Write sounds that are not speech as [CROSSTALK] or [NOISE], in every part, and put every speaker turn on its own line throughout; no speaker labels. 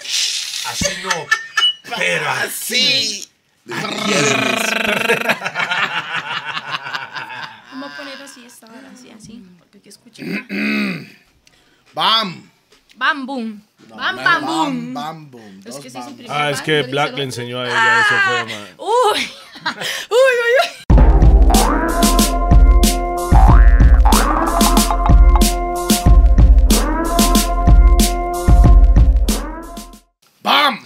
Así no, pero así.
Vamos a poner así esta hora, así, así, porque aquí escucho.
¡Bam!
Bam, boom. Bam,
Bam,
bam, boom.
¡Bam, boom!
Es
Dos
que sí es el
bam.
primer
Ah, es
bam,
que
no
Black
dice
le
el
enseñó
otro.
a ella eso fue,
Ah,
man.
Uy, uy, uy, uy.
¡Bam!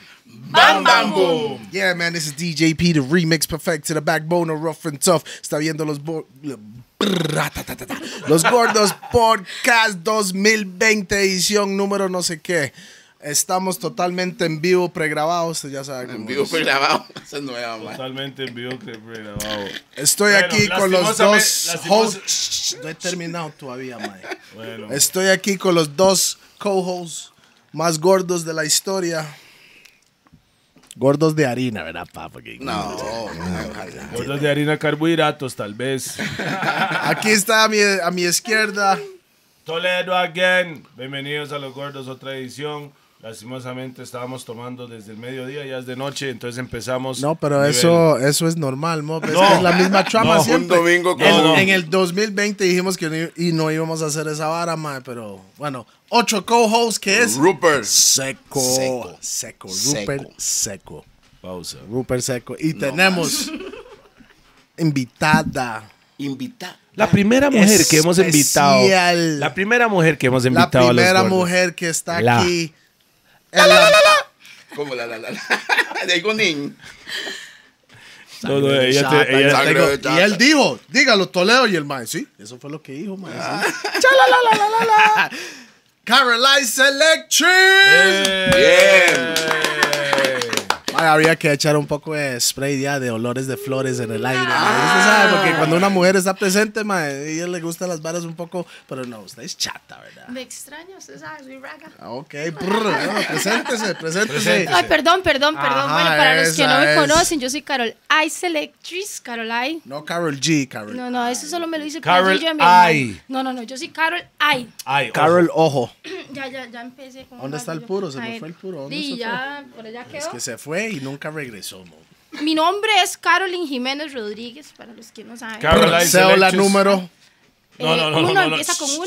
Bam, bam, boom.
Yeah, man, this is DJP, the remix perfect to the backbone of Rough and Tough. Está viendo los, bo- los Gordos Podcast 2020, edición número no sé qué. Estamos totalmente en vivo, pregrabados, ya saben.
En
cómo
vivo
es.
fue grabado. Esa es nueva, man.
Totalmente en vivo que grabado.
Estoy
Bueno,
aquí con los dos
lastimosamente- lastimos-
hosts. No he terminado todavía, mae.
Bueno,
Estoy aquí con los dos co-hosts más gordos de la historia. Gordos de harina, ¿verdad, papá?
No,
Este-
gordos de harina, carbohidratos, tal vez.
Aquí está a mi, a mi izquierda.
Toledo again. Bienvenidos a Los Gordos, otra edición. Lastimosamente estábamos tomando desde el mediodía, ya es de noche, entonces empezamos.
No, pero
nivel.
eso, eso es normal, Mob. Es, que es la misma trama
No.
siempre.
Un domingo
En-
con-
En el 2020 dijimos que no, y no íbamos a hacer esa vara, mae, pero bueno, ocho co-hosts que es
Rupert.
seco,
Seco.
seco, Rupert
Seco.
seco,
Pausa.
Rupert seco. Y tenemos invitada.
Invita.
La primera mujer que hemos invitado.
Especial.
La primera mujer que hemos
La
invitado a
primera
los gordos.
mujer que está
La.
aquí. en la-
Como la, la, la, la. [LAUGHS] De Gonin.
No, no, ella
Chata,
te- ella-
yo
Sangre
tengo-
de chata.
y él dijo, dígalo, Toledo y el mae, sí. Eso fue lo que dijo, mae. sí. Chalalalalala. Caroline
Eh.
Electric.
Bien.
Mae, había que echar un poco de spray ya de olores de flores en el aire. mae. Usted sabe, porque cuando una mujer está presente, mae, a ella le gustan las varas un poco, pero no, usted es chata, ¿verdad?
Me extraña, usted sabe, soy raga.
Ah, Ok, brr, bueno, preséntese, preséntese.
Ay, perdón, perdón, perdón.
Ajá,
bueno, para los que no me
esa es.
conocen, yo soy Carol Ice Electric, Carol I.
No, Carol G, Carol.
No, no, eso solo me lo dice
Carol
Playo y yo, mi hermano.
I.
No, no, no, yo soy Carol I. [CLEARS THROAT]
Ay,
Carol Ojo.
Ya, ya, ya empecé con
¿Dónde está el puro? Se me fue el puro, ¿dónde se
Sí,
fue?
ya, por allá
Es
quedó.
que se fue y nunca regresó, mo.
Mi nombre es Carolyn Jiménez Rodríguez, para los que no saben. Eh,
Carol- Caroline
Cédula
Selectus.
número.
No, no, no, no,
uno
no, no.
empieza con uno.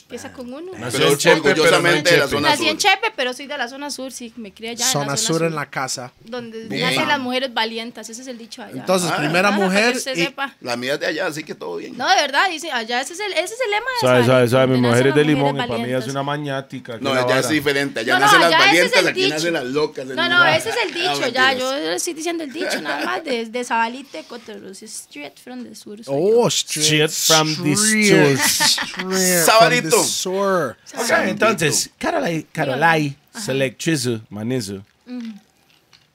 Empieza con uno.
Nació
Pero
en Chepe, pero no en
orgullosamente de la
Chepe.
zona
Nací en
sur.
Chepe, pero soy de la zona sur, sí, me crié allá. en
Zona
la
sur en la casa.
Donde
Bien.
nacen las mujeres valientes, ese es el dicho allá.
Entonces,
Ah.
primera
Claro, para
mujer.
que usted
y-
sepa.
La mía es de allá, así que todo bien.
No, de verdad, dice, allá ese es el, ese es el lema de
Sabe,
Sara,
sabe, sabe, mi
donde
mujer
nacen
es de
las mujeres
limón, mi para mí es
valientes.
una mañática. que
No,
la
allá es
vara.
diferente. Allá
No, no,
nacen las
allá ese es
valientes,
el
aquí
dicho.
nacen las locas. Ah,
No, no, ese
[LAUGHS]
es el dicho,
Ah,
ya, yo
mentiras.
estoy diciendo el dicho, nada más, desde de Zabalite, Cotoros, Street from the Sur. soy
Oh,
yo.
straight
Straight from the
straight,
sur.
straight from
Sabarito.
the sur.
Ok, entonces, Carolai, Carolai Selectrizu, Manizu.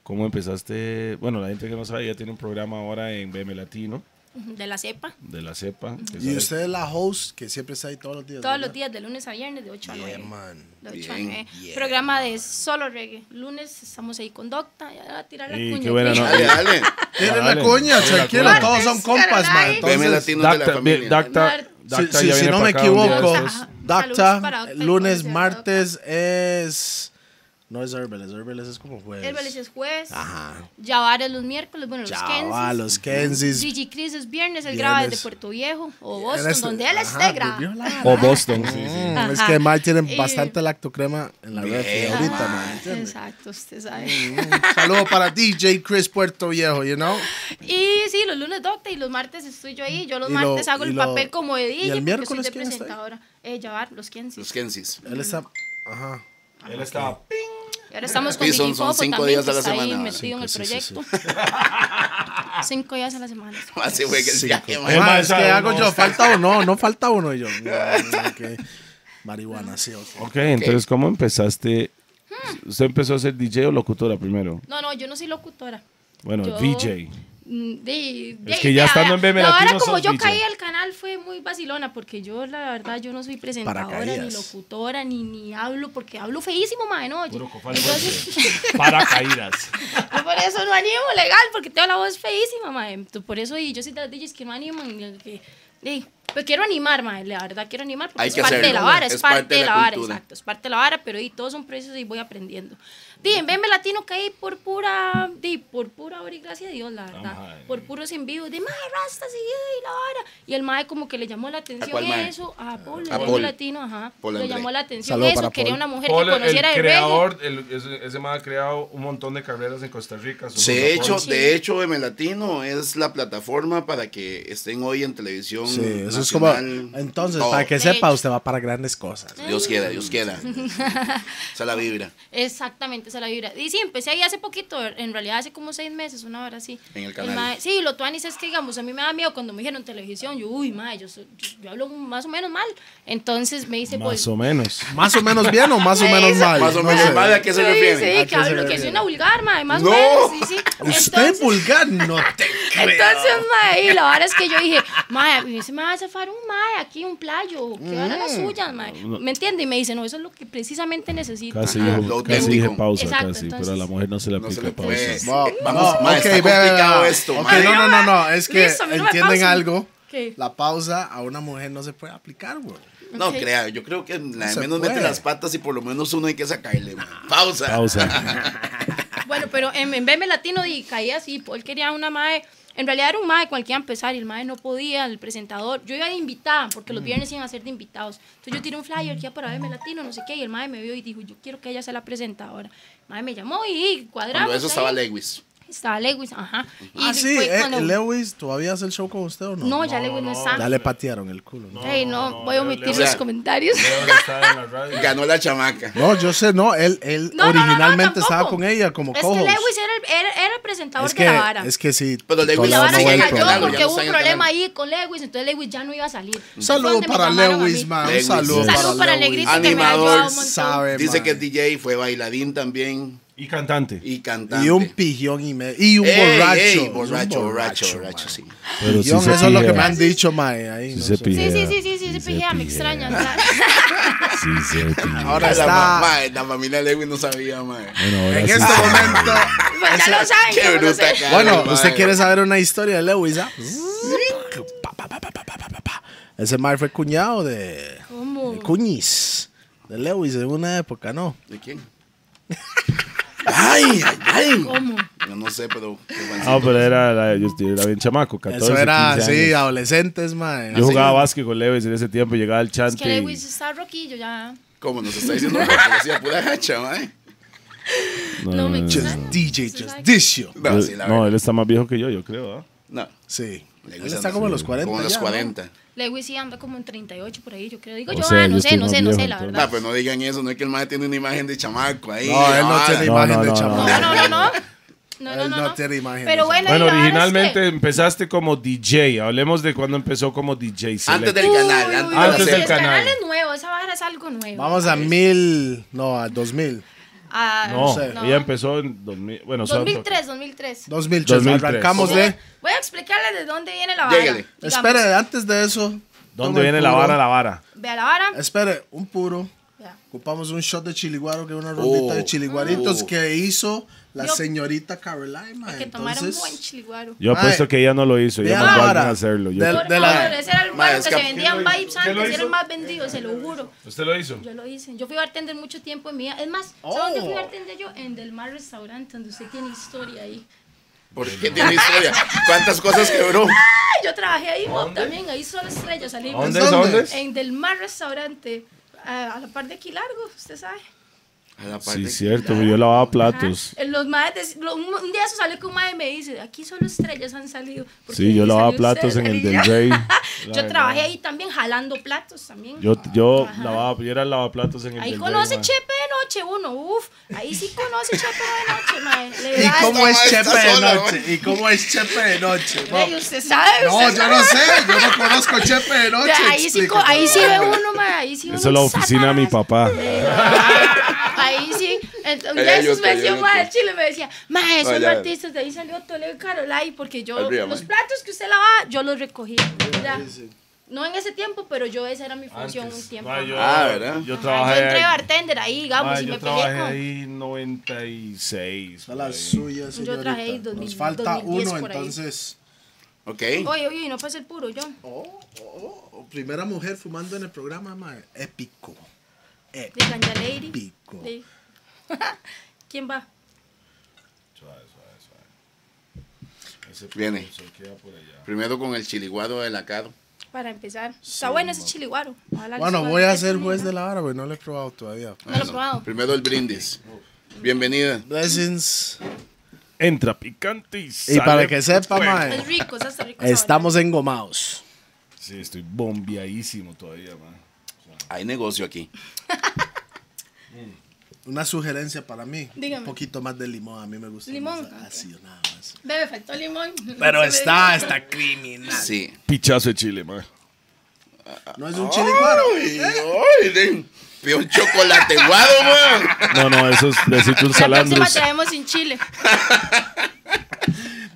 ¿Cómo empezaste? Bueno, la gente que no sabe ya tiene un programa ahora en BM Latino,
Ujú, De la cepa,
de la cepa. que
Y
sale-
usted es la host que siempre está ahí todos los días.
todos los
¿verdad?
días, de lunes a viernes, de 8 a 9.
Yeah, man.
de ocho a
Bien,
nueve.
bien.
Programa de solo reggae. Lunes estamos ahí con Docta. Ya va a tirar la
Y
cuña.
qué buena, ¿no?
Dale, dale.
Tiene
Dale,
la coña,
tiene la
tranquilo,
coña.
todos son
Martes,
compas, man.
caray.
Veme
Entonces,
latinos de la
Dacta, bien,
familia.
Dacta,
si,
Dacta
si-
ya
si
viene
no
para
me
acá un día de
equivoco,
estos.
Saludos para
Dacta,
Octa y
lunes,
Policía,
martes es. No es Herbales, Herbales es como jueves.
El Vélez es jueves.
Ajá.
Yavares los miércoles. Bueno, los
Chaval,
Kensis.
Ah. los Kensis.
Gigi Chris es viernes. Él graba desde
Viernes.
Puerto Viejo o
En
Boston,
este-
donde él
Ajá,
esté graba.
vivió la-
O Boston, sí, sí.
Mm, Es
Ajá. Eh,
que Mae tienen
Y-
bastante lactocrema en la red
Bien.
ahorita,
Ah,
man. ¿entiendes?
Exacto, usted sabe.
Mm, Saludos para DJ Chris Puerto Viejo, you know?
Y sí, los lunes docta y los martes estoy yo ahí. Yo los
Y lo-
martes hago
y
el
lo-
papel como
¿y
de DJ
el
porque
miércoles
soy de
quién está ahí?
presentadora. Eh, Yavar, los Kensis.
Los Kensis. [LAUGHS]
Él está. Ajá.
Él está.
Y ahora estamos con
Sí, son-
Gigi
son
Popo
cinco días
también,
a
que
la
está ahí
semana.
metido en el
Cinco, sí, sí,
proyecto. [LAUGHS] Cinco días a la semana.
Así fue que el viaje,
Mae,
man.
es que
sabe,
hago
no,
yo,
usted-
falta uno, no falta uno y yo. no, ok. Marihuana, sí, ok.
Ok, entonces, ¿cómo empezaste? ¿Usted empezó a ser DJ o locutora primero?
No, no, yo no soy locutora.
Bueno,
Yo-
DJ.
Mm, De, de-
Es que ya
de-
estando en BM
no, Ahora
Latino
como
sos
yo
DJ.
caí al canal fue muy vacilona porque yo la verdad yo no soy presentadora ni
Paracaídas.
locutora ni ni hablo porque hablo feísimo madre no yo-
Puro cofal,
[LAUGHS] entonces
Para caídas.
[LAUGHS] yo por eso no animo legal porque tengo la voz feísima madre Entonces, por eso y yo soy de las DJs que no animan y que, de, Pero quiero animar, mae, la verdad quiero animar porque
Hay
es
que
parte de
hacerlo,
la vara,
es
es parte,
parte
de
de
la
la
vara,
cultura.
exacto, es parte de la vara, pero y todos son precios y voy aprendiendo. Di, en BM Latino caí por pura, di, por pura hora y gracias a Dios, la
Ah,
verdad,
Ajá.
por puros envíos de mae, rasta, sí, y la vara. Y el mae como que le llamó la atención
cuál mae?
eso, a Paul,
A
de BM
Paul.
Latino, ajá,
Paul
le
André.
llamó la atención
Saludo para
eso, quería
Paul.
una mujer
Paul,
que conociera
el
de reggae.
creador, el- ese, ese man ha creado un montón de carreras en Costa Rica. su
Se
Lola
de hecho,
Paul.
de hecho, M Latino es la plataforma para que estén hoy en televisión.
Sí, eso es como.
nacional.
Entonces,
Todo.
para que
De
sepa,
hecho.
usted va para grandes cosas.
Dios quiera, Dios quiera. Esa es la vibra.
Exactamente, esa es la vibra. Y sí, empecé ahí hace poquito, en realidad hace como seis meses, una hora así.
En el canal.
mae- sí, lo tuanis es que, digamos, a mí me da miedo cuando me dijeron televisión, yo, uy, mae, yo, so- yo, yo hablo más o menos mal. Entonces me dice, pues...
Más o menos.
Más o menos bien o más o menos mal.
Más o
No
menos
sé.
mal, ¿a qué se
sí,
refiere?
Sí,
¿A
que
qué se
hablo, que
refiere?
soy una vulgar, mae, más
¡No!
o menos. Sí, sí.
Usted
Entonces-
vulgar
[LAUGHS]
no te creo.
Entonces, mae, y la vara es que yo dije, mae, me dice, me va a zafar un mae aquí, un playo, que van a las
Mm.
suyas, mae. ¿Me entiende? Y me dice, no, eso es lo que precisamente necesito.
Casi,
Ajá,
dijo-
lo
casi
auténtico.
dije pausa,
Exacto,
casi, pero a
entonces-
la mujer no se le
No se
aplica
le
pausa.
puede.
pues. No,
Vamos,
no,
ma,
ok,
está
ve, ve, ve,
complicado
ve.
esto,
Ok,
ma.
no, no, no, no, es que
Listo, a mí no me
entienden
pausen.
algo.
¿Qué?
La pausa a una mujer no se puede aplicar, güey.
No,
Ok.
crea, yo creo que la de
se
menos
puede.
mete las patas y por lo menos uno hay que sacarle. ma. Pausa.
[LAUGHS]
Pausa.
Bueno, pero en, en BM Latino di, caí así, Paul quería una mae, en realidad era un mae cual que iba a empezar y el mae no podía, el presentador, yo iba de invitada, porque
Mm.
los viernes iban a ser de invitados, entonces yo tiré un flyer que iba para BM Latino, no sé qué, y el mae me vio y dijo, yo quiero que ella sea la presentadora. El mae me llamó y cuadramos.
Cuando eso
ahí.
estaba Lewis.
Estaba Lewis, ajá. Y
Ah, sí,
fue
eh,
cuando-
Lewis, ¿todavía hace el show con usted o no?
no, ya Lewis no, está.
Ya le patearon el culo. ¿no?
Ey, no, voy a omitir
Leo-
los
Leo-
comentarios.
Ganó la chamaca.
No, yo sé, no, él, él
[LAUGHS] No, no, no, no,
originalmente estaba
tampoco.
con ella como
Es que
co-host.
Lewis era el, era, era el presentador
es que,
de la vara.
es que sí.
Pero Lewis
Y la
No,
vara
no,
se
el
cayó
canal, ya
porque
no
hubo
está en
un
el
problema
canal.
ahí con Lewis, entonces Lewis ya no iba a salir.
Saludo para Lewis, man. Un
Lewis.
saludo
Saludo
para,
para el
Lewis.
negrito que me ha
Animador,
ayudado un montón.
Sabe,
Dice
man.
que es DJ, fue bailarín también
Y cantante.
y cantante.
Y un pijón y medio. Y un
Ey, ey,
borracho. y un
borracho, borracho, borracho,
man.
sí.
Pero sí
Pijón,
se
eso es lo que
pijea.
me han dicho, mae. ahí,
Sí
no
se
sé.
pijea.
Sí, sí, sí, sí, sí, sí,
se
pijea, me
pijea. [LAUGHS]
extraña. claro.
Sí,
[LAUGHS]
se pijea.
Ahora
La,
está-
mamá, la familia Lewis no sabía, mae.
Bueno, ahora
En
sí
este
se pijea.
momento.
Pues ya lo saben.
Qué
ya lo
bruta
sé.
cara,
Bueno,
mae.
usted quiere saber una historia de Lewis, ¿ah? Pa, pa, pa, pa, pa, pa, pa, pa, pa. Ese mae fue cuñado de.
¿Cómo?
de Cuñiz. De Lewis en una época, ¿no?
¿De quién? ay, ay, ay.
¿Cómo?
Yo no sé, pero. qué
Ah,
mancito.
pero era, era- yo era bien chamaco, 14,
Eso era,
15
sí,
años.
adolescentes, mae.
Yo jugaba básquet con Leves en ese tiempo, llegaba al
Es que
chante. y-
Lewis está roquillo ya.
Como nos está diciendo la policía, pura hacha, mae.
No,
No,
no,
me
no,
Just
no.
extraña.
DJ,
Eso es
just
like-
this show.
No,
Yo-
sí, la
no,
verdad.
él está más viejo que yo, yo creo, ¿ah?
No.
Sí. Él
Lewis
está
anda
como a los 40.
Como a los
ya, ¿no?
40.
Lewis sí anda como en 38 por ahí, yo creo. Digo
O
yo,
sea,
ah,
yo
no sé,
estoy
no
más
sé, no
viejo,
sé, la
Nah,
verdad.
pues no digan eso, no es que el mae tiene una imagen de chamaco ahí.
No, él no
ah,
tiene
No,
imagen
no,
de
no,
chamaco.
No, no, no, no. No,
Él
no, no.
no tiene imagen de
Pero bueno,
Bueno,
y la vara es que-
originalmente empezaste como DJ. Hablemos de cuando empezó como DJ.
Antes
Select.
del canal, antes,
uy,
de
uy,
la
del
el
serie.
canal.
canal es nuevo, esa vara es algo nuevo.
Vamos a mil. No, a 2000.
Ah,
No,
sé.
ella empezó en 2000, bueno, solo-
2003, 2003.
2000, chos,
2003.
Arrancamos
Voy
de.
a- Voy a explicarles de dónde viene la vara.
Lléguele.
digamos.
Espere, antes de eso. toma
¿Dónde
el
viene la
puro.
vara, la vara?
Vea la vara.
Espere, un puro.
vea.
Ocupamos un shot de chiliguaro, que es una rondita
Oh.
de chiliguaritos
Oh.
que hizo la
Yo-
señorita Caroline. mae,
Que tomaron
entonces-
buen chiliguaro.
Yo apuesto que ella no lo hizo.
vea
Ella
la
mandó a
vara.
alguien a hacerlo. yo-
Del-
Por
de la-
favor, ese era el
Ma,
lugar
es
que
que-
se vendían
¿Quién lo
vibes
hizo? ¿Quién lo
antes, era
hizo?
el más vendido, se lo juro.
¿Usted lo hizo?
Yo lo hice. Yo fui bartender mucho tiempo en mi vida. Es más,
Oh.
¿sabes dónde fui bartender yo? En Del Mar Restaurante, donde usted tiene historia ahí.
¿Por qué tiene historia? ¿Cuántas cosas quebró?
¡Ay! ¡Ah! Yo trabajé ahí mo, también, ahí solo estrella salimos.
¿Dónde?
¿Dónde?
¿Dónde?
En Del Mar Restaurante, a, a la par de aquí largo, usted sabe.
A la parte
Sí, cierto, yo lavaba platos.
Ajá. Eh, Los maes, de- lo- un, un día eso salió que un mae me dice, aquí solo estrellas han salido. porque
Sí, yo
ahí
lavaba
salió
platos
usted,
en el
salí
Del
yo.
Rey. la
[LAUGHS] Yo
verdad.
trabajé ahí también jalando platos también.
Yo, yo lavaba, yo era lavaplatos en el
Ahí
Del
conoce
Rey,
Chepe de noche uno, uf, ahí sí conoce Chepe de
[LAUGHS]
noche, mae. Le
¿Y
da-
cómo es
Esta
Chepe de
sola,
noche? ¿Y cómo es Chepe de noche? No.
Ey, usted sabe,
No,
usted
yo no sé, yo no conozco a Chepe de noche.
"Ah". Ya, ahí, sí, co-
explíqueme.
ahí sí ve uno, ma, ahí sí
man.
uno
Eso es la oficina de mi
Satanás. Eh,
papá.
Ahí sí.
[LAUGHS]
Entonces,
Era
ya
yo
sus me
que-
decía,
yo
ma,
que-
de Chile me decía, ma, esos
No, ya.
artistas de ahí salió Toledo y Carolai, porque yo,
Al río,
los
ma.
platos que usted lavaba, yo los recogía. ya. No en ese tiempo, pero yo esa era mi función un tiempo.
Ma, yo,
Ah, ¿verdad?
Yo
Ajá,
trabajé
yo entré
ahí.
bartender ahí, digamos,
Ma,
y
yo
me peleé
trabajé
con...
ahí 96.
Son las
por ahí.
suyas,
Yo
señorita.
traje ahí
Nos
2000,
falta
2010
uno,
por ahí.
entonces.
Ok.
Oye, oye, no puede ser puro, John.
Oh, oh, oh, primera mujer fumando en el programa, mae. Épico.
De Ganja Lady.
Épico.
De- [LAUGHS] ¿Quién va?
Suave, suave, suave. Ese
Viene.
pulso queda por allá.
Primero con el chiliguado de la Caro.
Para empezar. Está bueno ese chiliguaro. Ojalá que
Bueno,
suba
voy
la
a ser
gente.
juez de la vara, güey. No lo he probado todavía.
No lo he probado.
Primero el brindis. Bienvenida.
Blessings.
Entra picante y
Y
sale
para que sepa,
fuego.
Es
mae,
rico, es hasta rico. saber.
estamos engomados.
Sí, estoy bombeadísimo todavía, man.
Hay negocio aquí.
Una sugerencia para mí.
Dígame.
Un poquito más de limón. A mí me gusta.
Limón.
más Así, nada más.
Bebe, faltó limón.
Pero
[LAUGHS] Se
está,
ve-
está criminal.
Sí.
Pichazo de chile, man.
No es un chiliguaro.
Pide un chocolate guado, man.
No, no, eso es decirte un
La próxima
salandrus.
traemos sin chile.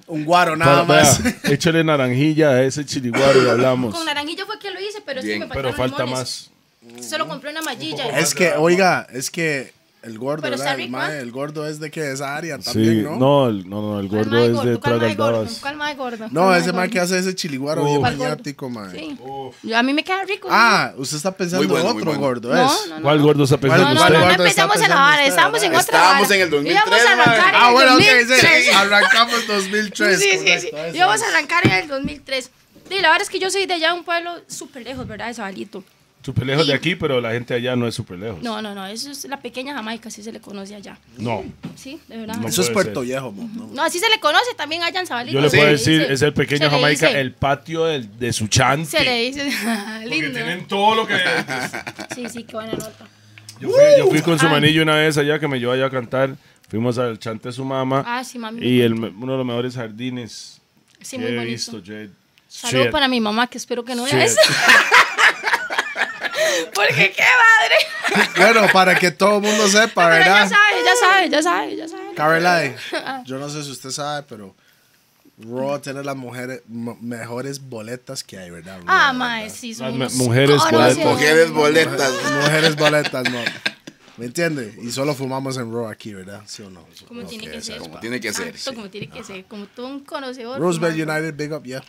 Un guaro,
Para-
nada más. [LAUGHS]
vea, échale naranjilla a ese chiliguaro y hablamos.
Con naranjillo fue que lo hice, pero
Bien,
sí me faltaron
Pero falta
limones.
más.
Solo compré una mallilla.
Es que, oiga, es que el gordo,
Pero está
¿verdad? El,
rico,
mae,
¿eh?
el gordo es de que esa área
Sí,
también, ¿no? No,
no, el, no, no, el gordo es de
¿Cuál más gordo?
Tragaldabas.
¿Cuál más gordo?
ese mae que hace ese chiliguaro bien
¿Cuál gordo?
maniático, mae.
Sí. Yo- a mí me queda rico.
Ah, usted está
Muy
pensando
bueno,
en
muy
otro
bueno.
gordo,
no,
¿es?
no, no.
¿Cuál gordo está
No,
pensando
no,
¿Cuál
no, no,
usted?
gordo está
empezamos en la
pensando
vara,
usted,
estamos en otra
verdad?
Estábamos
vara.
en el 2003,
Íbamos a arrancar
madre.
en
Ah,
el
bueno, ok,
2003.
sí. Arrancamos 2003.
Sí, sí, sí.
correcto, eso
Íbamos
es.
a arrancar en el 2003. Sí, la verdad es que yo soy de allá, un pueblo súper lejos, ¿verdad? De Sabalito.
Súper lejos de
Y-
aquí, pero la gente allá no es súper lejos.
No, no, no, eso es la pequeña Jamaica, así se le conoce allá.
No.
Sí, de verdad.
No.
No,
Eso es
puede
Puerto
ser.
Viejo, mo, ¿no?
así se le conoce también allá en Sabalito.
Yo le
se
puedo
le
decir,
dice-
es el
se
pequeño
le
Jamaica,
dice-
el patio del- de su chante.
Se le dice, [LAUGHS]
Porque
lindo.
tienen todo lo que...
[LAUGHS] Sí, sí, qué buena nota.
Yo fui, yo fui con su manillo una vez allá que me llevó allá a cantar. Fuimos al chante de su mamá.
Ah, sí, mami.
Y el, me- uno de los mejores jardines
Sí,
que
muy
he
bonito.
visto. Yo he-
Saludos
Shit.
para mi mamá, que espero que no vea
Shit.
eso. Porque qué madre.
Bueno, para que todo el mundo sepa,
Pero ya
¿verdad?
sabe, Ah. ya sabe, ya sabe, ya sabe.
Caroline, yo no sé si usted sabe, pero Raw tiene las mujeres mo- mejores boletas que hay, ¿verdad? Raw,
Ah,
¿verdad?
mae, sí, son
Las
unos
mu- mujeres
conocedores.
boletas.
Mujeres boletas.
Mujeres boletas, no. ¿Me entiende? Y solo fumamos en Raw aquí, ¿verdad? ¿Sí o no?
Como tiene que ser.
Como tiene que ser,
Exacto, como tiene que ser. Como tú un conocedor.
Roosevelt
mae.
United, big up, yeah.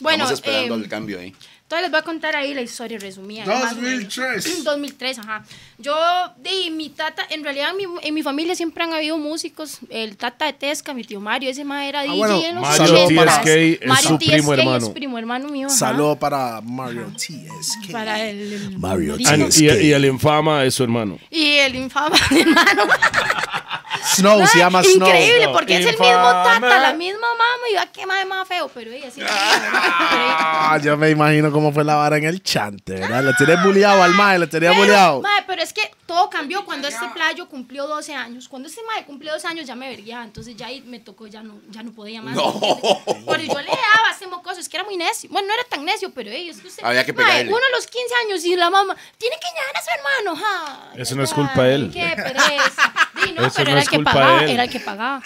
Bueno,
Estamos esperando
eh,
el cambio ahí.
Entonces les voy a contar ahí la historia resumida. ¿eh? Más o menos. [CLEARS THROAT]
2003.
2003, ajá. Yo, de mi tata, en realidad en mi, en mi familia siempre han habido músicos. El tata de Tesca, mi tío Mario, ese más era DJ
bueno,
en los
Ah, Mario
80s.
TSK es
Mario
su
TSK
primo
es
hermano.
primo hermano mío. ajá.
Saludo para Mario TSK.
Para el, el
Mario
marido.
Ah, no, y,
TSK.
y el infama es su hermano.
Y el infame [LAUGHS] hermano.
Snow, se
Ay,
llama Snow.
Increíble,
No,
porque es el
infame.
mismo tata, la misma mamá. Y va a quemar más feo, pero ella sí.
Ah, yo me imagino cómo fue la vara en el chante, ¿verdad? Lo tiene bulleado al mae, lo tenía bulleado.
Mae, pero es que todo cambió cuando este playo cumplió 12 años. Cuando este mae cumplió 12 años ya me verguía, entonces ya ahí me tocó, ya no, ya no podía más.
No.
Pero yo le daba a este mocoso, es que era muy necio. Bueno, no era tan necio, pero ellos es que usted-
Había que
mae,
pegarle.
uno a los 15 años y la mamá, tiene que llegar a su hermano. ja".
Eso no es culpa de él.
Qué pereza. Sí, no,
Eso
pero
no
era
es
el que
culpa
pagaba,
de él.
era el que pagaba.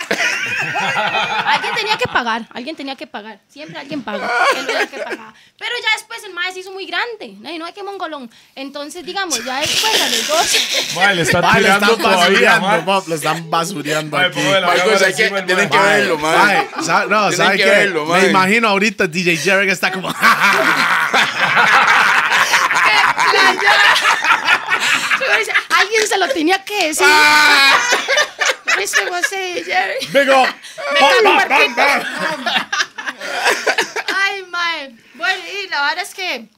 Alguien tenía que pagar, alguien tenía que pagar. Siempre alguien paga. él era el que pagaba. Pero ya después el maestro se hizo muy grande. No, y no hay que mongolón. Entonces, digamos, ya después a los
[LAUGHS]
12. [LAUGHS]
Mae, le están
Mae, lo
tirando
están
todavía,
basureando,
mae.
pop, lo están basureando
Mae,
aquí.
póngale la
Mae,
cámara
cosa, hay que-
encima del
tienen
mae.
que verlo, mae.
Mae, sa- no,
Tienen
¿sabe
que
qué?
verlo,
Me
mae.
imagino ahorita DJ Jerry está como. [LAUGHS]
Pero dice, Alguien se lo tenía que decir. [LAUGHS] Ese José Jerry.
Big up.
cago en
Bam, bam, bam.
[LAUGHS] Ay, mae. Bueno, y la verdad es que.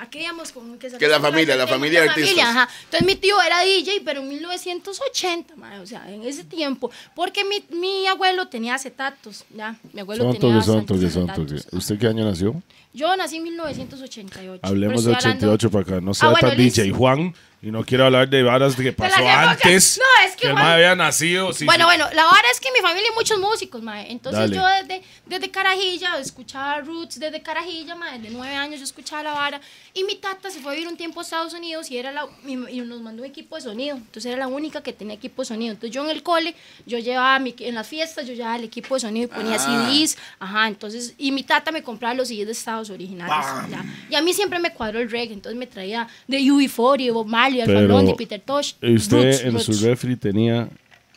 Aquí digamos con que,
Que la familia, la familia de artistas.
familia, ajá. Entonces mi tío era DJ, pero en 1980, mae, o sea, en ese tiempo. Porque mi, mi abuelo tenía acetatos, ya. Mi abuelo
Son
tenía
toques, son
bastantes
toques, son
acetatos.
toques. ¿Usted qué año nació?
Yo nací en 1988.
Hablemos de
pero estoy
88 para
hablando-
acá. No sea
Ah, bueno,
tan
listo.
DJ Juan y no quiero hablar de varas que
la
pasó
época-
antes.
No, es que
el
Juan-
mae había nacido. sí,
bueno,
sí.
bueno, la verdad es que mi familia hay muchos músicos, mae. Entonces
Dale.
yo desde, desde Carajilla escuchaba Roots, desde Carajilla, mae, de nueve años yo escuchaba la vara. Y mi tata se fue a vivir un tiempo a Estados Unidos y, era la, y, y nos mandó un equipo de sonido. Entonces era la única que tenía equipo de sonido. Entonces yo en el cole, yo llevaba, mi, en las fiestas, yo llevaba el equipo de sonido y ponía
Ah.
CDs. Ajá, entonces, y mi tata me compraba los CDs de Estados originales. ya. Y a mí siempre me cuadró el reggae, entonces me traía de UB40, de Bob Marley, Alfa
Pero,
Blondie, Peter Tosh.
¿y usted
Roots,
en
Roots.
su refri tenía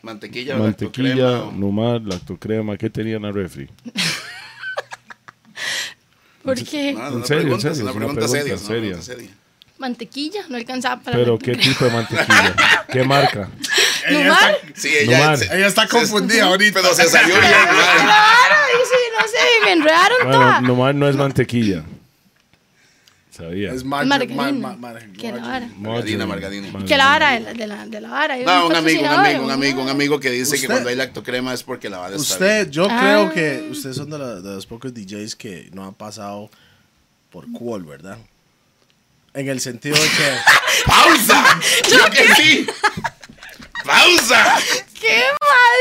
Mantequilla,
mantequilla,
lactocrema, o-
nomás, lactocrema. ¿Qué tenía en la refri?
¿Por qué?
No, es
¿En
una
serio, en
pregunta,
serio?
es una pregunta seria. es una pregunta seria.
Mantequilla, no alcanzaba para
Pero, ¿qué
mantequilla.
tipo de mantequilla? ¿Qué marca?
[LAUGHS] ¿Numar?
Sí, ella,
Nomar.
se-
Ella está confundida ahorita.
pero se salió [LAUGHS] bien, madre.
Claro, y sí, no sé, me enredaron
Bueno,
toda.
nomás no es mantequilla. Sabía.
Es
Margarina.
margarina.
que la vara.
Margarina, margarina.
Que la vara de la, de la, de la vara. hay
No, un amigo, un
patrocinador,
amigo, un amigo, un amigo que dice que
Usted-
cuando hay lactocrema es porque la vara está bien.
Usted, yo
Ah.
creo que ustedes son de, la- de los pocos DJs que no han pasado por cual, ¿verdad? En el sentido de [LAUGHS] que.
¡Pausa! ¡Yo que sí! ¡Pausa!
¡Qué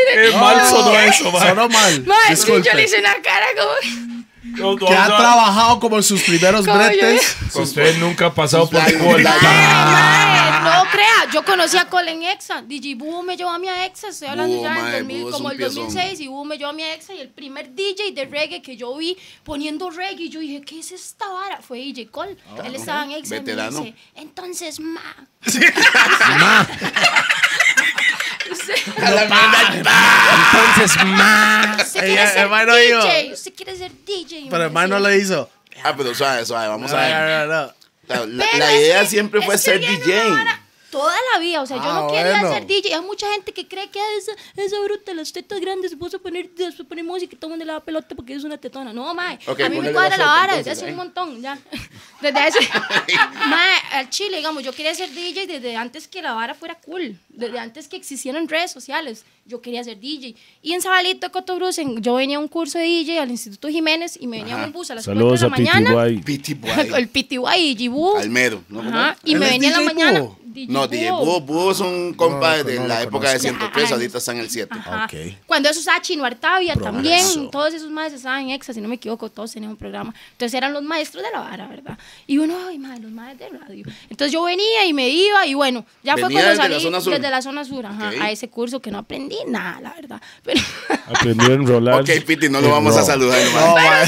madre!
mal sonó eso,
Sonó mal.
Mae, sí,
disculpe.
yo le hice una cara como.
Que ha trabajado como en sus primeros
Como yo-
bretes.
Usted nunca ha pasado por
Ay,
cola.
[LAUGHS]
Mae, no crea, yo conocí a Cole en Exa. DJ Boo me llevó a mi a Exa. Estoy hablando
Boo,
ya del
mae,
2000,
Boo es
como
un
el
piezón.
2006 y Boo me llevó a mi a Exa. Y el primer DJ de reggae que yo vi poniendo reggae, y yo dije, ¿qué es esta vara? Fue DJ Cole. Él estaba en Exa. y me
Ah, Veterano.
dice,
[LAUGHS]
Entonces, ma. [LAUGHS]
[LAUGHS] ¡A la mierda! ¡Pa!
Entonces, más.
¿Usted quiere ser
hermano dijo.
DJ? ¿Usted quiere ser DJ?
[LAUGHS]
Y
Pero
me
hermano
decía,
le hizo.
Ah, pero suave, suave, vamos a ver.
No, no, no.
La, la-
Pero
la
es
idea
que-
siempre fue
es que
ser
viene
DJ.
una vara Toda la vida, o sea, yo
Ah,
no quería
bueno.
ser DJ. Hay mucha gente que cree que esa, esa bruta, las tetas grandes, vos a poner, vas a poner música y todo el mundo le da pelota porque es una tetona. No, mae.
Ok,
a mí me
ponele
cuadra la
basota,
vara desde
entonces,
hace un
ahí.
montón, ya. [LAUGHS]
[LAUGHS]
Desde hace. mae, al chile, digamos, yo quería ser DJ desde antes que la vara fuera cool, desde antes que existieran redes sociales. Yo quería ser DJ. Y en Sabalito, Cotobruz, en- yo venía a un curso de DJ al Instituto Jiménez y me venía un bus a las cuatro
Saludos a
de la mañana.
Pitiguay.
Pity Boy.
[LAUGHS] El PTY y Jibú.
Almero. ¿no?
Ajá, y
Él
me
es
venía en la
DJ
mañana.
Búho.
No, DJ Búho. Búho es un compa
no
de
lo
la época de
conozco.
103,
Ajá.
ahorita está en el 7.
Ajá.
Ok.
Cuando eso usaba Chino Artavia
Progreso.
también, todos esos maestros estaban en Exa, si no me equivoco, todos tenían un programa. Entonces eran los maestros de la vara, ¿verdad? Y uno, ay, madre, los maestros de radio. Entonces yo venía y me iba y bueno, ya fue
Venía desde
cuando salí
la zona sur.
desde la zona sur, ajá,
Ok.
a ese curso que no aprendí nada, la verdad. Pero, [LAUGHS]
Aprendió a enrolar.
Ok, Pity, no lo vamos a
No.
saludar.
No,
No,
mae.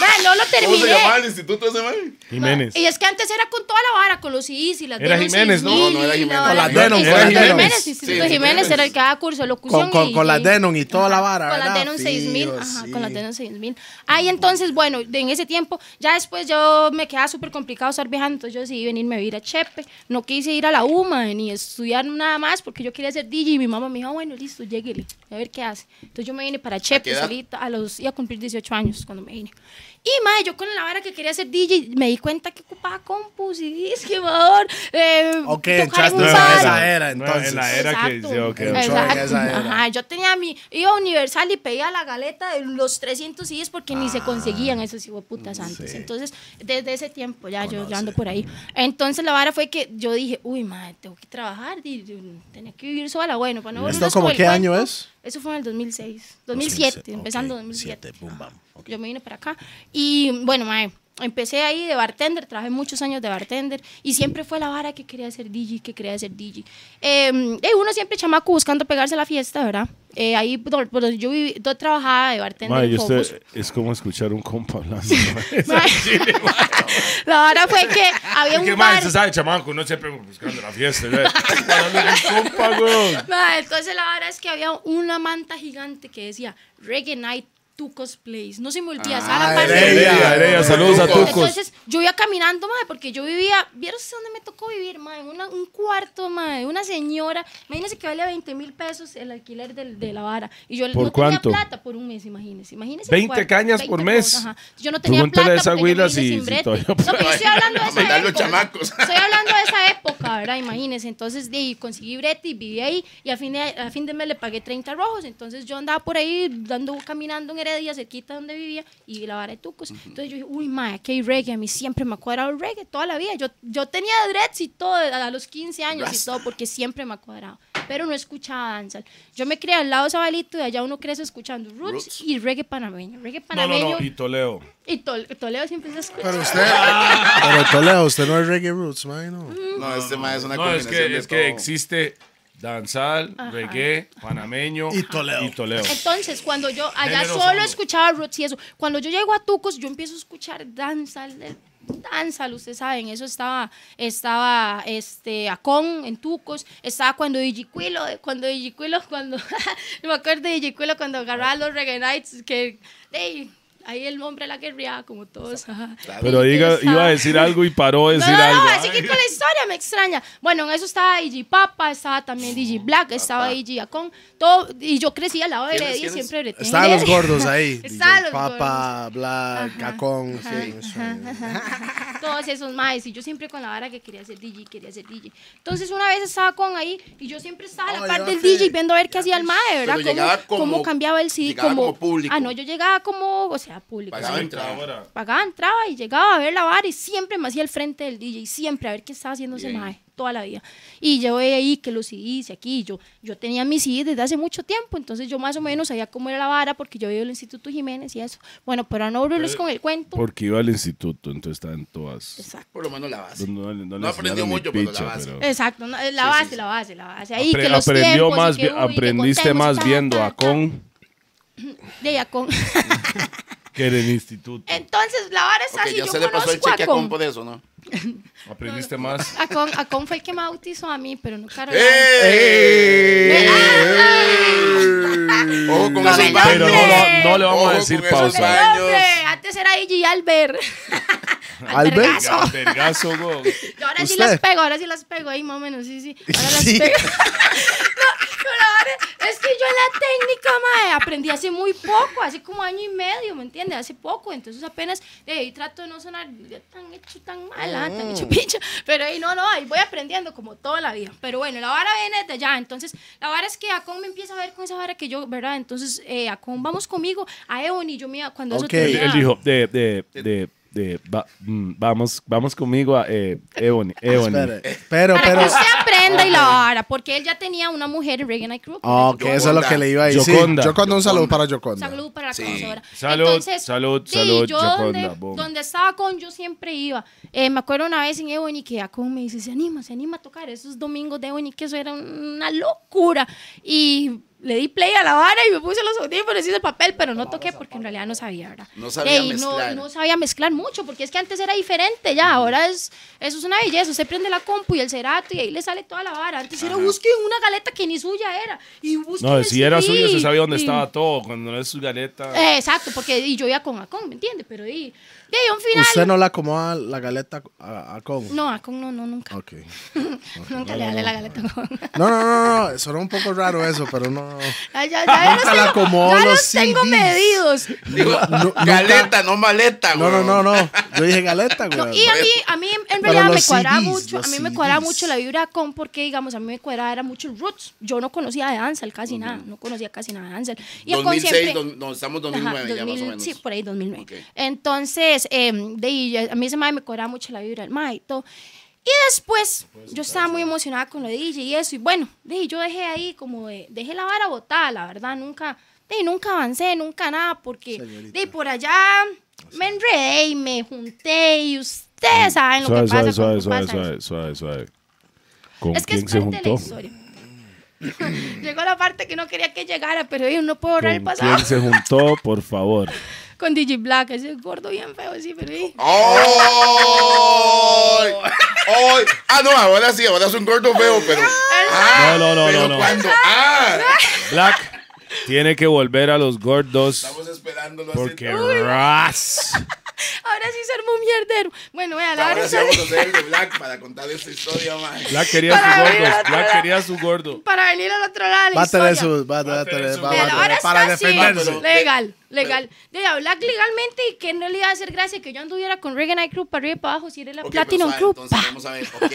Mae, no lo
¿Cómo se llamaba
terminé.
el instituto ese man?
Jiménez.
Y es que antes era con toda la vara, con los CDs y las
Era
Denon
Jiménez, ¿no?
6000
No, no era
y la
Jiménez.
vara.
Con la Denon,
Instituto
con la
Jiménez,
Denon.
Instituto
Sí,
Jiménez era el
Jiménez.
que daba curso de locución.
Con, con,
y-
con la
y-
Denon y toda la vara.
Con la
¿verdad?
Denon 6000,
Fijo,
ajá,
sí.
con la Denon 6000. Ay, entonces, bueno, de- en ese tiempo, ya después yo me quedaba súper complicado estar viajando, entonces yo decidí venirme a vivir a Chepe. No quise ir a la UMA ni estudiar nada más porque yo quería ser DJ y mi mamá me dijo, "Ah, bueno, listo, lléguele, a ver qué hace. Entonces yo me vine para Chepe,
edad?
solita, a los, iba a cumplir 18 años cuando me vine. Y, madre, yo con la vara que quería ser DJ, me di cuenta que ocupaba compus y disque, favor, eh,
Ok,
tocar en
entraste
un
en
bar.
esa era,
No,
entonces.
en la era que
Exacto.
sí, ok, ok.
Entró en
Exacto.
esa era.
Ajá, yo tenía mi. Iba a Universal y pedía la galeta de los 300 CDs porque ni
Ah.
se conseguían esos putas antes. Entonces, desde ese tiempo ya yo ya ando por ahí. Entonces, la vara fue que yo dije, uy, madre, tengo que trabajar, y, y, tenía que vivir sola. Bueno, para no
¿Esto
volvernos
como
el
qué año
cuento,
es?
Eso fue en el 2006, 2007, empezando
ok,
2007.
siete, boom,
Ajá.
bam, ok.
Yo me vine para acá y bueno, mae, empecé ahí de bartender, trabajé muchos años de bartender y siempre fue la vara que quería ser DJ, que quería ser DJ. Eh, eh, uno siempre chamaco buscando pegarse a la fiesta, ¿verdad? Eh, ahí por, por donde yo viví, yo trabajaba de bartender.
Mae,
en
y usted [LAUGHS]
Focus.
es como escuchar un compa hablando.
[LAUGHS]
mae.
Mae, [LAUGHS] la vara fue que había
Porque,
un
mae,
bar.
usted sabe, chamaco, uno siempre buscando la fiesta. ya. Hablando de un
[LAUGHS]
compa, güey.
Mae, entonces la verdad es que había una manta gigante que decía Reggae Night Tucos Place. No se me olvida, Sara Marcel.
Ah, Heredia, Heredia, saludos a
Tucos.
Tucos.
Entonces yo iba caminando, mae, porque yo vivía, ¿vieron ustedes dónde me tocó vivir, mae? En una- un cuarto, mae, una señora. Imagínense que vale 20 mil pesos el alquiler del- de, la vara. Y yo
¿Por
no
cuánto?
tenía plata por un mes, imagínense. imagínense
20 cañas por mes.
ajá. Yo no tenía
Pregúntale
plata.
a esa
porque yo
güila
me vine
si-
sin
si
brete.
todavía
No, pero yo
[LAUGHS]
estoy hablando de
A mandar
esa
los
época.
chamacos.
Estoy hablando de esa época, ¿verdad? Imagínense. Entonces, de ahí conseguí brete y viví ahí. Y a fin, de, a fin de mes le pagué 30 rojos. Entonces, yo andaba por ahí dando, caminando en Heredia, cerquita donde vivía, y la vara de tucos. Entonces, yo dije, uy, madre, que hay reggae. A mí siempre me ha cuadrado el reggae, toda la vida. Yo, yo tenía dreads y todo, a a los 15 años y
Rasta.
todo, porque siempre me ha cuadrado. Pero no escuchaba danza. Yo me crié al lado de Sabalito y allá uno crece escuchando roots,
Roots.
y reggae panameño. Reggae
No, no,
panameño
no, y Toleo.
y, tol- Toledo siempre se escucha.
Pero usted. Pero Toledo, usted no es reggae roots, mae, no.
Mm,
No, este man es una
No, es
combinación
que,
de
es que
todo.
existe danzal, reggae, panameño
Y toleo.
y toleo.
Entonces, cuando yo allá
Género
solo
solo.
escuchaba roots y eso, cuando yo llego a Tucos, yo empiezo a escuchar danza, danza, ustedes saben, eso estaba, estaba, este, Acon en Tucos, estaba cuando Digicuilo, cuando [LAUGHS] Digicuilo, cuando, me acuerdo de Digicuilo cuando agarraba los reggae nights, que, hey, ahí el hombre la guerrea, como todos. ajá.
Pero diga,
Interesante.
iba a decir algo y paró de
No,
decir
no,
algo.
no, así que con la historia me extraña. Bueno, en eso estaba DJ Papa, estaba también DJ Black, estaba DJ Acon, todo. Y yo crecí al lado de
¿Quiénes,
Heredia y
quiénes?
siempre heredé.
Estaban los gordos
[LAUGHS]
ahí.
Estaban
DJ
los
Papa, Black, Cacón. sí, eso.
todos esos maes. Y yo siempre con la vara que quería ser DJ, quería ser DJ. Entonces una vez estaba con ahí y yo siempre estaba a la
Oh,
par
ya
del
sé.
DJ viendo a ver qué hacía el mae, ¿verdad?
Pero llegaba
Cómo, cómo
como-
cambiaba el CD.
llegaba como público.
Ah, no, yo llegaba como, o sea, público.
Pagaba
sí.
entrada.
Pagaba, entraba y llegaba a ver la vara y siempre me hacía el frente del DJ, siempre a ver qué estaba haciendo ese
Bien.
mae, toda la vida. Y yo veía ahí que los CDs y aquí, yo, yo tenía mis CDs desde hace mucho tiempo, entonces yo más o menos sabía cómo era la vara porque yo vivía en el Instituto Jiménez y eso. Bueno, pero no abrirles con el cuento.
Porque iba al instituto, entonces estaban todas.
Exacto.
Por lo menos la base.
No, le- le
No aprendió
enseñaron ni
mucho, pero la
picha,
base.
pero-
Exacto, no, es la
Sí,
base,
sí, sí.
la base, la base. Ahí
Apre-
que los
aprendió
tiempos y
más,
que,
bien-
uy, que
aprendiste
contemos,
más
ta,
viendo
ta,
a
ta.
con
De Acon. [LAUGHS]
que en el instituto.
Eh, Entonces, la vara es
Ok,
así.
ya
yo
se le pasó el
conozco
cheque a
a Acon.
compo de eso, ¿no?
Aprendiste más.
Acon, Acon fue el que me bautizó a mí, pero no Carolina.
¡Eh! Ojo con
Con
esos
el
baños.
Pero no, lo- no le vamos
Ojo
a decir
con esos
pausa.
baños.
¡Hombre! Antes era DJ Albert. [LAUGHS]
Albert.
[LAUGHS]
Albergazo.
Vergazo, go.
Yo ahora sí
¿Usted?
las pego, ahora sí las pego, ahí más o menos, sí, sí. Ahora
[LAUGHS]
las
Sí.
pego. [LAUGHS] no, pero ahora, es que yo la técnica, mae, aprendí hace muy poco, hace como año y medio, ¿me entiendes? Hace poco, entonces apenas, de ahí trato de no sonar tan hecho, tan mala, tan
Mm.
hecho pincha, pero ahí no, no, ahí voy aprendiendo como toda la vida. Pero bueno, la vara viene desde allá, entonces la vara es que Acon me empieza a ver con esa vara que yo, ¿verdad? Entonces, eh, Acon, vamos conmigo a Ebony, yo mira, cuando
Ok.
eso
Él,
tenía-
él dijo, de, de, de, de, va- mm, vamos, vamos conmigo a eh, Ebony, Ebony.
Espere, Pero,
Para
pero.
que usted aprenda y la vara, porque él ya tenía una mujer en Reagan Night Crew.
Ah, Ok, eso es lo que le iba a decir.
Yoconda.
Yoconda. un saludo para Yoconda.
Salud para la
Sí.
conocedora.
Salud, salud,
sí,
salud,
Yo
Yoconda,
donde,
boom.
donde estaba con, yo siempre iba. Eh, me acuerdo una vez en Ebony que Acon me dice, se anima, se anima a tocar esos domingos de Ebony, que eso era una locura. Y le di play a la vara y me puse los audífonos, hice el papel, pero no toqué porque en realidad no sabía, ¿verdad?
No sabía
Ey, no-
mezclar.
no sabía mezclar mucho, porque es que antes era diferente ya, ahora es, eso es una belleza, usted prende la compu y el cerato y ahí le sale toda la vara, antes era busque una galeta que ni suya era, y busque
No,
el
si era
CD,
suyo, se sabía dónde
y-
estaba todo. Cuando no es su galeta.
Eh, exacto, porque y yo iba con Acon, ¿me entiende? Pero y, de ahí a un final,
Usted no le acomoda la galeta a, a con.
no, Acon no, no, nunca,
Ok.
[LAUGHS] nunca le dale la galeta a Acon. [LAUGHS]
No, no, no, no. Sonó un poco raro eso, pero no.
Ya, ya, ya
Nunca
los
le
tengo,
acomodó
ya
los
los tengo
CDs.
medidos.
Digo,
nunca-
galeta, no maleta,
No, no,
weón.
no, no. Yo dije galeta, güey.
No, y a mí, a mí en realidad
los
me cuadraba
CDs,
mucho, a
los
mí me cuadraba
CDs.
mucho la vibra con porque, digamos, a mí me cuadraba era mucho el roots. Yo no conocía de Ansel casi nada, no conocía casi nada de Ansel. Y el con
2006,
siempre...
don- no, estamos
Ajá,
2009 ya más o
2000,
menos.
Sí, por ahí 2009.
Ok.
Entonces, eh, de ahí, ya- a mí ese mae me cobraba mucho la vibra del mae y todo. Y después, yo estaba muy emocionada con lo de DJ y eso. Y bueno, de ahí yo dejé ahí como de, dejé la vara botada, la verdad. Nunca, de ahí nunca avancé, nunca nada, porque de ahí por allá me enredé y me junté y ustedes saben lo
suave,
que
suave,
pasa
suave,
cuando
suave,
pasa eso.
suave, suave, suave. ¿Con
Es que es
quién se
parte de la
juntó?
historia. [LAUGHS] Llegó la parte que no quería que llegara, pero yo no puedo borrar el
¿Con
pasado.
quién se juntó, por
[LAUGHS]
favor?
Con DJ Black, ese gordo bien feo, sí, pero sí.
¡Ay! ¡Ay! Ah, no, ahora sí, ahora es un gordo feo, pero. Ah,
No, no, no,
pero
no, no.
cuando- ¡Ah!
Black tiene que volver a los gordos
Estamos esperándolo así.
porque ras.
Ahora sí se armó un mierdero. Bueno, voy a la hora
Ahora sí
sale-
vamos a hacer el de Black para contar esta historia, man.
Black quería
Para
su
ver,
gordo.
para
Black
ver.
quería su gordo.
[LAUGHS] para venir al otro lado de la
Va a tener
historia.
su. Va a tener
su-
va a
Pero
Pero
tener-
ahora
Para
está así.
defenderse.
Legal, legal. De hablar legalmente y que no le iba a hacer gracia que yo anduviera con Reagan Eye Club para arriba y para abajo si era la
Ok,
Platinum
pero suave,
Club.
Entonces vamos a ver, ok.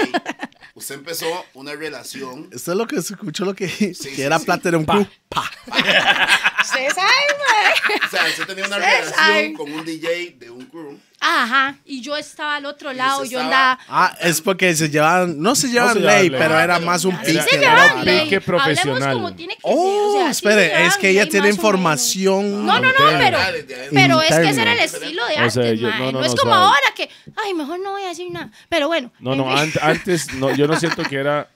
Usted empezó una relación.
Esto es lo que se escuchó, lo que, que
sí,
era
sí.
Platinum Crew. Pa.
Ustedes saben, mae.
O sea, usted tenía una
Ustedes
relación
saben.
con un DJ de un crew.
Ajá. Y yo estaba al otro lado,
usted
yo
estaba-
andaba.
Ah, es porque se llevaban. No se
No se
llevaban
llevaban
ley,
ley.
pero era
pero
más un
Sí
pique. ¿no?
Era-
se
un
llevan
pique
ley. Hablemos
profesional.
como tiene que ser.
Oh,
o sea, sí
espere,
se
es
llevan
que ella
ley
tiene
más o menos.
información.
No, no, no,
Interno.
pero,
Ah, desde adentro.
pero es que ese era el
Interno.
estilo de
O
antes,
sea, yo-
mae.
no,
no,
no,
es
no,
como
suave.
ahora que, ay, mejor no voy a decir nada. Pero bueno.
No, no,
en fin. [LAUGHS]
an- antes no, yo no siento que era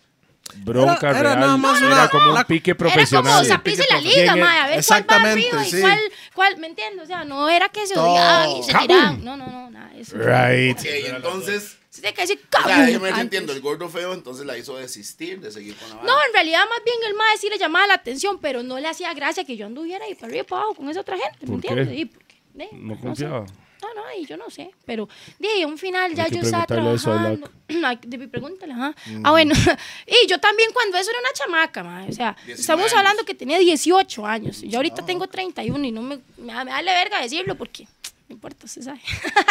bronca
Era- era
real.
nada más
era
una-
como un
una-
pique
Era como
profesional.
Saprissa y la
Pique
liga,
profe-
mae, a ver cuál va
Exactamente,
arriba y
sí.
cuál, cuál, ¿me entiendes? O sea, no era que se
Todo.
odiaban y se
¡Cabum!
tiraban. No, no, no, nada de eso.
Right.
Ok, entonces.
Se tiene que decir
O sea, déjeme
"Cabum",
ver si
antes.
entiendo. El gordo feo entonces la hizo desistir de seguir con la banda.
No, en realidad más bien el mae sí le llamaba la atención, pero no le hacía gracia que yo anduviera ahí para arriba y para abajo con esa otra gente, ¿me
¿Por qué?
entiendes? Y porque- de,
No
sé.
confiaba.
No, no, y yo no sé, pero de un final ya
Hay que
yo estaba
preguntarle eso a
trabajando. [CLEARS THROAT] Ay, de- pregúntale, ajá. Ah, bueno. [LAUGHS] Y yo también cuando eso era una chamaca, ma, o sea,
19
estamos
años.
hablando que tenía 18 años. Yo ahorita tengo 31 y no me, me, da- me da la verga decirlo porque no importa, usted sabe. [LAUGHS]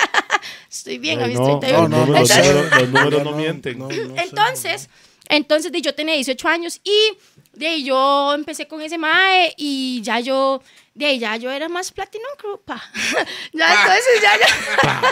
Estoy bien a mis
no, no,
31.
no, no,
Entonces-
no, los números no mienten.
entonces, entonces de, yo tenía 18 años y de ahí, yo empecé con ese mae y ya yo de ahí, ya yo era más platinum crew, pa. [LAUGHS] ya entonces ya yo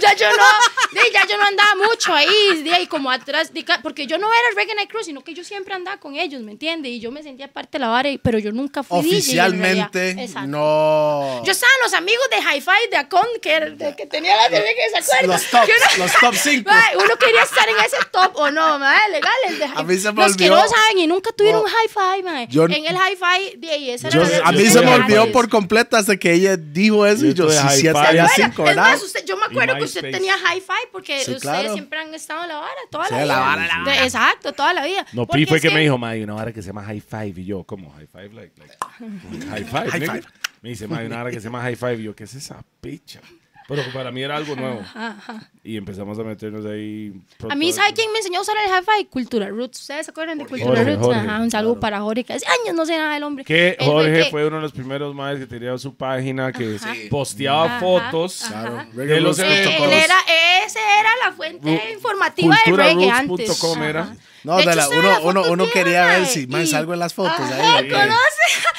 [LAUGHS] ya yo no de ahí, ya yo no andaba mucho ahí de ahí como atrás de ca- porque yo no era Reggae Night Crew sino que yo siempre andaba con ellos me entiendes? y yo me sentía parte de la vara y- pero yo nunca fui DJ en realidad.
Oficialmente,
Exacto.
no.
yo estaba en los amigos de Hi-Fi de Acon que, era- de- que tenía la tele que se acuerdan.
Los tops,
Que
los top cinco.
Mae, uno quería estar en ese top o no, mae, legal. El de hi-
A mí se me
los que
olvidó.
no saben y nunca tuvieron
No.
Hi-Fi, mae.
Yo-
en el Hi-Fi, de ahí, esa
Yo-
era la
a
yo
mí se me
estuve-
olvidó por completo hasta que ella dijo eso y
Yo
yo
estuve
sí, siete
hypado.
había
Bueno,
Era-
cinco,
es
¿verdad?
más, usted, yo me
Y
acuerdo que usted
MySpace.
tenía hi-fi porque
Sí,
ustedes
claro.
siempre han estado en la vara, toda
Sí,
la vida.
la vara, la
Entonces, Exacto, toda la vida.
No,
Porque
Pi fue
es
que me dijo, ma, hay una vara que se llama High Five. Y yo, ¿cómo? High Five, like, like, High Five, nigga. Me dice, ma, hay una vara que se llama High Five. Y yo, ¿qué es esa picha? Pero para mí era algo nuevo. Y empezamos a meternos ahí.
A mí, ¿sabe quién me enseñó a usar el hi-fi? Cultura Roots. ¿Ustedes se acuerdan de Cultura
Jorge,
Roots?
Jorge,
Ajá, un saludo para Jorge, que hace años no sé nada del hombre.
Que
Él fue
Jorge
que-
fue uno de los primeros más que tenía su página, que
Sí.
posteaba
Ajá,
fotos
ajá.
de los
Reggae
Eh,
eventos.
él era, ese era la fuente
Ru-
informativa de reggae antes.
culturaroots.com era.
Ajá.
No,
De
de
hecho,
la-
estaba
uno,
la
uno,
foto
uno
tía,
quería ver
mae,
si man,
y-
salgo en las fotos.
Ajá,
ahí, mae.
conoce.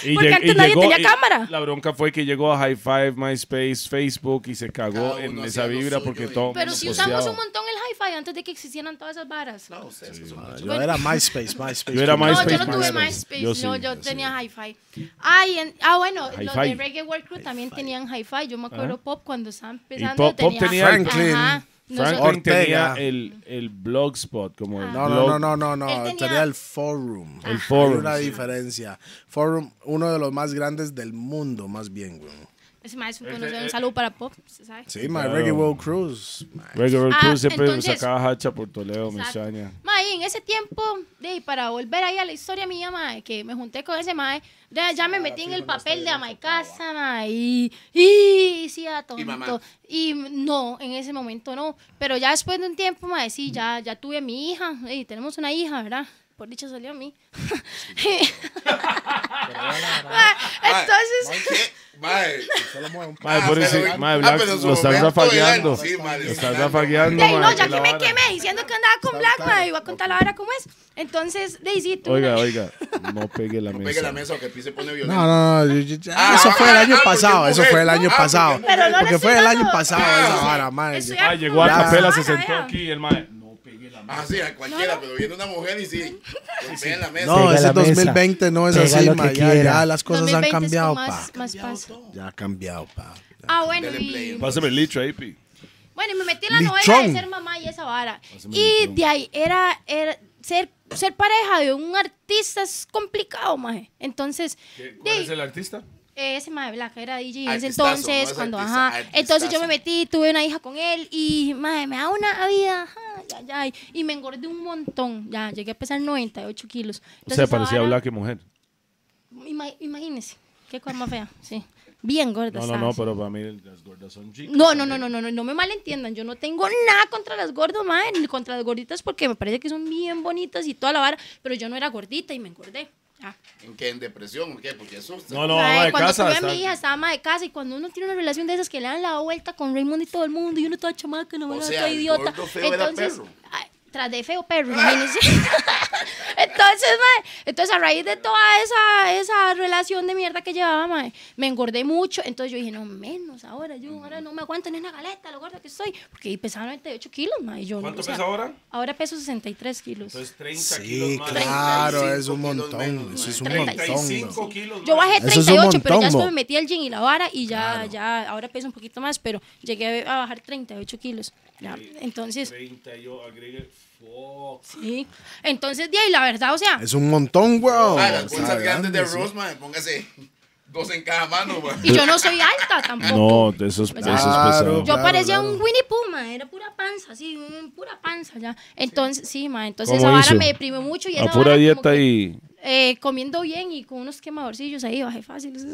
Y
[LAUGHS] Porque
lleg-
antes
y
nadie
llegó-
tenía
y
cámara.
La bronca fue que llegó a High Five, MySpace, Facebook y se cagó
Cada
en
uno
esa
hacía lo
vibra
suyo
porque
y-
todo.
Pero
mundo
si usamos
posteaba.
un montón el hi-fi antes de que existieran todas esas varas. No,
Ustedes que son muchos.
Yo era MySpace, MySpace.
Yo era
primero.
MySpace,
yo no tuve
MySpace.
MySpace.
Yo sí,
no, yo
yo
tenía hi-fi. Ay, en- ah, bueno, los
Hi-Fi. Ah.
de Reggae World Crew también tenían hi-fi. Yo me acuerdo Pop cuando estaba empezando.
Pop- Pop tenía-
Franklin.
Ajá.
Frank
Nosotros-
tenía
Ortega.
el, el blogspot, como el
Ah.
No,
blog-
no, no, no, no, no.
Él tenía-
Tenía... el Forum.
El Forum,
Hay una
sí.
diferencia. Forum, uno de los más granes del mundo, más bien, güey.
Es más, un, un saludo para Pop, ¿se sabe?
Sí, my Reggae World Cruise. mae.
Regular
Ah,
Crew siempre
entonces-
sacaba hacha por Toledo, me
Exacto.
extraña.
Ma, y en ese tiempo, de, ahí, para volver ahí a la historia mía, ma, que me junté con ese mae, de, ya me metí en el papel de ama de casa, ma, y, y, y sí, a todo.
Y mamá.
to- Y no, en ese momento no. Pero ya después de un tiempo, ma, sí,
Mm.
ya, ya tuve a mi hija, y tenemos una hija, ¿verdad? Por dicho salió a mí. [LAUGHS] Ma, entonces,
¿Qué? Mae.
Madre,
Ah,
pobrecito,
pero-
madre,
ah,
Black,
pero en su
lo estás
momento
rafagueando.
era- sí, madre,
lo
sí,
estás
claro.
rafagueando.
de ahí, no,
madre,
ya
qué
que
la
me
vara.
quemé diciendo que andaba con Black, ma, iba a contar la vara como es. Entonces, de ahí sí, tuve
Oiga,
una-
oiga, no pegue la
No
mesa.
pegue la mesa o que el pi se pone violento.
No, no, no. yo- yo- ya,
Ah,
eso
ah,
fue el
ah,
año
ah,
pasado.
porque
Eso
mujer.
fue el año
Ah,
pasado.
porque-
Pero no le
Porque
estoy
fue el
dando-
año pasado
Ah,
esa
sí.
vara, mae.
Estoy
Ah, llegó a
Ya.
capela, se
Vara,
sentó
vea.
aquí y el madre. No pegue la
Ah,
mesa.
sí, a cualquiera, pero viene una mujer y sí. Golpea en la mesa.
No,
Pega
ese
la mesa.
2020 no es
Pega
así,
lo
ma.
que
Ya,
quiera.
ya las cosas han
2020 es con
cambiado, pa.
más, más paz.
Ya ha cambiado, pa.
Ah, bueno,
Dele play,
y,
entonces.
Pásame el litro, AP.
bueno, y me metí en la novela de
Lichón.
ser mamá y esa vara.
Pásame
Y
lichón.
de ahí era, era ser, ser pareja de un artista es complicado, maje. Entonces, de, eh,
¿Cuál es el artista?
ese maje Black era DJ en ese
Artistazo,
entonces,
¿no? Es
cuando,
artista-
ajá.
artistazo.
Entonces yo me metí, tuve una hija con él y, maje, me da una vida, ajá, ay, ay, y me engordé un montón. Ya, llegué a pesar 98 kilos.
O
Entonces,
sea,
esa
parecía
vara-
Black y mujer.
ima- imagínese, qué cosa más fea, sí. Bien gorda
No, no,
estaba,
no,
sí.
pero para mí las gordas son chicas.
No, no, no, no, no, no, no me malentiendan. Yo no tengo nada contra las gordas, madre, ni contra las gorditas porque me parece que son bien bonitas y toda la vara, pero yo no era gordita y me engordé. Ah.
¿En qué? ¿En depresión? ¿En qué? Porque asusta.
No, no,
Mae,
ama de
cuando
casa.
tuve
está-
a mi hija, estaba ama de casa y cuando uno tiene una relación de esas que le dan la vuelta con Raymond y todo el mundo y uno toda chamaca, no
O
me
sea,
toda
el
idiota.
gordo feo era
Entonces,
perro.
ay, tras de feo perro, imagínense. [LAUGHS] entonces, mae, entonces a raíz de toda esa, esa relación de mierda que llevaba, mae, me engordé mucho. Entonces yo dije, no, menos ahora, yo ahora no me aguanto ni una galeta, lo gorda que estoy, porque pesaba 98 kilos, mae. y Yo, no,
¿Cuánto
o sea,
pesa ahora?
Ahora peso 63 kilos.
Entonces 30
Sí,
kilos más.
claro,
35
es un
kilos
montón.
menos,
Eso
ma.
es un
35
montón. ma.
kilos
Yo bajé
Eso es un
38, pero
montón,
ya
bo.
después me metí al gym y la vara y ya, ya, ahora peso un poquito más, pero llegué a bajar 38 kilos. Ya, entonces,
30, yo agregué. Fuck.
sí. Entonces, de ahí, la verdad, o sea,
Es un montón, weón.
Ah, las bolsas
Está
grandes de
grande, sí.
Rose, mae, póngase dos en cada mano, [LAUGHS] mae.
y yo no soy alta tampoco.
No, de esos, de esos
Claro.
pesados.
yo
claro,
parecía
claro.
un Winnie Puma, era pura panza, sí, un- pura panza ya. Entonces, sí, ma, entonces
¿Cómo
esa vara
hizo?
me deprimió mucho y esa
A pura
vara como
dieta
que,
y.
eh, comiendo [LAUGHS] bien y con unos quemadorcillos ahí bajé fácil. ¿sí?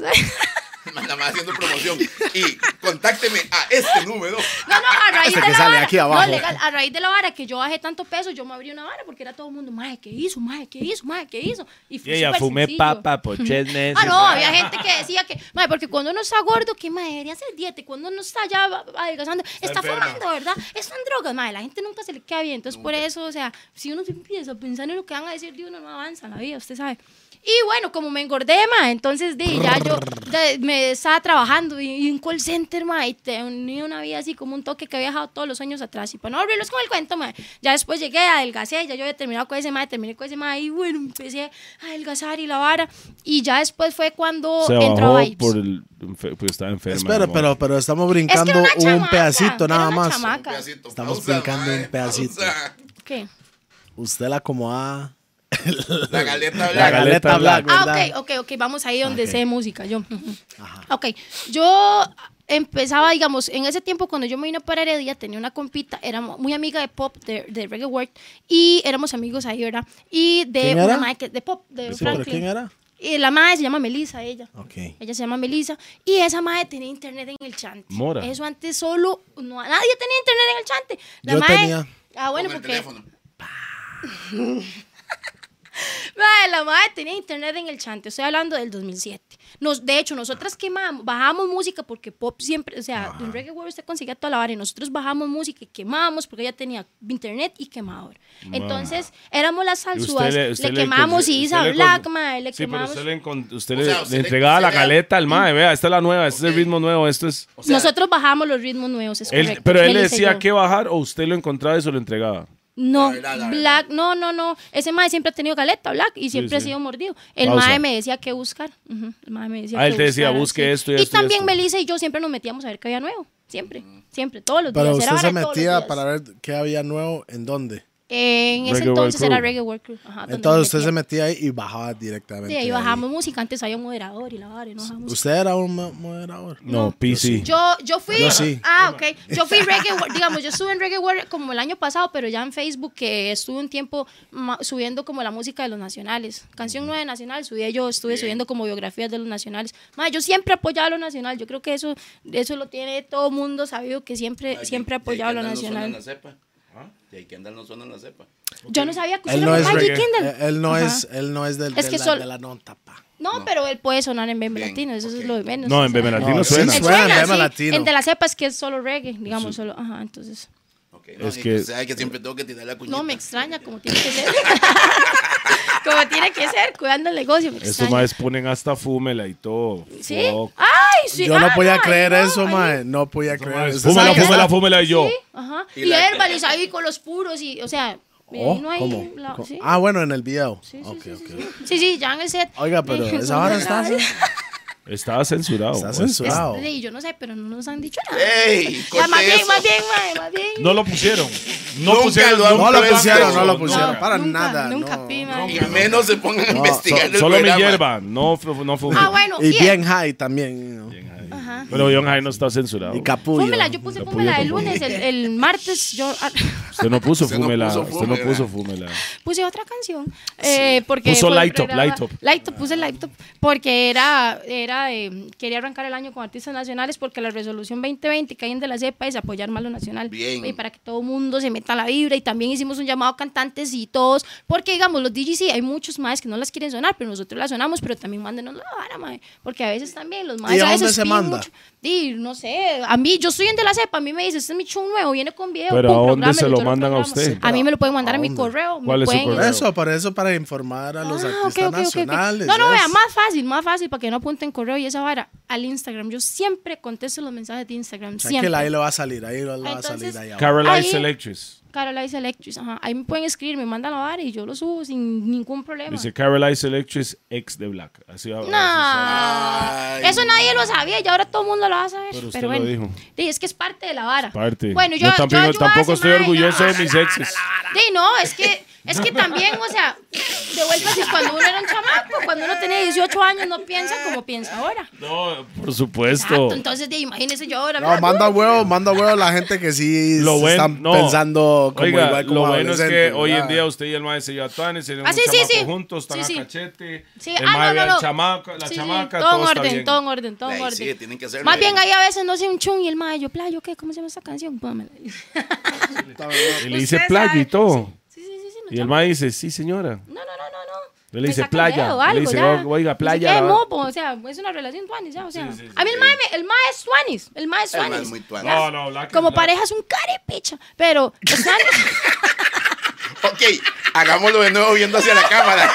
Nada más haciendo promoción. Y Contácteme a este número.
No, no, a raíz
Ese
de
que
la
sale
vara.
aquí abajo.
No, legal, a raíz de la vara que yo bajé tanto peso, yo me abrí una vara porque era todo el mundo, mae, ¿qué hizo? Mae, ¿qué hizo? Mae, ¿qué hizo? Y
Y
fue
ella
súper
fumé
sencillo.
papa por tres meses.
[LAUGHS] Ah, no, había gente que decía que, mae, porque cuando uno está gordo, que mae, debería hacer dieta, y cuando uno está ya va- va adelgazando, está,
enferma.
fumando, ¿verdad? Están drogas, mae, la gente nunca se le queda bien. Entonces, por eso, o sea, si uno se empieza a pensar en lo que van a decir de uno, no avanza en la vida, usted sabe. Y bueno, como me engordé, mae, entonces, di, ya yo ya me estaba trabajando y, y un call center, mae, y tenía una vida así como un toque que había dejado todos los años atrás. Y para no abrirlos con el cuento, mae, ya después llegué, adelgacé, ya yo había terminado con ese mae, terminé con ese mae, y bueno, empecé a adelgazar y la vara. Y ya después fue cuando
Se
entró
bajó
Vibes.
por el, enfe- porque estaba enferma.
Espera,
amor.
pero, pero estamos
Es que
brincando
era una
un
chamaca,
pedacito
era
nada
una
más.
chamaca.
Un pedacito,
Estamos
pausa,
brincando
mae,
un pedacito.
pausa.
¿Qué?
Usted la acomoda.
La galeta
La
blanca.
galeta
galeta
black,
black.
¿verdad?
Ah, ok, ok, ok, vamos ahí donde sé música, yo. Ok, yo empezaba, digamos, en ese tiempo cuando yo me vine para Heredia, tenía una compita, era muy amiga de pop, de, de Reggae World, y éramos amigos ahí, ¿verdad? Y de
¿Quién
una
era?
mae que- de pop, de
¿Pero
¿Pero
Franklin.
quién era?
Y la madre se llama Melissa, ella.
Ok.
Ella se llama Melissa. Y esa madre tenía internet en el chante.
Mora.
Eso antes solo. No, nadie tenía internet en el chante. La
Yo
mae-
tenía.
Ah, bueno,
Con el
porque.
teléfono.
Mae, la madre tenía internet en el chante. Estoy hablando del 2007. Nos, de hecho, nosotras quemábamos, bajábamos música porque pop siempre. O sea, en Reggae World usted conseguía toda la vara. Y nosotros bajamos música y quemábamos porque ella tenía internet y quemador. Entonces, éramos las
Y
salsúas. Le,
usted
quemábamos
usted-
Isa
usted le
Black,
con-
mae. Le
Sí, pero
quemábamos.
usted le, encon- usted
O
le-
sea,
le
usted le-
entregaba la
usted le-
galeta al mae, vea, esta es la nueva, este es
Ok.
el ritmo nuevo, esto es...
O sea,
Nosotros bajamos los ritmos nuevos, es
Él-
correcto.
pero él le
Melissa y
decía
yo.
que bajar o usted lo encontraba y se lo entregaba.
No,
La verdad, la
Black, no, no, no. Ese mae siempre ha tenido caleta, Black, y siempre
sí.
ha sido mordido. El
Pausa.
mae me decía que buscar. Ujú, El mae me decía
Ah, él
que
te decía,
buscara,
busque esto y
y
esto y
también
esto.
Melissa y yo siempre nos metíamos a ver qué había nuevo. Siempre, siempre, todos los días.
Pero usted
era
se
vara todos los
metía
días.
para ver qué había nuevo, en dónde.
En
Reggae
ese
World
entonces era
Crew.
Reggae World Crew. Ajá, donde
Entonces usted
nos
se
metíamos.
metía ahí y bajaba directamente.
Sí, ahí
ahí.
bajamos música. Antes había un moderador y la vara, y no bajábamos.
Usted era un mo- moderador.
No, PC.
Yo, yo fui.
Yo sí.
Ah, ok. Yo fui Reggae World. Digamos, yo estuve en Reggae World como el año pasado, pero ya en Facebook, que estuve un tiempo ma- subiendo como la música de los nacionales. Canción nueva de Nacional, subí yo, estuve subiendo como biografías de los nacionales. Ma, yo siempre he apoyado a lo nacional. Yo creo que eso, eso lo tiene todo mundo sabido, que siempre, siempre he apoyado a lo nacional.
¿Ah? Y ahí que andar no suena en la cepa.
Yo no sabía que usted
Él
era
no, es
papá de G.
reggae-
Kendall.
eh, él, no
Ajá.
es, él no es del,
Es
de,
que
la,
sol-
de la nota, pa.
No, pero él puede sonar en BM
Bien,
Latino, eso
ok.
es lo de menos.
No,
o
en
sea.
BM Latino
No, sí
suena.
Él
suena. en BM
sí.
Latino.
El de la cepa es que es solo reggae, digamos, solo. Ajá, entonces.
Ok, no,
Es
y
que-
usted sabe que siempre tengo que tirar la cuñita.
No, me extraña, como tiene que ser. [LAUGHS] como tiene que ser, cuidando el negocio, me
Estos
extraña.
maes ponen hasta fúmela y todo.
¿Sí?
Fuck.
Ay, sí.
Yo no
ah,
podía
ay,
creer
no,
eso,
ay,
mae. No podía creer eso.
Fúmela,
mae-
¿Sabe?
fúmela, fúmela y yo.
Ah, sí, Ajá.
Y
Y,
la-
Herbalis ahí con los puros y, o sea, eh,
Oh,
no hay...
¿cómo?
la-
¿Cómo?
sí.
Ah, bueno, en el video.
Sí, sí,
Ok,
sí, sí,
ok.
sí. Sí, sí, ya en el set.
Oiga,
[LAUGHS]
pero
Eh,
esa vara
no,
está,
no,
Estaba censurado.
está
pues.
censurado.
Sí, yo no sé, pero no nos han dicho nada.
Eh, ¡Ey!
Ya, más
corte
bien,
eso.
más bien, mae, más bien.
No lo pusieron. No
Nunca
pusieron.
lo han
No lo
puesto.
pusieron, no lo pusieron.
No,
Para
nunca,
nada.
Nunca
no.
pi, mae.
Y menos se pongan a
No,
investigar el
Solo mi
programa.
hierba. No, fu- no fúmela.
Ah, bueno,
Y
bien.
bien high también. ¿no?
Ajá.
Pero John Jai no está censurado.
Y capullo.
Fúmela, yo puse
Capullo
fúmela el
tampoco.
lunes, el, el martes yo ah,
Usted no puso
Usted no
fúmela.
puso
Usted no
fúmela.
puso fúmela.
puse otra canción. eh, porque
Puso
fue el
Light Up,
programa-
Light Up.
Light Up, puse Light Up, porque era, era eh, quería arrancar el año con artistas nacionales porque la resolución 2020 que hay en de la cepa es apoyar más lo nacional.
Bien.
Y para que todo mundo se meta a la vibra y también hicimos un llamado a cantantes y todos, porque digamos, los DJs sí, hay muchos más que no las quieren sonar, pero nosotros las sonamos, pero también mándenos la vara, mae, porque a veces también los
¿Y
maes
a
a
dónde
veces
se
piden
manda?
mucho. Di, no sé, a mí, yo soy en de la cepa, a mí me dice, este es mi show nuevo, viene con video.
Pero
pum,
¿a dónde
prográmelo,
se lo
yo
mandan a
programo.
usted?
A mí me lo pueden mandar a, mi
dónde?
correo. me
¿Cuál es su
pueden-
correo?
Por eso, por eso, para informar a los
Ah, ok,
artistas
ok, ok, ok.
nacionales.
No, no,
¿ves?
vea, más fácil, más fácil para que no apunten correo y esa vara al Instagram. Yo siempre contesto los mensajes de Instagram,
O sea, que
siempre.
la- ahí lo va a salir, ahí lo va a
Entonces,
salir. Ahí abajo.
Caroline
Ahí-
Selectress.
Carolize Electric, ajá. Ahí me pueden escribir, me mandan la vara y yo lo subo sin ningún problema.
Dice Caroline Selectress, ex de Black. Así va.
No,
Ay,
eso nadie lo sabía y ahora todo el mundo lo va a saber.
Pero
Pero,
usted lo
bueno,
dijo.
Sí, es que es parte de la vara.
Parte.
Bueno, yo,
tampoco,
yo ayudaba a
tampoco
ese
estoy
mae,
orgulloso
ya.
de mis exes.
Sí, no, es que Es que también, o sea, de vuelta, si cuando uno era un chamaco, cuando uno tenía 18 años, no piensa como piensa ahora.
No, por
Exacto,
supuesto.
entonces de, imagínese yo ahora. uh,
No,
¿verdad?
manda huevo, manda huevo la gente que sí
Lo
se
buen-
están
no.
pensando como
Oiga,
igual como
lo bueno es que
adolescente,
hoy en
¿verdad?
día usted y el maestro se llevan tuanes, se llevan
Ah,
un
sí, sí,
chamaco
sí.
juntos, están
Sí, sí.
a cachete,
Sí,
el
ah, no,
mae ve
no,
al
no.
chamaco- la
Sí, sí,
chamaca,
todo en
todo está
orden,
bien.
todo en orden, todo en
Ahí
orden.
sí, tienen que hacerlo.
Más bien
ahí.
ahí a veces no sé un chung y el mae, yo playo, ¿qué? ¿Cómo se llama esa canción? Póngamela.
[LAUGHS] Y le dice
Usted
playa
sabe.
y todo.
Sí, sí, sí, sí. no,
Y el
chao.
mae dice, sí, señora.
No, no, no, no, no.
Le
Me
dice
saca el
playa,
dedo,
le
algo,
dice,
ya.
oiga, playa,
Ni siquiera
la-
es mopo, o sea, es una relación tuanis, ya, o sea.
sí, sí,
a mí el mae, me- el mae es tuanis, el mae es
El mae es
tuanis.
muy tuanis.
No, no, black and
Como
black.
pareja es un carepicha, pero los tuanis-
[LAUGHS] Ok, hagámoslo de nuevo viendo hacia la
[LAUGHS]
cámara.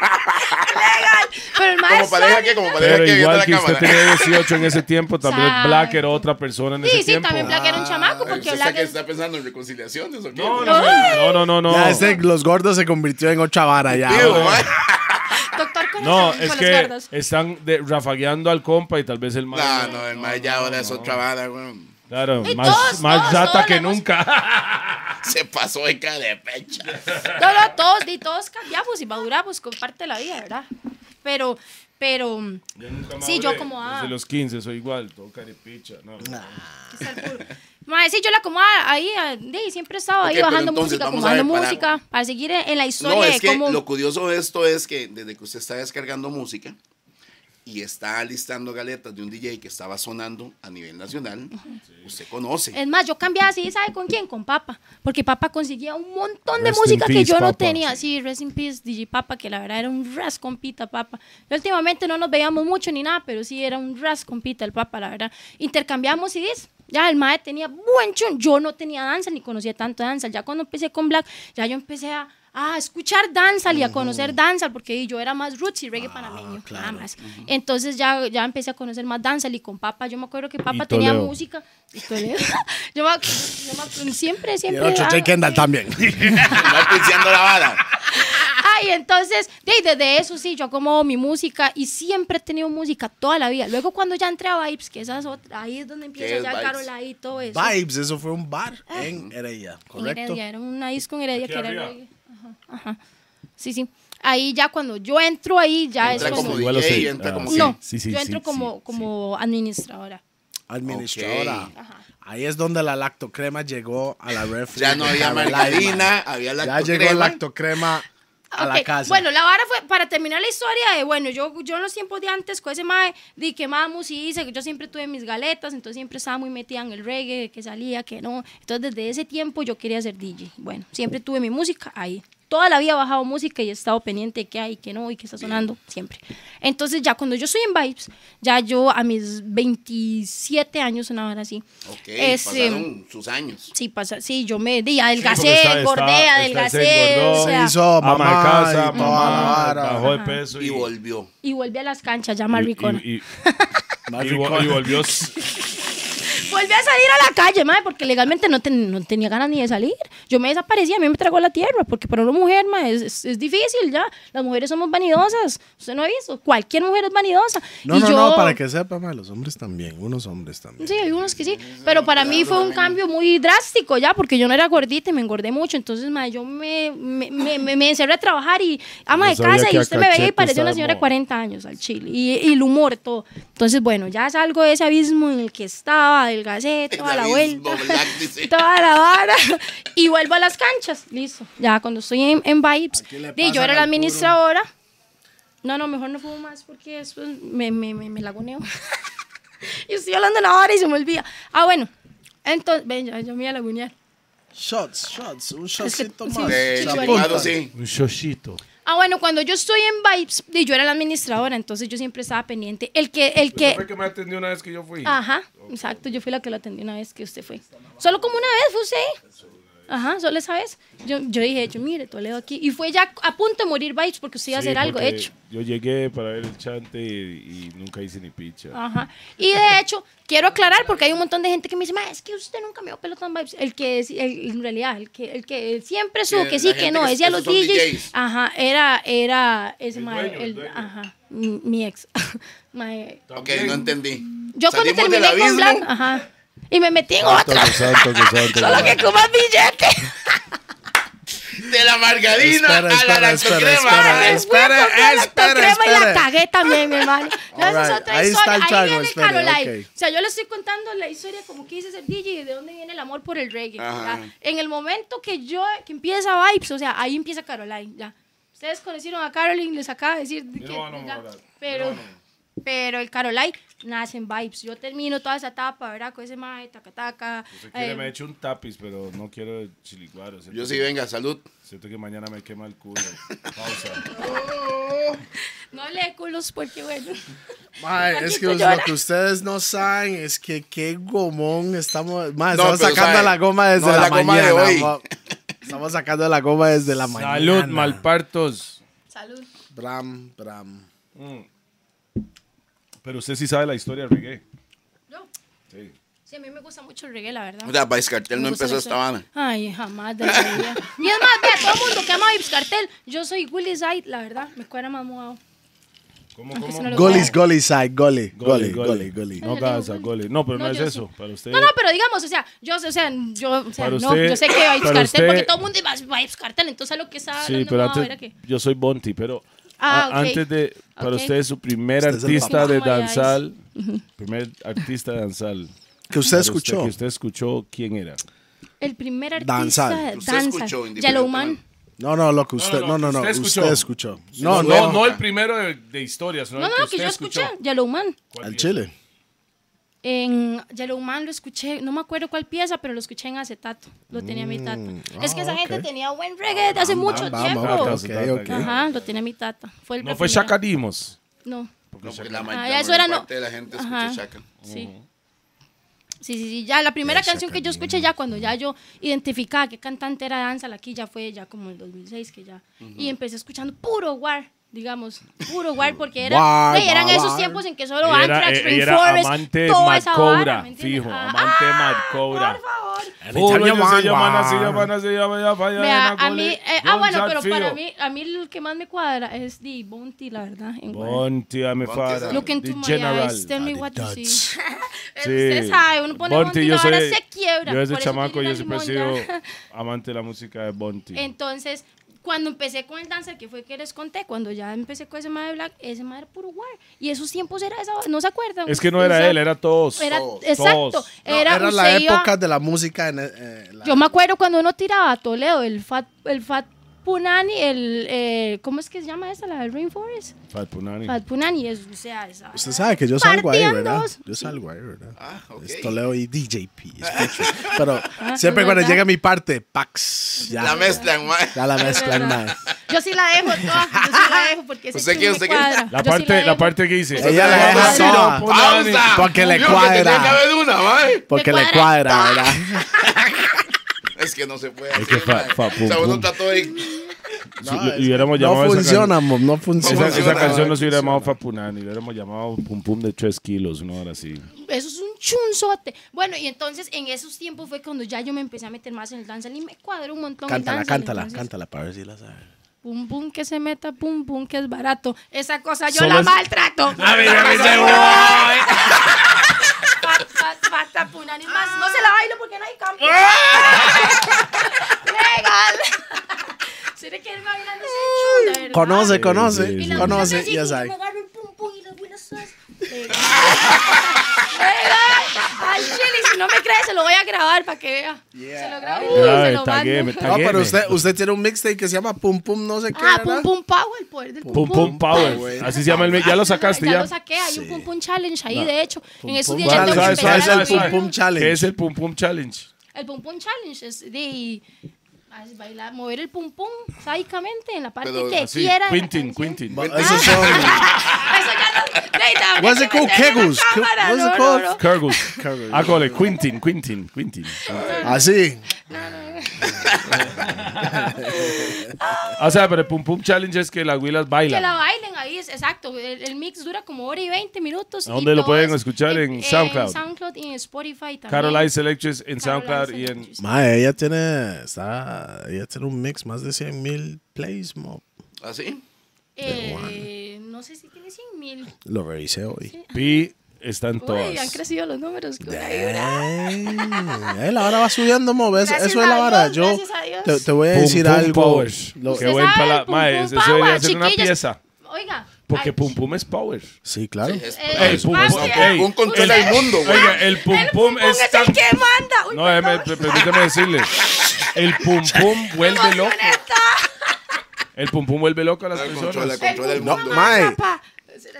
Ah, pero el mae
Como
es
pareja
tuanis.
que, como pareja
Pero
que viendo
igual
la
que usted
cámara.
tenía
[LAUGHS]
18 en ese tiempo, también
Exacto.
Black era otra persona en ese
Sí, sí,
tiempo.
también Black era un chamaco, porque
Ah, ¿Usted está,
Black
que
es...
está pensando en reconciliaciones o qué?
No, no, no, no, no, no.
Ya, este, los gordos se convirtió en otra vara ya.
Digo,
güey.
mae.
Doctor con,
No,
los, con
es
los
que [LAUGHS]
gordos.
están de- rafagueando al compa y tal vez el más.
Ah, No, no, el mae ya ahora es otra vara, weón.
Claro,
Y
más,
todos,
más
todos,
data
todos
que
la hemos-
nunca.
Se pasó de cara de pecha.
[LAUGHS]
No, no, todos, di, todos cambiamos y maduramos con parte de la vida, ¿verdad? Pero, pero, Sí, yo como, ah.
Desde los 15 soy igual, todo caripicha. No.
¿qué es el puro? Mae, sí, yo la como ah, ahí, ah, di, siempre he estado
Ok,
ahí
pero
bajando
entonces
música,
vamos
como
a ver,
bajando
para-
música, para seguir en en la historia
No, es
de
que
cómo...
lo curioso de esto es que desde que usted está descargando música y está listando galetas de un DJ que estaba sonando a nivel nacional, usted conoce. [LAUGHS]
Es más, yo cambiaba así, ¿sabe con quién? Con Papa. Porque Papa conseguía un montón de
Rest
música
in
que
peace,
yo no
Papa.
tenía. Sí, Rest in Peace, DJ Papa, que la verdad era un ras compita, Papa. Y últimamente no nos veíamos mucho ni nada, pero sí era un ras compita el Papa, la verdad. Intercambiamos CDs. Ya el mae tenía buen chun. Yo no tenía danza ni conocía tanto danza. Ya cuando empecé con Black, ya yo empecé a, a escuchar danza y a conocer danza, porque yo era más roots y
Ah,
reggae panameño, nada más. Entonces ya, ya empecé a conocer más danza y con Papa. Yo me acuerdo que Papa tenía
Toledo.
música música. y Toledo. [LAUGHS] yo me, ac- yo me ac- siempre,
Y
siempre.
el otro
ah,
Jake Kendall también.
Va pulseando la vara.
Ay, entonces, de- desde eso sí, yo acomodo mi música y siempre he tenido música toda la vida. Luego cuando ya entré a Vibes, que esa es otra, ahí es donde
¿Qué
empieza
es
ya
Vibes?
Carola y todo eso.
Vibes, eso fue un bar en Heredia,
Ah. En
correcto.
Heredia, era una disco en Heredia
Aquí
que era
arriba.
reggae. Ajá, ajá. Sí, sí. Ahí ya cuando yo entro ahí, ya
Entra
Ah, es
como
como...
DJ,
Igual lo sé.
entra
Ah,
como
sí.
No,
sí, sí,
yo
sí,
entro
sí,
como,
sí.
como administradora.
Administradora.
Ok.
Ahí es donde la lactocrema llegó a la refri.
Ya no había margarina, había
Ya llegó
lactocrema.
lactocrema a la
Ok,
casa.
Bueno, la vara fue para terminar la historia de, bueno, yo, yo en los tiempos de antes, con ese mae, de quemamos y hice, yo siempre tuve mis galetas, entonces siempre estaba muy metida en el reggae, que salía, que no. Entonces desde ese tiempo yo quería ser DJ. Bueno, siempre tuve mi música ahí. Toda la vida he bajado música y he estado pendiente de qué hay, qué no y qué está sonando, siempre. Entonces ya cuando yo soy en Vibes, ya yo a mis 27 años, una vara así.
Ok,
este,
pasaron sus años.
Sí, pasa, sí, yo me di,
Sí,
adelgacé,
porque está-
engordé,
está- se
adelgacé.
engordó,
o sea,
hizo- Oh,
ama de
mamá,
casa,
y toda la
mamá,
vara.
bajó de peso
Y volvió.
y volví a las canchas, ya más
y-
ricona.
y- y-
[LAUGHS] Más
y vol-
ricona.
y volvió.
[LAUGHS]
Volví a salir a la calle, madre, porque legalmente no, ten- no tenía ganas ni de salir. Yo me desaparecía, a mí me tragó la tierra, porque para una mujer, madre, es, es- es difícil ya. Las mujeres somos vanidosas. Usted no ha visto, cualquier mujer es vanidosa.
no,
Y
no,
yo-
no, para que sepa, ma, los hombres también, unos hombres también.
Sí, hay unos que sí, pero para mí fue un cambio muy drástico ya, porque yo no era gordita y me engordé mucho, entonces madre, yo me, me, me- me- me encerré a trabajar y ama
No
de
sabía
casa
que
y usted me veía
Acachete
y parecía
estaba
una señora
mo-
de 40 años al chile, y, y el humor, todo. Entonces, bueno, ya salgo de ese abismo en el que estaba, adelgacé, toda
El
la
abismo
vuelta.
black, dice.
[LAUGHS] toda la vara y vuelvo a las canchas. Listo. Ya cuando estoy en, en Vibes,
Aquí le
di,
pasan
yo era la
al puro.
administradora. No, no, mejor no fumo más porque eso es- me, me, me, me laguneo. [LAUGHS] yo estoy hablando la hora y se me olvida. Ah, bueno. Entonces, ven, ya, yo me voy a lagunear.
Shots, shots, un
que-
shotcito
sí,
más.
De
Sí,
Se
chicharito.
chiripado,
apunta.
Eh, sí.
Un shoshito.
Ah, bueno, cuando yo estoy en Vibes, di, yo era la administradora, entonces yo siempre estaba pendiente. El que,
Pues
el que,
¿Sabe que me atendió una vez que yo fui?
Ajá, exacto. Yo fui la que lo atendí una vez que usted fue. Solo como una vez fue usted. Ajá, solo esa vez. Yo, yo dije, yo, mire, Toledo aquí. Y fue ya a punto de morir Vibes porque usted iba a
Sí,
hacer algo
porque
hecho.
Yo llegué para ver el chante y, y nunca hice ni picha.
Ajá. Y de hecho, quiero aclarar porque hay un montón de gente que me dice, "Ma, es que usted nunca me dio pelotón vibes. El que, es- el- en realidad, el que, el que siempre supo
Que
que
la
sí, que
gente
no,
que-
decía
esos
los
son
DJs.
DJs.
Ajá, era, era ese
El
mae,
dueño, el
el-
dueño.
ajá, mi, mi ex. [LAUGHS] Mae.
Ok, no entendí.
Yo cuando
Salimos del
terminé con
abismo.
Black, ajá, y me metí en otra.
santo, que santo.
Solo que con más billete.
De la margarina
Espera,
a la
espera, espera,
lactocrema.
espera,
Es-
Espera,
espera,
espera,
crema y la
espera.
cagué también,
[LAUGHS]
mi hermano. No, esa es
eh, Alright,
otra
ahí está
historia.
el
Ahí
trago,
viene
espere,
Caroline.
ok.
O sea, yo le estoy contando la historia como que dice ser DJ y de dónde viene el amor por el reggae.
Ajá.
¿verdad? En el momento que yo, que empieza Vibes, o sea, ahí empieza Caroline, ya. Ustedes conocieron a Caroline, les acaba de decir que,
no, no,
ya,
no, no.
pero,
No, no.
pero el Caroline nace en Vibes. Yo termino toda esa etapa, ¿verdad? Con ese mae, taca, taca.
Si quiere,
eh,
me echo un tapiz, pero no quiero chiliguaro. Siento,
Yo sí, venga, salud.
siento que mañana me quema
[LAUGHS]
el culo. Pausa.
no le dé culos porque, bueno. [LAUGHS]
Mae, es que pues,
Juanito
lo
llora.
que ustedes no saben es que qué gomón estamos. Mae,
No,
estamos
pero
sacando
sabe,
la goma desde
no,
la,
la goma de
mañana.
hoy.
mo- Estamos sacando la goma desde la mañana.
Salud, malpartos.
Salud.
Bram, Bram.
Mm. Pero usted sí sabe la historia del reggae.
No.
Sí.
Sí, a mí me gusta mucho el reggae, la verdad.
O sea, Vice Cartel no
Me gusta
empezó
la
esta
historia.
vana.
Ay, jamás de la vida. [LAUGHS] Y es más, vea, todo el mundo que ama Vips Cartel. Yo soy Willy Zaid, la verdad. Me cuadra más mojado.
¿Cómo,
Aunque
cómo?
se me lo-
Golis, golis, side, goli,
Gole,
goli, goli, goli.
No, Gaza, gole. No, pero no,
No,
es
yo
eso.
sí.
Para usted.
No, no, pero digamos, o sea, yo, sé, o sea, yo, o sea,
Para
no,
usted-
yo sé que Vibes
para
Cartel,
usted-
porque todo el mundo iba a Vibes Cartel, entonces a lo que sabe
Sí, pero antes,
era que...
yo soy Bonti, pero
Ah,
a-
ok.
antes de, para
Ok.
usted su primer
Usted es el
artista de
papá.
[LAUGHS] danzal, primer artista de danzal.
Que usted
Para
escuchó.
que usted escuchó quién era.
El primer artista
Danzal.
de
Usted
danza,
escuchó
Yellowman.
No, no, lo que usted. No, no, no.
usted
Usted
escuchó.
escuchó. No, no.
el primero de, historias,
No, no, no, que yo escuché Yellowman.
Al chile.
En Yellowman lo escuché, no me acuerdo cuál pieza, pero lo escuché en acetato. Lo tenía mi tata. es que
ah,
esa gente
ok.
tenía buen reggae de hace mucho
Vamos,
tiempo.
Ah, vamos, ok,
Tata,
ok.
tata.
Ajá, lo tenía mi tata. Fue el
No fue
primero.
Chacadimos.
No.
No, porque la, ma-
Ah,
la
ya, eso
mayor
era no.
parte de la gente
Ajá.
escucha chaca.
Sí. Sí, sí, sí, ya la primera canción que yo escuché ya cuando ya yo identificaba qué cantante era danza, la que ya fue ya como el 2006 que ya. Y empecé escuchando puro War, digamos, puro War porque era
War,
güey, eran
war,
esos
war.
tiempos en que solo
Era,
Anthrax,
eh, era
Rainforest,
amante de
toda esa
Marcobra,
vara, ¿me entiendes?
fijo,
Ah,
amante de Marcobra.
Por favor.
Puro, yo
Italia,
soy llamana,
guau.
sí, llamana, sí, llama, ya, falla,
Vea,
ya,
a mí,
gole.
eh, ah,
Don
bueno, pero
Sanfío.
para mí, a mí el que más me cuadra es The Bounty, la verdad. En war.
Bonti, a mi
Bonti,
fara.
Look into
the
my
general.
eyes, tell me what you see.
[LAUGHS] Sí.
Usted sabe, uno pone Bonti, y la vara se quiebra.
Yo desde
por eso
chamaco,
tiene
yo
la
siempre he sido
limón, ya. [LAUGHS]
amante de la música de Bonti.
Entonces, cuando empecé con el danza, que fue que les conté, cuando ya empecé con ese madre black, ese madre era puro war. Y esos tiempos era esa, ¿no se acuerdan?
Es que no era
Esa-
él, era todos.
era-
Todos.
exacto.
No,
era
Era, la
usted iba-
época de la música. En, eh, la-
Yo me acuerdo cuando uno tiraba a Toledo, el Fat, el fat Punani, el. eh, ¿Cómo es que se llama esa? La del Rainforest.
Fat Punani.
Fat Punani, es, o sea, esa.
Usted sabe que yo salgo ahí, ¿verdad?
Partiendo.
Yo salgo ahí, ¿verdad?
Ah, ok.
Es Toledo y DJP. escucho. Pero siempre
es
cuando
verdad.
llega mi parte, Pax. Ya,
La mezclan, ma.
Ya la mezclan,
verdad.
mae.
Yo sí la dejo toda, yo sí la dejo porque ese
¿Usted
chum
qué,
me
usted qué?
cuadra.
La
Yo sí
parte, la
dejo.
parte que dice.
Ella la
"Fat
deja
Punani,
sola.
Punani".
[LAUGHS] ¡Pausa!
Porque le
Yo que tenía
cuadra.
que haber una, ma.
Porque
Me
le
cuadra.
cuadra, ¿verdad?
Es que no se puede
Es
hacer,
que fa-
ma.
fa- pum,
O sea, uno
pum.
está todo ahí.
Si lo- hubiéramos
No
llamado esa
funciona,
can-
amor, no
Esa,
funciona.
No
esa
funciona,
canción
no
no se hubiera llamado Fat Punani, le hubiéramos llamado Pum Pum de 3 kilos, una hora así.
Eso es un chunzote. Bueno, y entonces en esos tiempos fue cuando ya yo me empecé a meter más en el danza y me cuadró un montón. el
Cántala,
dancehall,
cántala,
entonces,
cántala para ver si la sabe.
Pum, pum, que se meta, pum, pum, que es barato. Esa cosa yo
Solo
la
es-
maltrato.
A ver, a ver,
Pa- pa- Basta, punani más. No se la bailo porque no hay campo.
Ah.
Legal. ¿Será que él va bailando ese chunda, verdad?
Conoce,
Sí,
conoce,
sí, sí.
conoce, ya
sabes.
sabe.
Me agarro el pum pum y las buenas sas. Legal. Legal. Al chile, si no me crees, se lo voy a grabar para que vea. Se lo grabo y se
Grave,
lo
taguéme,
mando.
No,
taguéme.
pero usted, usted tiene un mixtape que se llama Pum Pum, no sé qué.
Ah, pum
¿verdad?
pum power, el poder del pum
Pum Pum Power. Así se llama el. mi- Ya lo sacaste,
ya
ya.
lo saqué, hay un pum pum challenge ahí, de hecho. en esos días ya
challenge.
tengo que
¿Sabes-
empezar
sabes
a
el
hacer-
Pum Pum Challenge?
¿Qué es el Pum Pum Challenge?
El pum pum challenge es de as- bailar, mover el pum pum sádicamente en la parte
Pero
que
Así,
quiera. de la
Quintin,
canción.
Quintin.
Bueno, Oh, Esos
Ah.
son.
[LAUGHS] Eso ya no. Neita, habría
What's
que
it called?
meterle la
Kegels. Ke-
cámara,
what's it
no,
called?
no, no. [LAUGHS]
Kurgles. Ah, cole, Quintin, Quintin, Quintin.
Así.
O sea, pero el Pum Pum Challenge es que las huilas
Que
bailan.
la bailen ahí, es exacto. El, el mix dura como hora y 20 minutos.
¿A
y
dónde lo
todo
pueden
es
escuchar? En
En
SoundCloud.
SoundCloud y en Spotify también.
Caroline Selections en
Caroline
SoundCloud y en...
Selections.
Mae, ella tiene, está, ella tiene un mix más de 100 mil plays, mo.
¿Así?
Eh, no sé si tiene 100 mil.
Lo revisé hoy.
Vi Está en
Uy, han
todas.
crecido los números. qué buena vibra.
Ay, la vara va subiendo, moves.
Gracias
Eso es la
a
vara.
Dios,
Yo
gracias a Dios.
te, te voy a
Pum,
decir
pum
algo.
powers.
Lo-
Qué
Usted
buen
sabe,
pala-
pum,
mae,
pum,
eso
power,
debería ser una
chiquillos.
pieza.
Oiga.
Porque
ay,
Pum Pum es power.
Sí, claro.
Eh,
Ey, pum,
más
pum,
que-
ey,
Un control
ey,
del mundo, güey.
Oiga, eh. el Pum
El pum
Pum
es,
es tan...
el que manda. Uy,
No, déjeme- per- permítame decirle. El Pum Pum vuelve loco. El Pum Pum vuelve loco a las
Controla,
personas.
controla el
pum,
mundo.
pum,
No,
manda,
mae.
pa.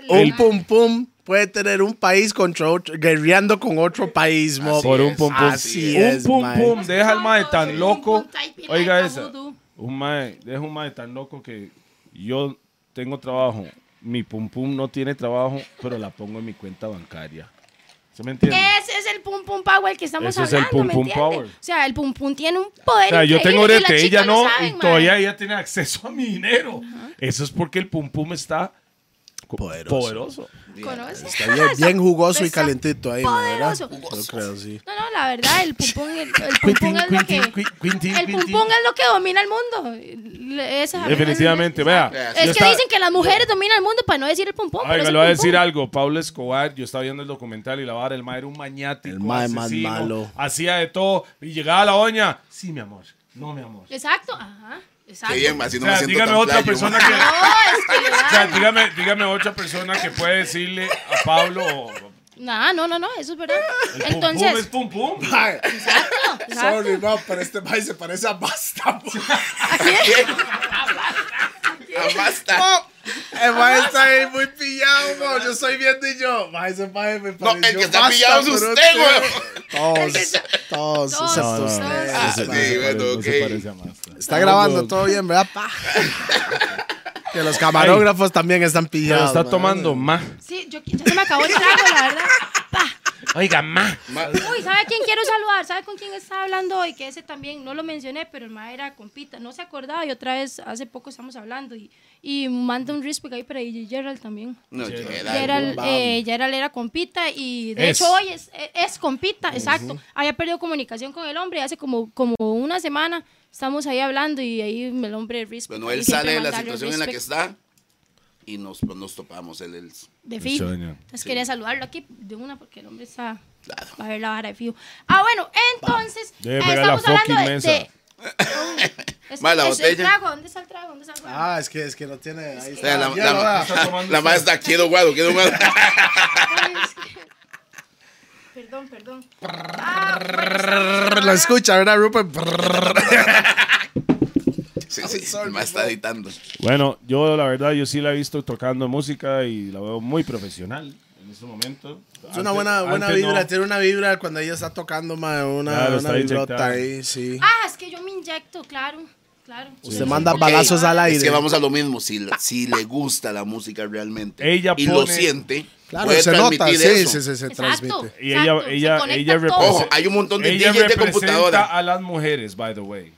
Oh.
Un pum pum puede tener un país contra otro, guerreando con otro país, mo.
Por un Pum Pum.
Así
Un
es,
Pum
mae.
Pum deja al mae
Soy
tan
un
loco.
pum, type in
Oiga
like a
esa.
voodoo.
Un mae, deja un mae tan loco que yo tengo trabajo. Mi Pum Pum no tiene trabajo, pero la pongo en mi cuenta bancaria. ¿Se me entiende?
Ese es el pum pum power que estamos
Ese es el
hablando.
pum,
¿me
pum,
entiende?
power.
O sea, el pum pum tiene un poder.
O sea, yo tengo
increíble que
orete,
las
ella
chicas
no,
saben,
y
mae.
todavía ella tiene acceso a mi dinero. Eso es porque el pum pum está co-
Poderoso.
poderoso.
¿Conoce?
Está bien, bien jugoso y
Está
calentito ahí, ma, ¿verdad?
poderoso.
Yo creo, sí.
No, no, la verdad, el pum pum, el, el pum pum es lo que. El pum pum es lo que domina el mundo. Le- esa-
Definitivamente, vea.
Es
Es
yo
que
estaba-
dicen que las mujeres dominan el mundo para no decir el pum pum. pero
Ay,
es
me
el
lo voy a
pum pum.
decir algo. Pablo Escobar, yo estaba viendo el documental y la vara, el mae era un mañático.
El mae más
asesino,
malo.
Hacía de todo y llegaba la doña. Sí, mi amor. No, mi amor.
Exacto, ajá. Exacto.
Qué bien, así
O
no me
sea,
siento
dígame
tan
otra
playo,
persona
[LAUGHS]
ma.
que.
No, es que le
O sea,
dan.
dígame, dígame otra persona que puede decirle a Pablo. o-
Nah, no, no, no, eso es verdad.
El pum
Entonces,
pum es pum pum.
exacto, exacto.
Sorry, no, pero este país se parece a Basta.
[LAUGHS] Ah, basta.
[LAUGHS] El mae está ahí muy pillado, mo. Yo estoy viendo y yo. Mae, ese mae me
No,
pareció
el que está
Basta,
pillado es
pero
usted,
este-
güey.
Todos, todos,
Todos,
excepto
todos.
usted.
Ah, sí,
Mae.
bueno,
No se
ok.
parece a Masta.
Está grabando todo bien, ¿verdad? [LAUGHS] Pa? que los camarógrafos también están
Pero
pillados.
está
man.
tomando más.
Sí, yo, ya se me acabó el trago, la verdad.
Oiga, más.
Ma-
Uy, ¿sabe a quién quiero saludar? ¿Sabe con quién estaba hablando hoy? Que ese también, no lo mencioné, pero el mae era compita. No se acordaba y otra vez, hace poco estamos hablando. Y, y manda un respect ahí para DJ Gerald también.
No, Gerald.
Gerald, eh, Gerald era compita y de
Es.
hecho hoy es, es- es compita, exacto. Había perdido comunicación con el hombre y hace como, como una semana estamos ahí hablando y ahí el hombre respect.
Bueno,
ahí
Pues él
siempre
sale de la
mandarle
situación en la que
respect.
está y nos, pues, nos topamos. Él, él-
De fijo.
Mucho daño.
Entonces quería saludarlo aquí de una porque el hombre está. Va a ver la vara de fijo. Ah, bueno, entonces.
Debe
eh,
pegar la
estamos hablando
fucking
de.
mesa.
de- es,
Ma, la
es el
botella.
trago, ¿dónde está el trago? ¿Dónde está el trago?
Ah, es que, es que no tiene. Ahí
o sea,
está.
la, la,
Ya, va.
tomando
la
eso.
madre está quiero guado, quiero guado.
Ay, [LAUGHS] es que- Perdón, perdón. Ah, bueno, estamos-
Lo escucha, ¿verdad, Rupert?
Sí, sí, el mae está editando.
Bueno, yo la verdad, yo sí la he visto tocando música y la veo muy profesional en este momento.
Es una buena, buena vibra, tiene una vibra cuando ella está tocando, ma, una,
Claro,
una
está
vibrota
inyectada.
ahí, sí.
Ah, es que yo me inyecto, claro. Claro.
Usted manda
Ok,
balazos al aire.
Es que vamos a lo mismo. Si, la- si le gusta la música realmente
Ella
y lo
pone-
siente,
claro,
puede
se nota, sí,
transmitir
sí,
eso.
sí, se transmite.
Y ella-
exacto,
ella-
se conecta
ella
todo.
Ojo, hay un montón de
Ella
DJs de
representa
computadora.
a las mujeres, by the way.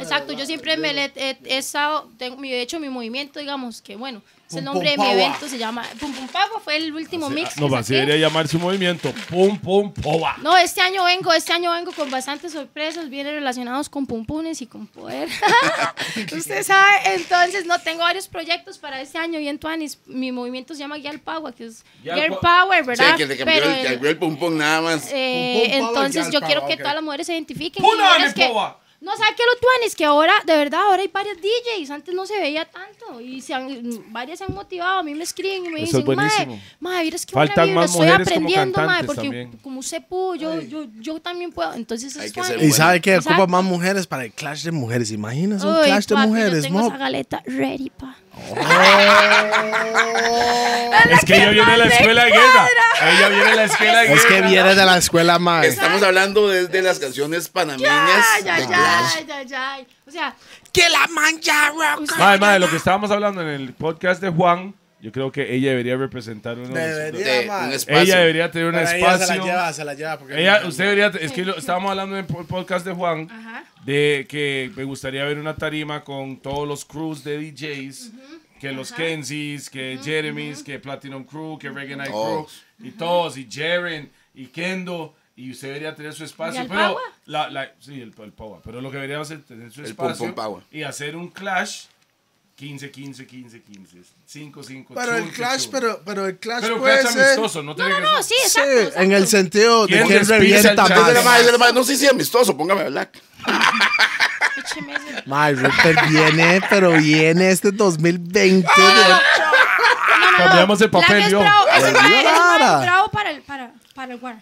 Exacto, yo siempre me le he, he estado, tengo, mi- de hecho mi movimiento, digamos que bueno, es
Pum,
el nombre de
pum,
mi
power.
evento, se llama Pum Pum Pagua, fue el último mix.
No,
que
así
saqué.
debería llamar su movimiento. Pum, pum, poba.
No, este año vengo, este año vengo con bastantes sorpresas, vienen relacionados con pumpunes y con poder. [LAUGHS] Usted sabe, entonces no tengo varios proyectos para este año y en Tuanis mi movimiento se llama Girl Power, que es
Girl
Girl
Pow-
Power,
Sí,
¿verdad?
que le cambió
Pero
el,
el-
cambió el pum pum nada más.
eh,
Pum, pum, pava,
entonces
ya,
yo
el
quiero
pava,
que
ok.
todas las mujeres se identifiquen.
Pula,
mujeres
mi pava.
no sabes que lo tuanes que ahora, de verdad, ahora hay varias DJs, antes no se veía tanto y se han, varias se han motivado, a mí me escriben y me
Eso es
dicen, mae,
buenísimo.
mae, mira, es que
Faltan
buena vibra,
más
estoy
mujeres como
aprendiendo, mae,
cantantes
porque
también.
como usted pudo, yo, yo, yo también puedo, entonces
Hay
es
que ser
tuanis.
Y
Bueno,
sabe que
Exacto.
ocupa más mujeres para el clash de mujeres. Imagínense un
Uy,
clash de
papi, yo
mujeres,
tengo
mo.
esa galeta ready, pa.
Es que ella viene de la escuela de guerra. Ella viene de la escuela de guerra.
Es que viene de la escuela, ma.
Estamos hablando de, de las canciones panameñas.
Ay, ay,
de Clash.
ay, ay, ay. O sea,
Que la mancha, rock.
Madre, madre, lo que estábamos hablando en el podcast de Juan, yo creo que ella debería representar uno de
Debería.
esos-
de
ma.
un espacio.
Ella debería tener un
Pero ella se la
espacio.
lleva, se la lleva. Porque
Ella, usted debería, es que lo- estábamos hablando en el podcast de Juan,
Ajá.
de que me gustaría ver una tarima con todos los crews de DJs, que los Kenzies, que Jeremy's, que Platinum Crew, que Reggae Night
Oh.
Crew, y todos, y Jaren, y Kendo, y usted debería tener su espacio.
al
Pero,
Paua?
la, la- sí, el, el Paua, pero lo que debería hacer es tener su
El Pum
espacio
Pum Paua.
y hacer un clash 15, 15, 15, 15. 5, 5.
Pero el Clash, pero, pero el Clash
Pero un
puede
Clash
ser.
amistoso, no
No,
tiene
no,
que-
no, sí,
Sí,
exacto. exacto.
en el sentido de
¿Quién
que
despisa el
revienta
chanfle?
Dile,
más.
mae, dile, mae, No sé si es amistoso, póngame black.
Écheme ese-
Mae, Rupert viene, pero viene este 2020.
Ah. No, no, no.
Cambiamos el papel,
Black es
yo.
bravo. Ese
Volvió
mae es
Lara.
mae bravo para el, para, para el guar.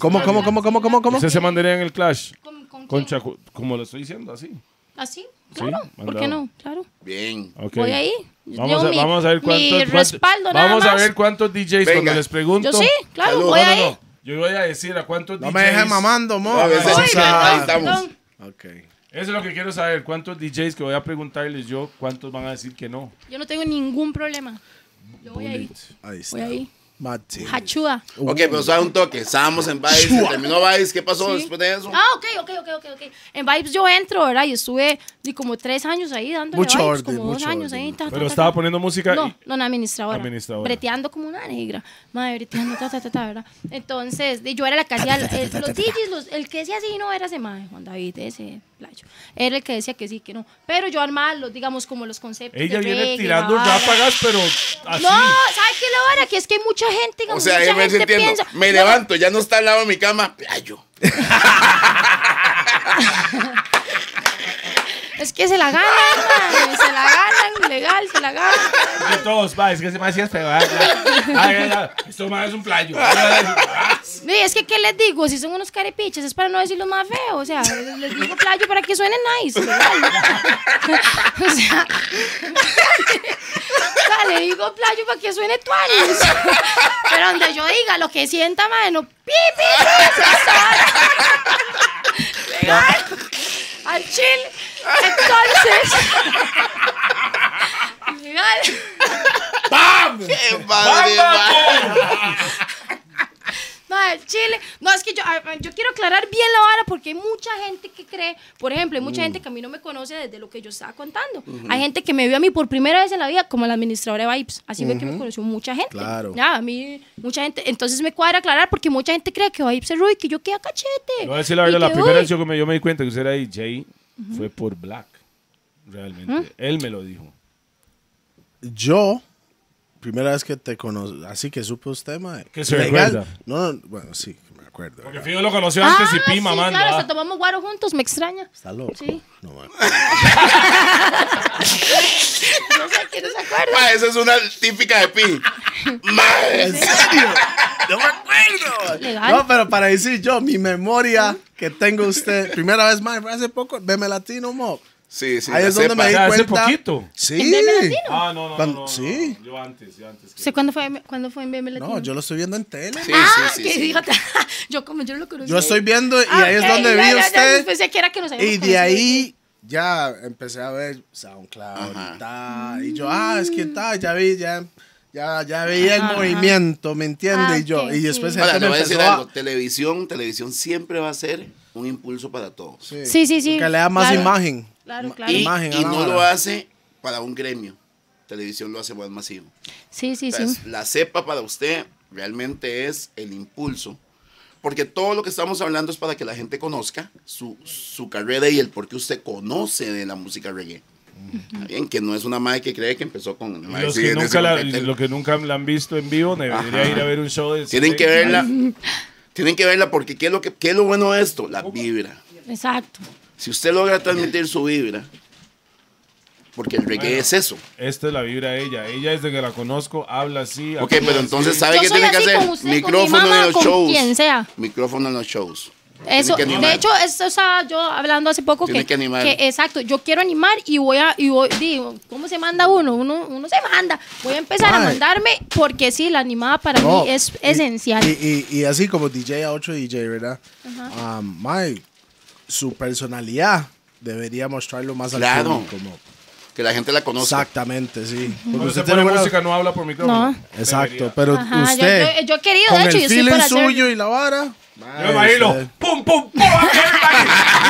¿Cómo, cómo, cómo, cómo, cómo, cómo?
¿Usted se mandaría en el Clash?
¿Con, con
Con
quién?
Chacu- como lo estoy diciendo, así.
¿Así? Claro. ¿Por
mandado.
qué no? Claro.
Bien.
Ok.
Voy ahí.
Vamos
Llevo
a,
mi-
vamos a ver cuántos.
mi
cuántos-
respaldo, nada
Vamos a
más.
ver cuántos DJs cuando
Venga.
les pregunto.
Yo sí, claro,
Salud.
voy
No, no,
ahí.
no.
Yo voy a decir a cuántos
No
DJs.
me dejes mamando, mo.
A veces-
Voy,
Ahí
perdón,
estamos.
perdón.
Ok.
Eso es lo que quiero saber. ¿Cuántos DJs que voy a preguntarles yo, cuántos van a decir que no?
Yo no tengo ningún problema. Yo voy ahí.
Ahí está.
Voy ahí.
Mati.
Hachuda.
Ok,
Uh.
pero sabe un toque. Estábamos en Vice, se terminó Vice. ¿Qué pasó
Sí.
después de eso?
Ah, ok, ok, ok, ok, ok. En Vibes yo entro, ¿verdad? Y estuve di, como tres años ahí dándole
Mucho
Vibes,
orden,
como dos
mucho
años
orden.
ahí. ta, ta,
Pero
ta,
estaba
ta.
poniendo música.
No,
y-
no, una administradora.
Administradora.
Breteando como una negra. Madre, breteando, ta, ta, ta, ta, ¿verdad? Entonces, di, yo era la que hacía. eh, los DJs, los- el que decía sí no era ese madre, Juan David, ese playo. Era el que decía que sí, que no. Pero yo armaba los, digamos, como los conceptos.
Ella
de
viene
reggae,
tirando
la vara.
ráfagas, pero así.
No, ¿sabes qué es la hora? Que es que hay mucha gente,
O
digamos,
sea, ahí
mucha
me
gente
entiendo.
piensa.
Me
no,
levanto, ya no está al lado de mi cama.
[LAUGHS]
Playo.
Es que se la ganan, mae, se la ganan, legal, se la ganan.
Y todos, va, es que se me hacía pegar. Esto más es un
[LAUGHS]
playo. Ah,
No, y es que, ¿qué les digo? Si son unos carepiches, es para no decirlo más feo. O sea, les digo playo para que suene nice, legal. [LAUGHS] O sea, [LAUGHS] o sea, le digo playo para que suene tuanis. [LAUGHS] Pero donde yo diga lo que sienta, mano, pi, pi, pi, se sale. Legal. Al chile. Entonces. [LAUGHS] Legal.
¡Qué padre, mae!
Mae, Chile. No, es que yo, a- a- yo quiero aclarar bien la vara porque hay mucha gente que cree, por ejemplo, hay mucha
Mm.
gente que a mí no me conoce desde lo que yo estaba contando. Hay gente que me vio a mí por primera vez en la vida como la administradora de Vibes. Así fue que me conoció mucha gente.
Claro.
Ya, a mí, mucha gente. Entonces me cuadra aclarar porque mucha gente cree que Vibes es Rui, que yo queda cachete.
Le voy a decir la
y
verdad, la
que,
primera
uy,
vez yo me, yo me di cuenta que usted era DJ fue por Black. Realmente.
¿Mm?
Él me lo dijo.
Ah,
Yo, primera vez que te conocí, así que supe usted, mae.
Que se recuerda.
No, no, bueno, sí, que me acuerdo.
Porque
¿verdad?
Fido lo conoció
Ah,
antes y
sí,
Pima, manda.
claro, hasta tomamos guaro juntos,
[LAUGHS]
me extraña.
Está loco.
Sí.
No, mae.
No sé quién se acuerda.
Mae, Ah, Esa es una típica de Pi. Mae.
No me acuerdo.
Legal.
No, pero para decir yo, mi memoria que tengo usted, primera vez, mae, fue hace poco, Beme Latino, mo.
Sí, sí.
Ahí
la
es donde
cepa.
me di
Ya,
cuenta.
hace poquito.
Sí.
¿En BM Latino?
Ah, no, no, no,
Cuando-
no, no,
sí.
no, Yo antes, yo antes.
¿Sé cuándo fue, cuándo fue en BM Latino?
No, yo lo estoy viendo en tele.
Sí,
Ah,
sí, sí,
que
sí.
idiota. [LAUGHS] Yo como yo no lo conocí.
Yo estoy viendo y ahí es
Ok,
donde
ya, ya,
vi
ya,
usted.
pensé que era que nos habíamos
Y de
conocido.
ahí ya empecé a ver SoundCloud
Ajá.
y tal. Y yo, ah, es que tal, ya vi, ya, ya, ya vi el movimiento, ¿me entiende?
Ah,
y yo,
ok,
y después
sí.
gente
Ahora, le
me
voy a decir
empezó a-
algo. Televisión, televisión siempre va a ser un impulso para todos.
Sí, sí, sí.
Que le da más
Claro.
imagen.
Claro, claro.
Y,
Imagen,
y
a la
no
hora.
lo hace para un gremio. Televisión lo hace más masivo.
Sí, sí,
O sea,
sí.
es- La cepa para usted realmente es el impulso. Porque todo lo que estamos hablando es para que la gente conozca su, su carrera y el por qué usted conoce de la música reggae. Está bien, que no es una madre que cree que empezó con...
Y
Mae,
Los
sí,
que
en ese
nunca la,
momento-
lo que nunca la han visto en vivo, debería
Ajá.
ir a ver un show de...
Tienen que verla. Tienen que verla porque ¿qué es lo, que, qué es lo bueno de esto? La vibra.
Exacto.
Si usted logra transmitir su vibra, porque el reggae
Bueno.
es eso.
Esta es la vibra de ella. Ella desde que la conozco habla así.
Ok,
actúa
pero
así.
entonces ¿sabe
Yo
qué
soy
tiene que
así
hacer?
con usted, con mi
Micrófono
mamá,
en los
con
shows.
quien sea.
Micrófono en los shows.
Eso,
Tiene que animar.
de hecho, eso, o sea, yo hablando hace poco
Tiene
que,
que animar.
exacto, yo quiero animar y voy a, y voy, digo, ¿cómo se manda uno? Uno, uno se manda. Voy a empezar a
Mae.
mandarme porque sí, la animada para
No,
mí es
Oh, y-
esencial.
Y, y- y así como DJ a otro DJ, ¿verdad? Ah, mae, su personalidad debería mostrarlo más
Claro.
al público. mo.
que la gente la conozca.
Exactamente, sí. Porque
Cuando
usted
usted
tiene
pone
buena-
música no habla por micrófono.
No.
Exacto,
Debería.
pero
Ajá, yo- eh,
usted.
yo- yo he querido,
con
de hecho,
el
yo estoy
feeling
para hacerlo.
suyo y la vara.
Yo me bailo.
usted-
¡Pum, pum, pum!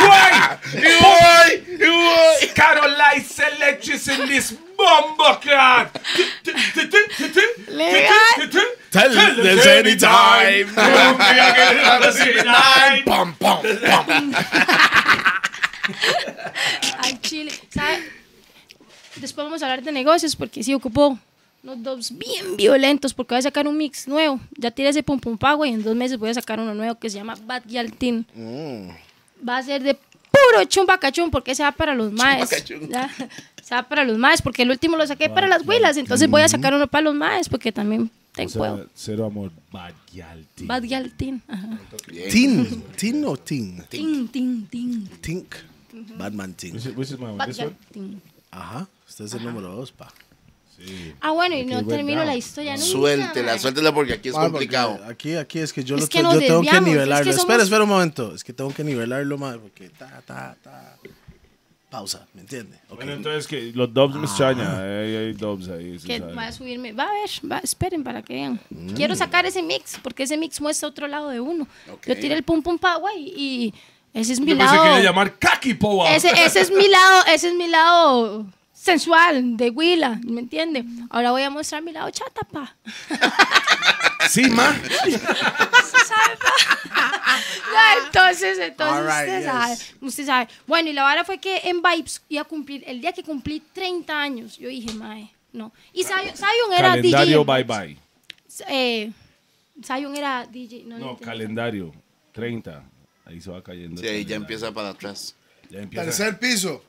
¡Guay! ¡Y voy! ¡Y voy! Caroline Selectrice in this bombo clan.
Legal.
Tell us anytime.
Pam, pam, pam.
Al chile, ¿sabe? Después vamos a hablar de negocios porque sí ocupó unos dos bien violentos porque voy a sacar un mix nuevo. Ya tiré ese pum pum pago y en dos meses voy a sacar uno nuevo que se llama Bad Gyal Teen. Va a ser de puro chumbacachum porque se va para los maes.
Chumbacachum.
Ya, [LAUGHS] Se va para los maes porque el último lo saqué para las huilas. Entonces voy a sacar uno para los maes porque también
O
tengo
sea,
puedo.
cero amor, Bagyalti.
Bad Gyal Teen. Ajá.
Bien.
Tin. Eh, [LAUGHS] Tin o tin.
Tin, tin, tin.
Tink. Batman
Which
Tink.
is, which is my one?
Bad
This
Gyal
one?
Teen.
Ajá. Usted es el número dos, pa.
Sí.
Ah, bueno, y no
went
termino
down.
la historia. nunca,
Suéltela,
mae.
suéltela porque aquí es
Ah, porque
complicado.
Aquí, aquí es que yo,
Es
lo
que
te-
nos
yo tengo que
desviamos, es que
nivelarlo.
somos-
Espera, espera un momento. Es que tengo que nivelarlo más porque ta, ta, ta. Pausa, ¿me entiende? Ok.
Bueno, entonces que los dubs me extraña. Hay, hay dubs ahí. sí,
que
sabe. Mm.
va a subirme. Va a ver, va, esperen para que vean. Quiero sacar ese mix, porque ese mix muestra otro lado de uno.
Ok.
Yo tiré el pum pum pa, güey, y ese es mi
Yo pensé que le iba a
lado.
llamar Kaki Powa.
Ese, ese es mi lado, ese es mi lado sensual, de huila, ¿me entiende? Ahora voy a mostrar mi lado chata, pa.
Sí, ma. [LAUGHS]
Ya, entonces, entonces,
Alright,
usted
yes.
sabe, usted sabe. Bueno, y la vara fue que en Vibes iba a cumplir, el día que cumplí 30 años, yo dije, mae, no. Y Zion Zion era DJ.
Calendario,
en
bye
Vibes.
bye.
Eh, Zion era DJ. No,
No,
entendí.
calendario. 30. Ahí se va cayendo.
Sí,
el
ahí ya Ah,
calendario.
empieza para atrás.
Ya empieza.
Tercer piso.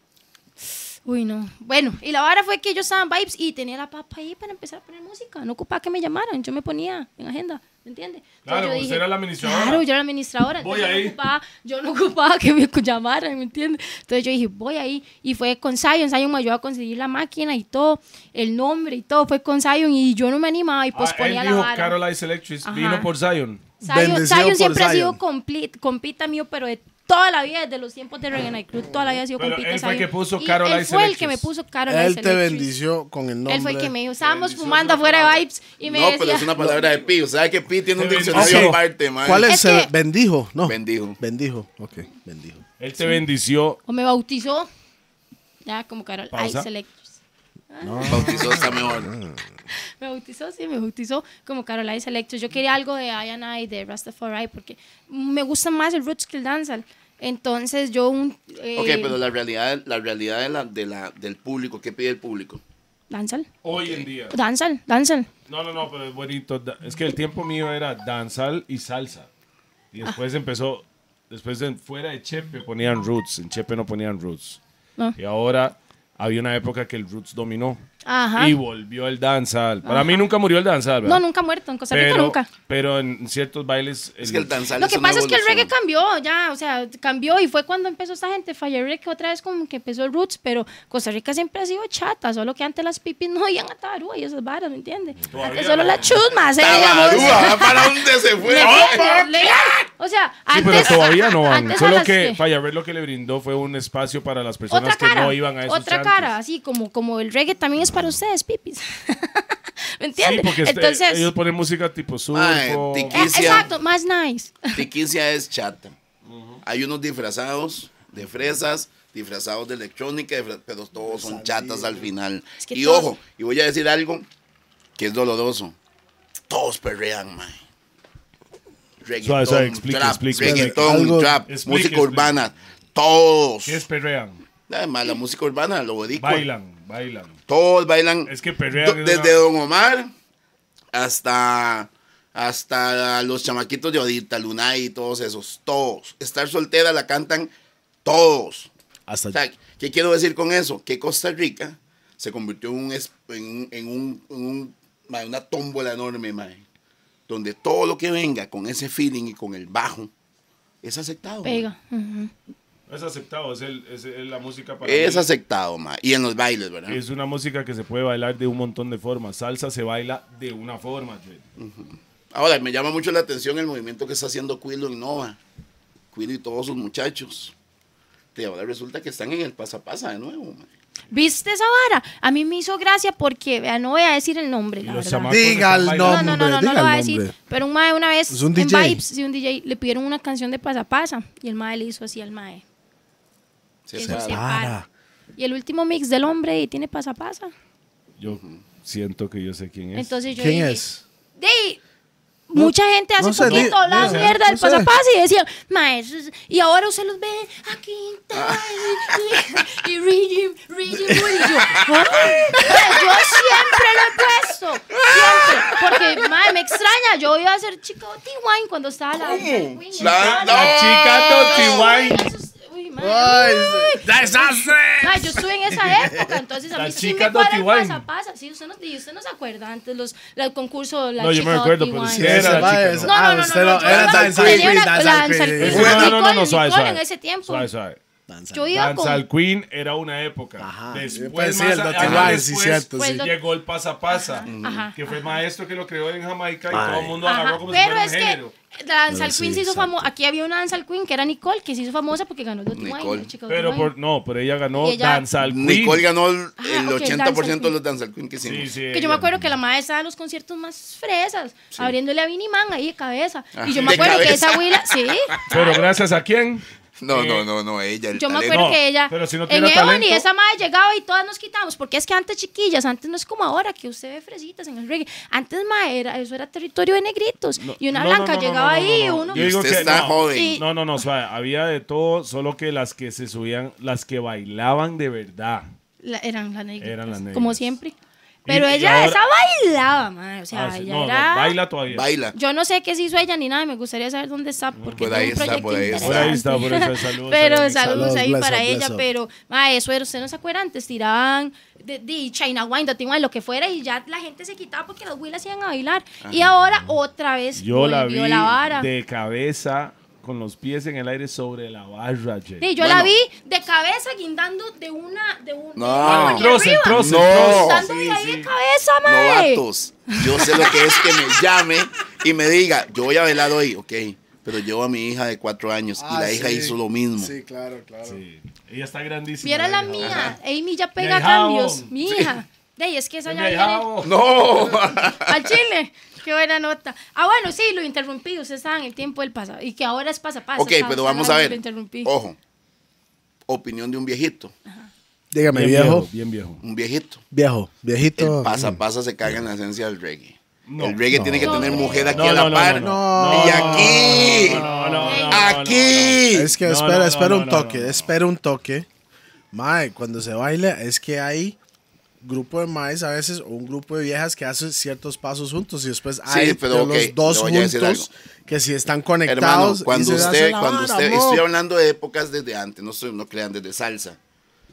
Uy, no. Bueno, y la vara fue que yo estaba en Vibes y tenía la papa ahí para empezar a poner música. No ocupaba que me llamaran. Yo me ponía en agenda, ¿me entiendes? Entonces
Claro, pues
yo
usted era la administradora.
Claro, yo era la administradora.
Voy
entonces
ahí.
Yo no, ocupaba, yo no ocupaba que me [LAUGHS] llamaran, ¿me entiendes? Entonces yo dije, voy ahí. Y fue con Zion. Zion me ayudó a conseguir la máquina y todo, el nombre y todo. Fue con Zion y yo no me animaba y
Ah, él
posponía la
dijo
vara.
Carolize Electric
Ajá.
vino por Zion.
Zion,
Bendecido
Zion
por
siempre ha sido
Zion.
compli- compita mío, pero de toda la vida, desde los tiempos de Reggae Night Club, toda la vida ha sido
Pero
compita
él fue el
Zion.
que puso
Y
Carol
Él
Ice
fue el
Electric.
que me puso Carol
Él
Ice
te
Electric.
bendició con el nombre.
Él fue el que me dijo, estábamos
bendició,
fumando
es una
afuera de Vibes y me
No,
decía...
pero es una palabra de pi. O sea que pi tiene un
Sí,
diccionario
ok.
aparte, man.
Ah, ¿Cuál es?
Es
Se-
que-
Bendijo, ¿no?
Bendijo.
Bendijo, ok, bendijo.
Él te bendició.
O me bautizó, ya como Carol
Pausa.
Ice Electric.
Ah.
Bautizó está mejor.
Me bautizó, sí, me bautizó como Carol Ice Electric. Yo quería algo de Ayana y de Rastafari porque me gusta más el roots que el dancehall. Entonces yo un... Eh,
Ok, pero la realidad, la realidad de la, de la, del público, ¿qué pide el público?
¿Dancehall?
Hoy en día.
Dancehall, dancehall.
No, no, no, pero es bonito. Da- Es que el tiempo mío era danzal y salsa. Y
Ah.
después empezó, después en- fuera de Chepe ponían roots, en Chepe no ponían roots.
Ah.
Y ahora había una época que el roots dominó
Ajá.
y volvió el danzal. Para mí nunca murió el danzal, ¿verdad?
No, nunca muerto, en Costa Rica
pero,
nunca.
pero en ciertos bailes...
Es que el danzar
Lo que
una
pasa es que el
evolución.
reggae cambió, ya, o sea, cambió y fue cuando empezó esta gente, Fire Reggae otra vez como que empezó Roots, pero Costa Rica siempre ha sido chata, solo que antes las pipis no iban a Tabarúa y esas varas, ¿me entiendes? Antes solo las chusmas, ¿eh?
Tabarúa,
digamos.
¿ah? ¿para dónde se
¿Me
fue?
entiendes? [LAUGHS] Legal. O sea,
Sí,
antes...
pero todavía no van.
antes a
Solo
las
que
que-
Fallaver lo que le brindó fue un espacio para las personas
otra
que
cara,
no iban a esos
otra
chantes.
cara, así como, como el reggae también es para ustedes, pipis. [LAUGHS] ¿Me
Sí,
entiendes?
porque este-
Entonces,
ellos ponen música tipo surf.
Mae,
eh,
tiquis-
exacto, más nice.
Tiquicia es chata. Hay unos disfrazados de fresas, disfrazados de electrónica, de fre- pero todos son chatas al final.
Es que
Y
todos-
ojo, y voy a decir algo que es doloroso. Todos perrean, man.
Suave,
Reggaetón,
suave, explique,
trap,
explique,
reggaetón,
explique.
trap,
Explique,
música
explique.
urbana, todos.
¿Qué es perrean?
Además, la música urbana, lo boricua.
Bailan, bailan.
Todos bailan.
Es que perrean
Do-
es
desde
una-
Don Omar hasta, hasta los chamaquitos de ahorita, Lunay y todos esos. Todos. Estar soltera la cantan todos.
Hasta
O sea, ¿qué quiero decir con eso? Que Costa Rica se convirtió en, un, es- en, un- en un- en un- mae, una tómbola enorme, mae, donde todo lo que venga con ese feeling y con el bajo es aceptado. mae.
Pega. ujú.
No es aceptado, es, el, es, es la música para.
Es
mí.
aceptado, mae. Y en los bailes, ¿verdad?
Es una música que se puede bailar de un montón de formas. Salsa se baila de una forma. Jed.
Ahora, me llama mucho la atención el movimiento que está haciendo Quilo en Nova. Quilo y todos sus muchachos. Y ahora resulta que están en el pasapasa de nuevo. mae.
¿Viste esa vara? A mí me hizo gracia porque, vea, no voy a decir el nombre, la
Y los
verdad.
chamacos
Diga
están
el
bailando.
No, no, no, no,
Hombre,
no lo
diga
va a
el
decir.
nombre.
Pero un mae una vez
Es un
en
DJ.
Vibes, sí, un DJ, le pidieron una canción de pasapasa y el mae le hizo así al mae.
Se
Eso
para.
se
para.
para. Y el último mix del hombre y tiene pasapasa.
Yo siento que yo sé quién es.
Entonces yo
¿Quién
dije,
es?
"Dey, mucha gente hace
no se
poquito
diga,
hablaba
no,
mierda
no
del
se-
pasapaz y decían, maestros, y ahora usted los ve aquí en
Ah.
tal, y, y Regime, Regime Bull", y yo, "Ay, mae, yo siempre lo he puesto, siempre, porque mae, me extraña, yo iba a ser chico T-Wine cuando estaba la
¿Cómo?
Queen,
La-
estaba
no.
La chica Totiwai.
Eso es- uy, mae,
¡Desastre!
Mae, yo estuve en esa época, entonces a
La
mí sí
chica
me para
Dotty
el
Wine.
pasapasa. Sí, usted no, y usted no se acuerda antes los, los concursos, la
No, yo
chica
me acuerdo,
Dotty
pero
Wine.
sí era la chica,
No, no, no, no, no, yo
Ah, Era
iba-
Danza
al
tenía
Queen,
una-
Danza al
la-
Queen.
Danza al
Eso
Queen.
no, no, no, no,
Nicole,
suave,
Nicole
suave.
en ese tiempo.
Suave, suave.
Yo iba
Dance
con...
al Queen era una época.
Ajá. Pues
Después,
sí,
más
el
a-
Dr.
años
Rice, sí,
después,
cierto,
sí.
Llegó el pasapasa,
Ajá,
que fue el maestro que lo creó en Jamaica
Ay.
y todo el mundo
Ajá,
agarró como si
pero
fuera un
es
género.
que la Danza al
Pero
Queen
sí,
se hizo
exacto.
famosa. Aquí había una Danza al Queen que era Nicole, que se hizo famosa porque ganó Dotty Wine.
Nicole.
la chica Dotty
Pero
Wine.
por, no, pero ella ganó
Y ella-
Danza al Queen.
Nicole ganó el, el
Ah, ok,
80% de
Danza
los Danza Queen que hicimos.
Sí, sí,
Que yo
ella.
me acuerdo que la madre estaba en los conciertos más fresas, abriéndole a Vinnie Man ahí de cabeza.
Ah,
y yo me
de
acuerdo que
cabeza.
esa huila,
[LAUGHS]
sí,
Pero gracias a quién?
No, no, no, no, ella. el
Eh, yo me
talento.
acuerdo
No,
que ella,
pero si no
en
tuviera
Ebony,
talento.
esa madre llegaba y todas nos quitamos, porque es que antes chiquillas, antes no es como ahora que usted ve fresitas en el reggae, antes madre, era, eso era territorio de negritos, y una
No, no,
blanca
no, no,
llegaba
no, no,
ahí, y
no.
uno...
Yo digo
Usted
que
está
no.
joven.
Sí.
No, no, no, suave, había de todo, solo que las que se subían, las que bailaban de verdad.
La- eran las negritas,
Eran las
como
negras.
siempre. Pero
y
ella,
ahora-
esa bailaba, madre, o sea,
Ah, sí,
ella
no, no,
era...
baila todavía.
Baila.
Yo no sé qué se hizo ella ni nada, me gustaría saber dónde está, porque
Por
tiene
ahí
un
está,
proyecto
por ahí está.
Por ahí está, por
interesante. [LAUGHS]
eso, saludos.
Pero
saludos.
saludos
Saludos,
ahí
bless
para
up,
ella,
bless up.
pero ma, eso era, usted no se acuerda antes, tiraban de, de China Wine, Dotty Wine, lo que fuera, y ya la gente se quitaba porque las huilas iban a bailar. Y ahora otra vez
Yo la vi
volvió la vara.
de cabeza con los pies en el aire sobre la barra, Jay.
Sí, yo
Bueno.
la vi de cabeza guindando de una, de un
No.
de
Ah,
un-
troce,
arriba,
troce,
No.
troce.
guindando de ahí de cabeza, mae.
Novatos, yo sé lo que es que me llame y me diga, yo voy a velar hoy, ok, pero llevo a mi hija de cuatro años
Ah,
y la hija hizo lo mismo.
Sí, claro, claro.
Sí. Ella está grandísima.
Viera la
hija.
mía, Amy ya pega
Mi hija,
cambios,
vos.
mi hija. De ahí es que esa ya
Mi
viene.
hija, vos.
[LAUGHS]
No,
Al chile. [LAUGHS] Qué buena nota. Ah, bueno, sí, lo interrumpí. Ustedes saben el tiempo del pasado. Y que ahora es pasapasa.
ok, pero vamos a
Lo
ver,
interrumpí.
ojo, opinión de un viejito,
Dígame,
Bien
viejo.
viejo, bien viejo.
un viejito,
Viejo, viejito.
el pasa pasa se caga en la esencia del reggae.
No.
el reggae tiene que
No.
tener mujer aquí
No,
a la
no, no,
par
no,
y
no,
aquí,
no, no, no, no, no,
aquí.
Es que
No,
espera,
no, no,
espera
no,
un
no,
toque,
no, no.
espera un toque. Mae, cuando se baila es que hay grupo de maes a veces o un grupo de viejas que hacen ciertos pasos juntos y después hay
pero
de
ok,
los dos
le voy a decir
juntos que si están
Hermano,
conectados y
cuando
se
usted,
hacen la
cuando
vara,
usted,
mo.
estoy hablando de épocas desde antes, no, estoy- no crean, desde salsa.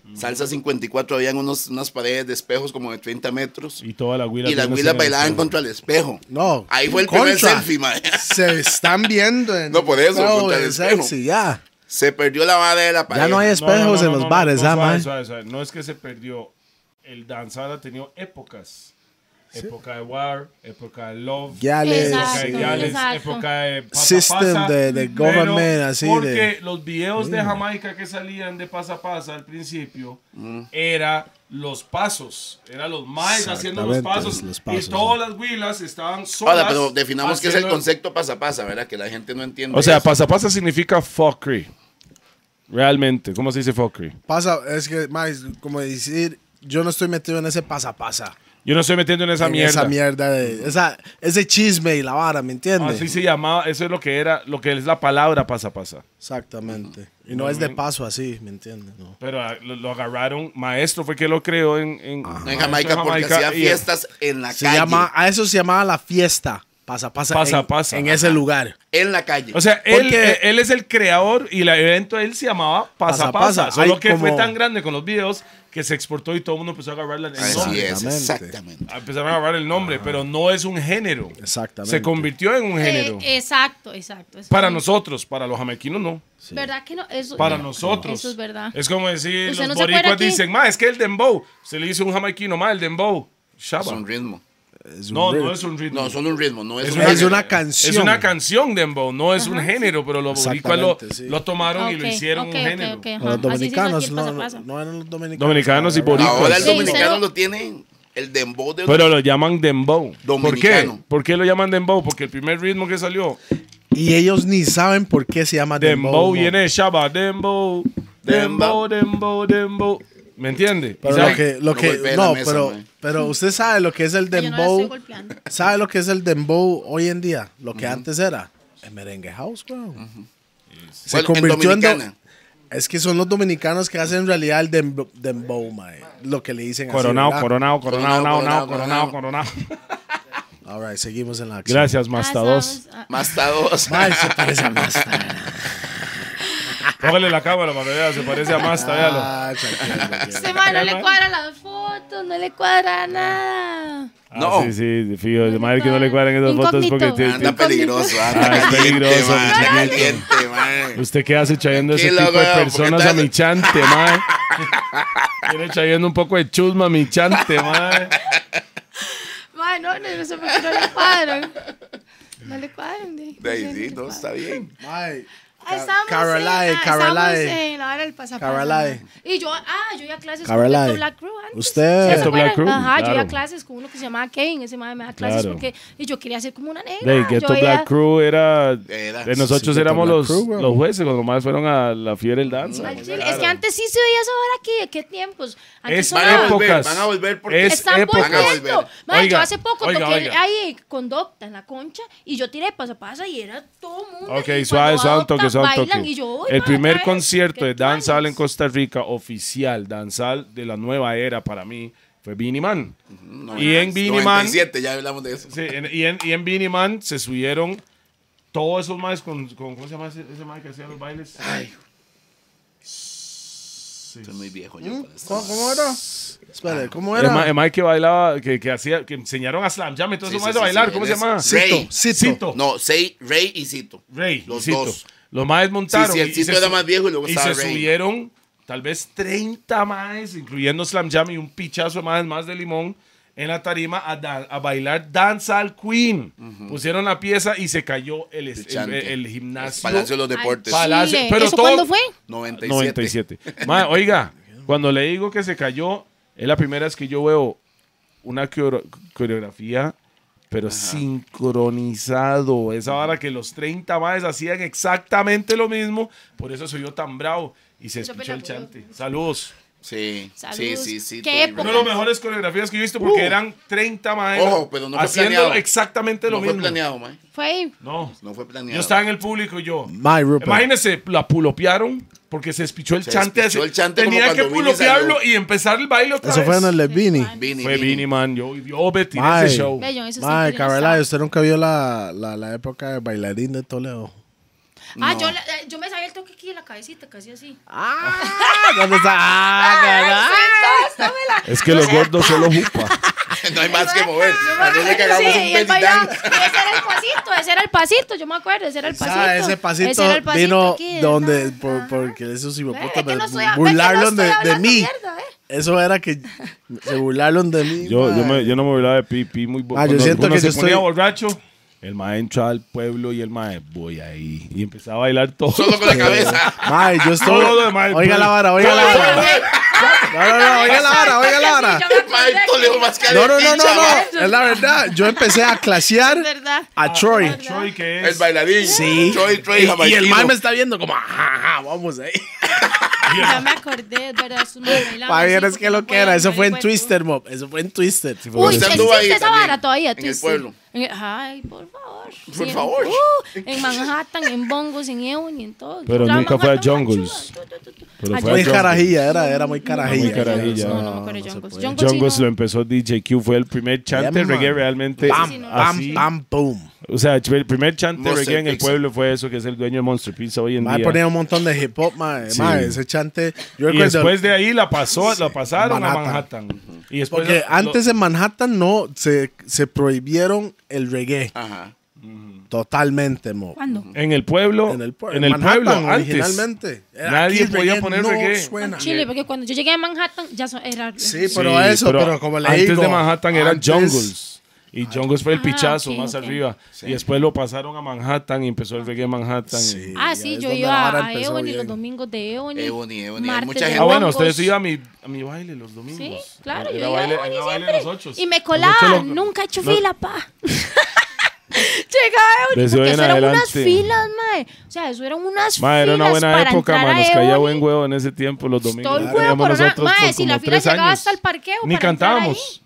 Mm.
Salsa 54 habían unos, unas paredes de espejos como de 30 metros
Y toda la huila.
y las
viéndose
huilas
en el
bailaban
espejo.
contra el espejo.
No.
Ahí fue el primer selfie, mae.
Se están viendo. en-
No, por eso,
Pero,
contra el
eh,
espejo.
sexy, ya.
Se perdió la vara de la pareja.
Ya no hay
No, no,
espejos
no,
en
no,
los
no,
bares,
no,
ah,
suave,
mae.
suave, suave. No es que se perdió. El danzar ha tenido épocas. Época de War, época de Love.
Yales,
Época de
Exacto,
Yales,
exacto.
época de Pasa
System
Pasa,
de- de
pero
government, así de-
Porque los videos de Jamaica que salían de Pasa Pasa al principio
Mm.
era los pasos. Era los maes haciendo los
Exactamente,
pasos,
los pasos,
Y todas las huilas estaban solas.
Ahora, pero definamos qué es el
haciendo-
concepto pasapasa, ¿verdad? Que la gente no entiende.
O sea,
eso.
pasapasa significa fuckery. Realmente, ¿cómo se dice fuckery?
Pasa, es que, mae, como decir, yo no estoy metido en ese pasa-pasa.
Yo no estoy metiendo en esa
en
mierda. Ah,
Esa mierda de. Esa, ese chisme y la vara, ¿me entiendes?
Así se llamaba, eso es lo que era, lo que es la palabra pasapasa.
Exactamente. Y no es de paso así, ¿me entiendes? No.
Pero ah, lo, lo agarraron, maestro fue que lo creó en, en, maestro
en
de
Jamaica porque hacía
y-
fiestas en la
Se
calle.
llama, a eso se llamaba la fiesta. Pasa, pasa.
Pasa,
en,
pasa,
En
ajá.
ese lugar.
En la calle.
O sea, él,
Porque-
eh, él es el creador y el evento de él se llamaba Pasapasa.
Pasapasa.
Solo
Hay
que fue
como-
tan grande con los videos que se exportó y todo el mundo empezó a agarrar la- el
Así
nombre.
es, exactamente.
Empezaron a agarrar el nombre, pero no es un género.
Exactamente.
Se convirtió en un
Eh,
género.
exacto, exacto. eso
para
sí.
nosotros, para los jamaiquinos no.
¿Verdad que no? Eso,
Para
no,
nosotros.
Eso es verdad.
Es como decir,
¿Usted
los
no se acuerda
boricuas
aquí?
dicen, ma, es que el dembow. Se le hizo un jamaiquino, ma, el dembow.
Es
Shaba.
un ritmo.
Es un
No,
rip.
no es un ritmo.
No, solo un ritmo, no es,
Es
un
una,
género.
una canción.
Es una canción dembow, no es un género, pero los boricuas lo,
Exactamente, sí.
lo tomaron y lo
Ok,
hicieron
ok,
un
ok,
género.
ok, ajá.
O Los
Así se llama aquí
dominicanos,
el
no, no,
pasapasa.
no eran los dominicanos.
Dominicanos y
Ahora,
boricuas.
Ahora el
Sí,
dominicano
pero-
lo tiene el dembow de
Pero lo llaman dembow. ¿Por qué?
Dominicano.
¿Por qué lo llaman dembow? Porque el primer ritmo que salió,
Y ellos ni saben por qué se llama
dembow,
Dembow.
viene de Shaba, dembow, dembow, dembow, dembow. ¿Me entiende?
Pero
Y sabe-
lo que, lo
No
que,
golpee la
no,
mesa,
pero,
mae.
pero usted sabe lo que es el
Yo no la estoy
dembow,
golpeando.
sabe lo que es el dembow hoy en día, lo que antes era el merengue house, weón. Se
Bueno, en
convirtió en, de-
Dominicana.
es que son los dominicanos que hacen en realidad el dembo- dembow, mae, lo que le dicen así,
Coronado,
¿verdad?
coronado,
Coronado,
coronado, coronado,
coronado,
coronado, coronado.
All right, seguimos en la acción.
Gracias, Masta 2.
Ah,
Más dos.
Mae, se parece Ah, a
[LAUGHS]
Masta.
Póngale la cámara para que vea, se parece a Masta, véalo.
Ah, tranquilo, tranquilo.
Este man no le cuadran las fotos, no le cuadra nada.
Ah,
No.
Sí, sí, fijo, de madre que no le cuadren esas fotos
Incógnito.
porque... te-
Anda
te-
peligroso, anda
Ah, es
caliente,
peligroso,
man, anda
chiquito.
caliente, man.
¿Usted qué hace trayendo ese
Tranquilo,
tipo de
weón,
personas
porque
a
tal-
mi chante, mae? Viene trayendo un poco de chusma a mi chante, mae.
Mae, no, no, no sé por qué no le cuadran. No le cuadran. De,
De ahí,
no
sí,
le
no,
cuadran.
está bien.
Mae,
Ah,
Ca-
estamos
Carolai,
en, ah,
Carolai.
estamos en la hora del pasapasa.
Carolai.
Y yo, ah, yo iba a clases
Carolai,
con Beto Black Crew antes.
usted-
¿Se
Beto
acuerdan?
Black Crew,
Ajá, yo iba a
claro.
clases con uno que se llamaba Kane. Ese madre me da clases
Claro.
porque y yo quería ser como una negra.
De
yo
Ghetto
iba-
Black Crew era...
Era.
de nosotros
Sí,
éramos
Ghetto
los,
Black Crew, weón.
los jueces cuando más fueron a la fiebre del danza.
Al chile. Es que antes sí se veía esa hora aquí. ¿De qué tiempos? Antes
Es
sonaba-
Van a volver,
épocas.
van a volver porque-
es
Están
épocas.
volviendo. Mae, yo
Oiga,
hace poco
oiga,
toqué
oiga.
ahí con Docta en la concha y yo tiré pasapasa y era todo mundo.
Ok,
y
suave,
cuando
suave un toque,
adoptan,
suave un
bailan
toque.
y yo, "Uy,
el
mae,
primer
mae,
concierto
¿qué
de danzal en
planes?"
Costa Rica, oficial, danzal de la nueva era para mí, fue Beanie Man. Y en Beanie Man,
97, ya hablamos de eso.
sí, en- y, en, y en Beanie Man se subieron todos esos maes con, con- ¿cómo se llama ese, ese mae que hacía los bailes?
Ay. Soy muy viejo yo para esto.
¿Cómo, cómo era? Espere, ¿cómo
El mae,
era?
el mae que bailaba, que, que hacía, que enseñaron a Slam Jam y todos
Sí,
esos
sí, sí,
maes a bailar,
sí,
¿cómo
él
se
es-
llama?
Sí. Rey.
Cito.
No, Sei, Rey y Cito.
Rey,
Los
y Cito.
dos.
Los maes montaron.
Sí, sí, el
y
Cito
se
era
su-
más viejo y luego estaba
se
Rey.
subieron tal vez 30 maes, incluyendo Slam Jam y un pichazo de maes más de limón, en la tarima a, da- a bailar Danza al Queen. Pusieron la pieza y se cayó el, es- el,
Pichante.
el gimnasio.
Palacio de los Deportes.
Ay, Palacio-
Chile.
pero
¿Eso
todo-
cuándo fue?
97.
97. Ma, oiga, cuando le digo que se cayó, es la primera vez que yo veo una core- coreografía, pero sincronizado. Esa hora que los 30 maes hacían exactamente lo mismo, por eso soy yo tan bravo. Y se
Yo
escuchó el
apenas
chante. Saludos.
Sí,
Saludos.
sí, sí, sí.
Qué
Tony
Una
época.
de las
Robbins.
mejores coreografías que yo he visto porque
Uh.
eran 30 maes
Ojo, pero no fue
haciendo
planeado.
exactamente lo
No fue
mismo.
planeado, man.
Fue ahí.
No.
No fue planeado.
Yo estaba en el público y yo.
My Rupert.
Imagínese, la pulopearon porque se espichó el
Se
chante.
espichó
así.
el chante como
Tenía que
cuando Vini salió.
pulopearlo y empezar el baile otra
Eso
vez.
fue en el de Beanie.
Vini,
Fue
Vini.
Vini, man. Yo, yo metí en
Mae.
ese show.
Ve, yo en esos
Mae,
tiempos yo no
Carolai,
estaba.
usted nunca vio la, la, la época de bailarín de Toledo.
Ah, yo, la- eh, yo me sabía el toque aquí de la cabecita, casi así.
Ah, [LAUGHS] ¿dónde está? Ah,
[LAUGHS] Es que los gordos solo jupa.
[LAUGHS] No hay más que mover. A no ser que
Sí,
hagamos
y él
un belly
bailaba.
dance.
[LAUGHS] Y Ese era el pasito, ese era el pasito, yo me acuerdo, ese era el pasito.
Ah, ese pasito,
era el pasito
vino
aquí,
donde,
ajá,
por,
ajá.
porque esos
Ve, es
hipoputas
que
me
no estoy- ve que no
burlaron
estoy
de, de
hablando ¿eh?
mí.
mierda, ve.
Eso era que se burlaron de mí.
Yo, yo,
mae.
me- yo no me burlaba de Pipi muy bo-
Ah, yo
cuando
siento
uno
que
se
yo
ponía
estoy-
borracho. El mae entraba al pueblo y el mae, voy ahí. Y empezaba a bailar todo.
Solo
[LAUGHS]
con la cabeza.
Mae, yo estoy.
No, no, no, mae,
oiga
no.
la vara, oiga la
No,
vara. No, no, no, oiga la vara, oiga la vara.
Yo me
[LAUGHS]
acordé
Mae, esto le dio más que
No, no, no,
dicha,
no,
mae.
no. Es la verdad. Yo empecé a clasear
Es verdad.
a Troy.
Troy, que
El
es.
bailarín.
Sí.
Troy, Troy,
Y, y el
jamaiquino.
mae me está viendo como, ajá, ajá, vamos
[LAUGHS]
ahí.
Ya me acordé, es verdad,
[LAUGHS]
sus manos bailaban
Para
así,
ver, es
porque
que
no
lo que
podían
era. Eso
mover
fue
el
en
cuerpo.
Twister,
pues,
Mob. Eso fue en Twister.
Uy,
Usted anduvo ahí
existe esa
también,
vara todavía.
en el
Twister.
pueblo.
En el- ay, por favor.
Por
en-
favor.
uh, en Manhattan, en Bongos, en Ewan y en todo. Yo
Pero
trabajaba
nunca fue a
en Manhattan,
Jungles.
chuda, tu, tu, tu, tu.
Pero
Ah,
fue a
Muy
Jungles.
carajilla, era, era muy carajilla.
Muy carajilla.
No, no me acuerdo de Jungles. Jungles sí,
Jungles
no.
lo empezó DJQ, fue el primer chante
Yeah, man.
reggae realmente.
Sí,
Pam,
no.
así.
pam, pam, pum.
O sea, el primer chante
Monster
reggae en el
Pizza.
pueblo fue eso, que es el dueño de Monster Pizza hoy en
Mae
día.
ponía un montón de hip hop, mae.
Sí.
Mae, ese chante. Yo
Y
recuerdo-
después de ahí la pasó, la pasaron a
Manhattan.
Manhattan. Y después
Porque
lo-
antes en Manhattan no se, se prohibieron el reggae
Ajá.
totalmente, mo.
¿Cuándo?
en el pueblo,
En el, pue-
en el
Manhattan,
pueblo antes,
originalmente. Era
nadie
aquí
podía poner
no
reggae.
suena.
Chile, porque cuando yo llegué a Manhattan ya so- era.
Sí, pues,
Sí,
pero eso, pero, como le
antes
digo,
de Manhattan eran
antes-
Jungles. Y Jungles fue el
Ah,
pichazo
ok,
más
ok.
arriba. Y después lo pasaron a Manhattan y empezó el reggae en Manhattan.
Sí,
Ah,
ahí
sí,
es
yo
donde
iba
la vara
a
empezó
Ebony los
bien.
domingos de Ebony.
Ebony, Ebony, hay
martes
mucha
de
gente.
Ah, bueno,
Bongos.
ustedes iban a mi, a mi baile los domingos.
Sí, claro,
Era
yo iba
baile-
a Ebony
era baile
siempre.
los ochos.
Y me
Los
colaba,
ochos lo-
nunca he hecho
lo-
fila, pa. Yo llegaba,
Desde
porque
hoy en
eso eran unas
adelante.
filas, mae. O sea, eso eran unas
Ma, era una
filas
buena
para
época,
entrar
ma,
a
nos caía
Ebony.
buen huevo en ese tiempo, los domingos.
Todo el
Ah,
huevo
íbamos
por una-
nosotros
ma,
por
si la
como
fila
tres
llegaba
años.
hasta el parqueo
Ni
para entrar
cantábamos.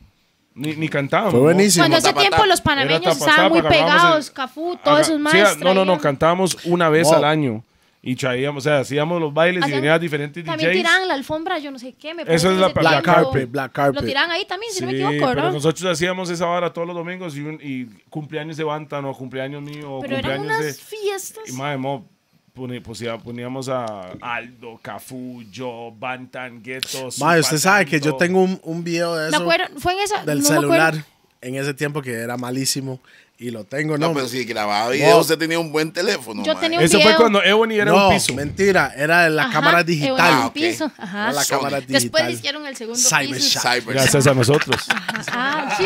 Ni, ni cantábamos.
Fue
¿no?
buenísimo.
Cuando ese
Tapa,
tiempo
tapa.
los
Era
panameños
tapa,
estaban
tapa,
muy
agarrábamos el-
pegados, Cafú, todos
Aga-
esos
sí,
maestros.
No, no, no, cantábamos una vez
Wow.
al año. Y traíamos, o sea, hacíamos los bailes y
Hacían-
venían diferentes
También
DJs.
tiraban la alfombra, yo no sé qué. Me
Eso
parece
es
que
la-
ese
black
tiempo-
carpet, black carpet.
Lo tiran ahí también, si no me
Sí,
equivoco,
pero
¿verdad?
nosotros hacíamos esa hora todos los domingos y, un- y cumpleaños de Bantano, cumpleaños mío,
Pero eran
cumpleaños de...
unas fiestas.
Y madre, mo, pone- posía- poníamos a Aldo, Cafú, yo, Bantan, Gueto.
Mae, usted sabe que yo
Supatanto.
tengo un, un video de
Me
eso
acuerdo, fue en esa.
del
no me acuerdo.
celular en ese tiempo que era malísimo y lo tengo, ¿no?
No,
No,
pero si grababa video,
Wow.
usted tenía un buen teléfono.
Yo
mae.
tenía un-
Eso fue
video.
cuando Ebony era un piso.
mentira, era de la
Ajá,
cámara
de un
digital.
Ah, ok.
piso, ajá.
Era la
Sony.
cámara digital.
Después hicieron el segundo
Cyber
piso.
Shop.
Cyber.
Gracias a nosotros.
Ah, sí.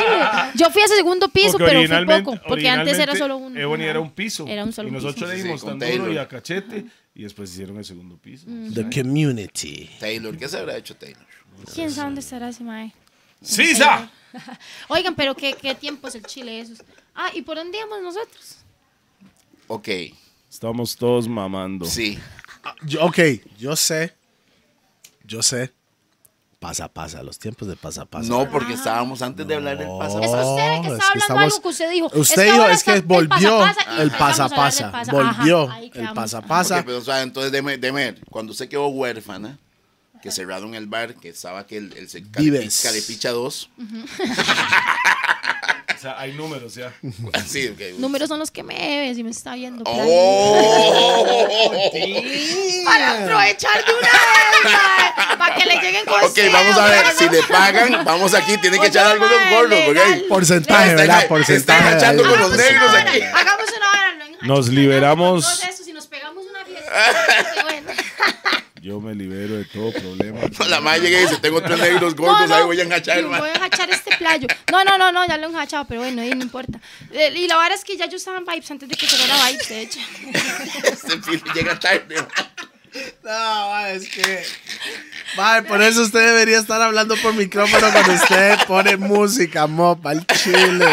Yo fui a ese segundo [LAUGHS] piso,
Porque
pero fui
originalmente-
poco. Porque antes era solo uno.
originalmente Ebony
Ajá.
era un piso.
Era un solo
y nosotros
piso.
le
Sí,
dimos
sí,
tan
con
duro
Taylor.
y a cachete. Y después hicieron el segundo piso.
Mm.
The community.
Taylor, ¿qué se habrá hecho Taylor?
¿Quién sabe dónde estará ese mae?
¡Sisa!
Oigan, pero qué, qué tiempos el Chile esos. Ah, ¿y por dónde íbamos nosotros?
Ok,
Estamos todos mamando.
sí.
Ah, Yo- ok, yo sé. Yo sé. Pasa, pasa. Los tiempos de pasa, pasa.
No, porque estábamos antes de hablar del pasado.
Es que usted era el que
es
estaba
que
hablando
estamos-
algo que usted dijo.
Usted
que
dijo,
ahora
es que
está
volvió
pasapasa y
el
empezamos a hablar del
pasapasa.
pasa.
Volvió
Ajá, ahí
el
quedamos.
pasapasa.
Ok, pero, o sea, entonces, deme, deme, cuando usted quedó huérfana, que cerraron el bar, que estaba que el, el se- Calepi-
Vives.
Calepicha 2.
O sea, hay números ya.
[LAUGHS] Sí, ok.
Números son los que me debes y me está viendo. por
¡Oh!
ahí. Para aprovechar de una vez, mae, para que le lleguen
[LAUGHS]
consejos.
Ok, vamos a ver,
mae,
si
no.
le pagan, vamos aquí, tiene que
Oye,
echar algo de un
mae,
gordo,
legal.
¿ok?
Porcentaje,
Está-
¿verdad?
está
Porcentaje.
enganchando
ahí.
con
Hagamos
los
una
negros
vara,
aquí.
Hagamos una hora.
Nos liberamos.
Si nos pegamos
[LAUGHS]
una fiesta, qué bueno.
Yo me libero de todo problema.
[LAUGHS] La madre llega y dice, tengo tres negros gordos, ahí voy a enganchar, [LAUGHS]
Voy
man.
a enganchar este playo. No, no, no, no, ya lo he enganchado, pero bueno, ahí no importa. Eh, Y la verdad es que ya yo estaba en Vibes antes de que cerrara Vibes, de hecho.
Este fili llega tarde, man.
No, ma, es que. Ma, por eso usted debería estar hablando por micrófono cuando usted pone música, mo, al chile.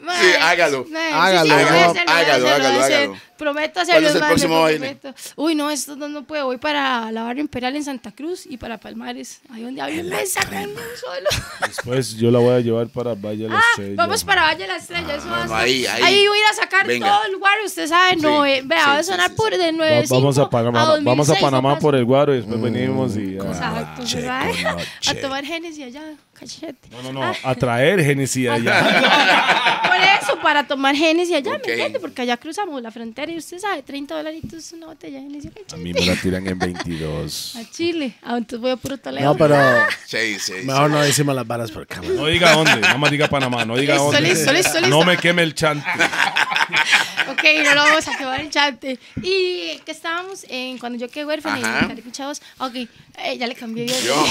Mae,
Sí, hágalo.
mae,
Hágalo,
voy a
hágalo,
hacerlo, voy
hágalo,
a hacerlo, voy a
hágalo,
hacer-
hágalo.
Prometo
es el
hacerlo. mae,
próximo
lo
baile?
prometo. Uy, no, estos dos no puedo. Voy para la barra imperial en Santa Cruz y para Palmares. Ahí donde hablo, me sacan de un solo.
Después Pues, yo la voy a llevar para Valle de la
[LAUGHS] Ah,
Estrella.
vamos para Valle de la Estrella. eso va a
Ah, no,
ser-
ahí, ahí.
voy a ir a sacar
Venga.
todo el guaro. Usted sabe, no,
Sí,
eh, vea,
sí,
va a
sí,
sonar
sí,
por de
Va-
9
Vamos a Panamá. vamos a Panamá por el Guaro y
Mm,
después venimos y. ah.
Exacto, usted sabe. [LAUGHS] A tomar Génesis allá, cachete.
No, no, no. A traer Genesis allá.
Por eso, para tomar Génesis allá,
Ok.
¿me entiende? Porque allá cruzamos la frontera y usted sabe, 30 dolaritos una botella de Génesis.
A mí me la tiran en 22.
A Chile. Ah, entonces voy a puro Toledo.
No, pero
Sí, sí, sí.
mejor no decimos las varas por cámara.
No diga dónde, nada más diga Panamá, no diga
Listo,
dónde.
listo, listo, listo.
No me queme el chante.
[LAUGHS] Ok, no lo vamos a quemar el chante. Y que estábamos en cuando yo quedé huérfana
Ajá.
y carepichados. Ok, eh, ya le cambié bien.
Yo.
No,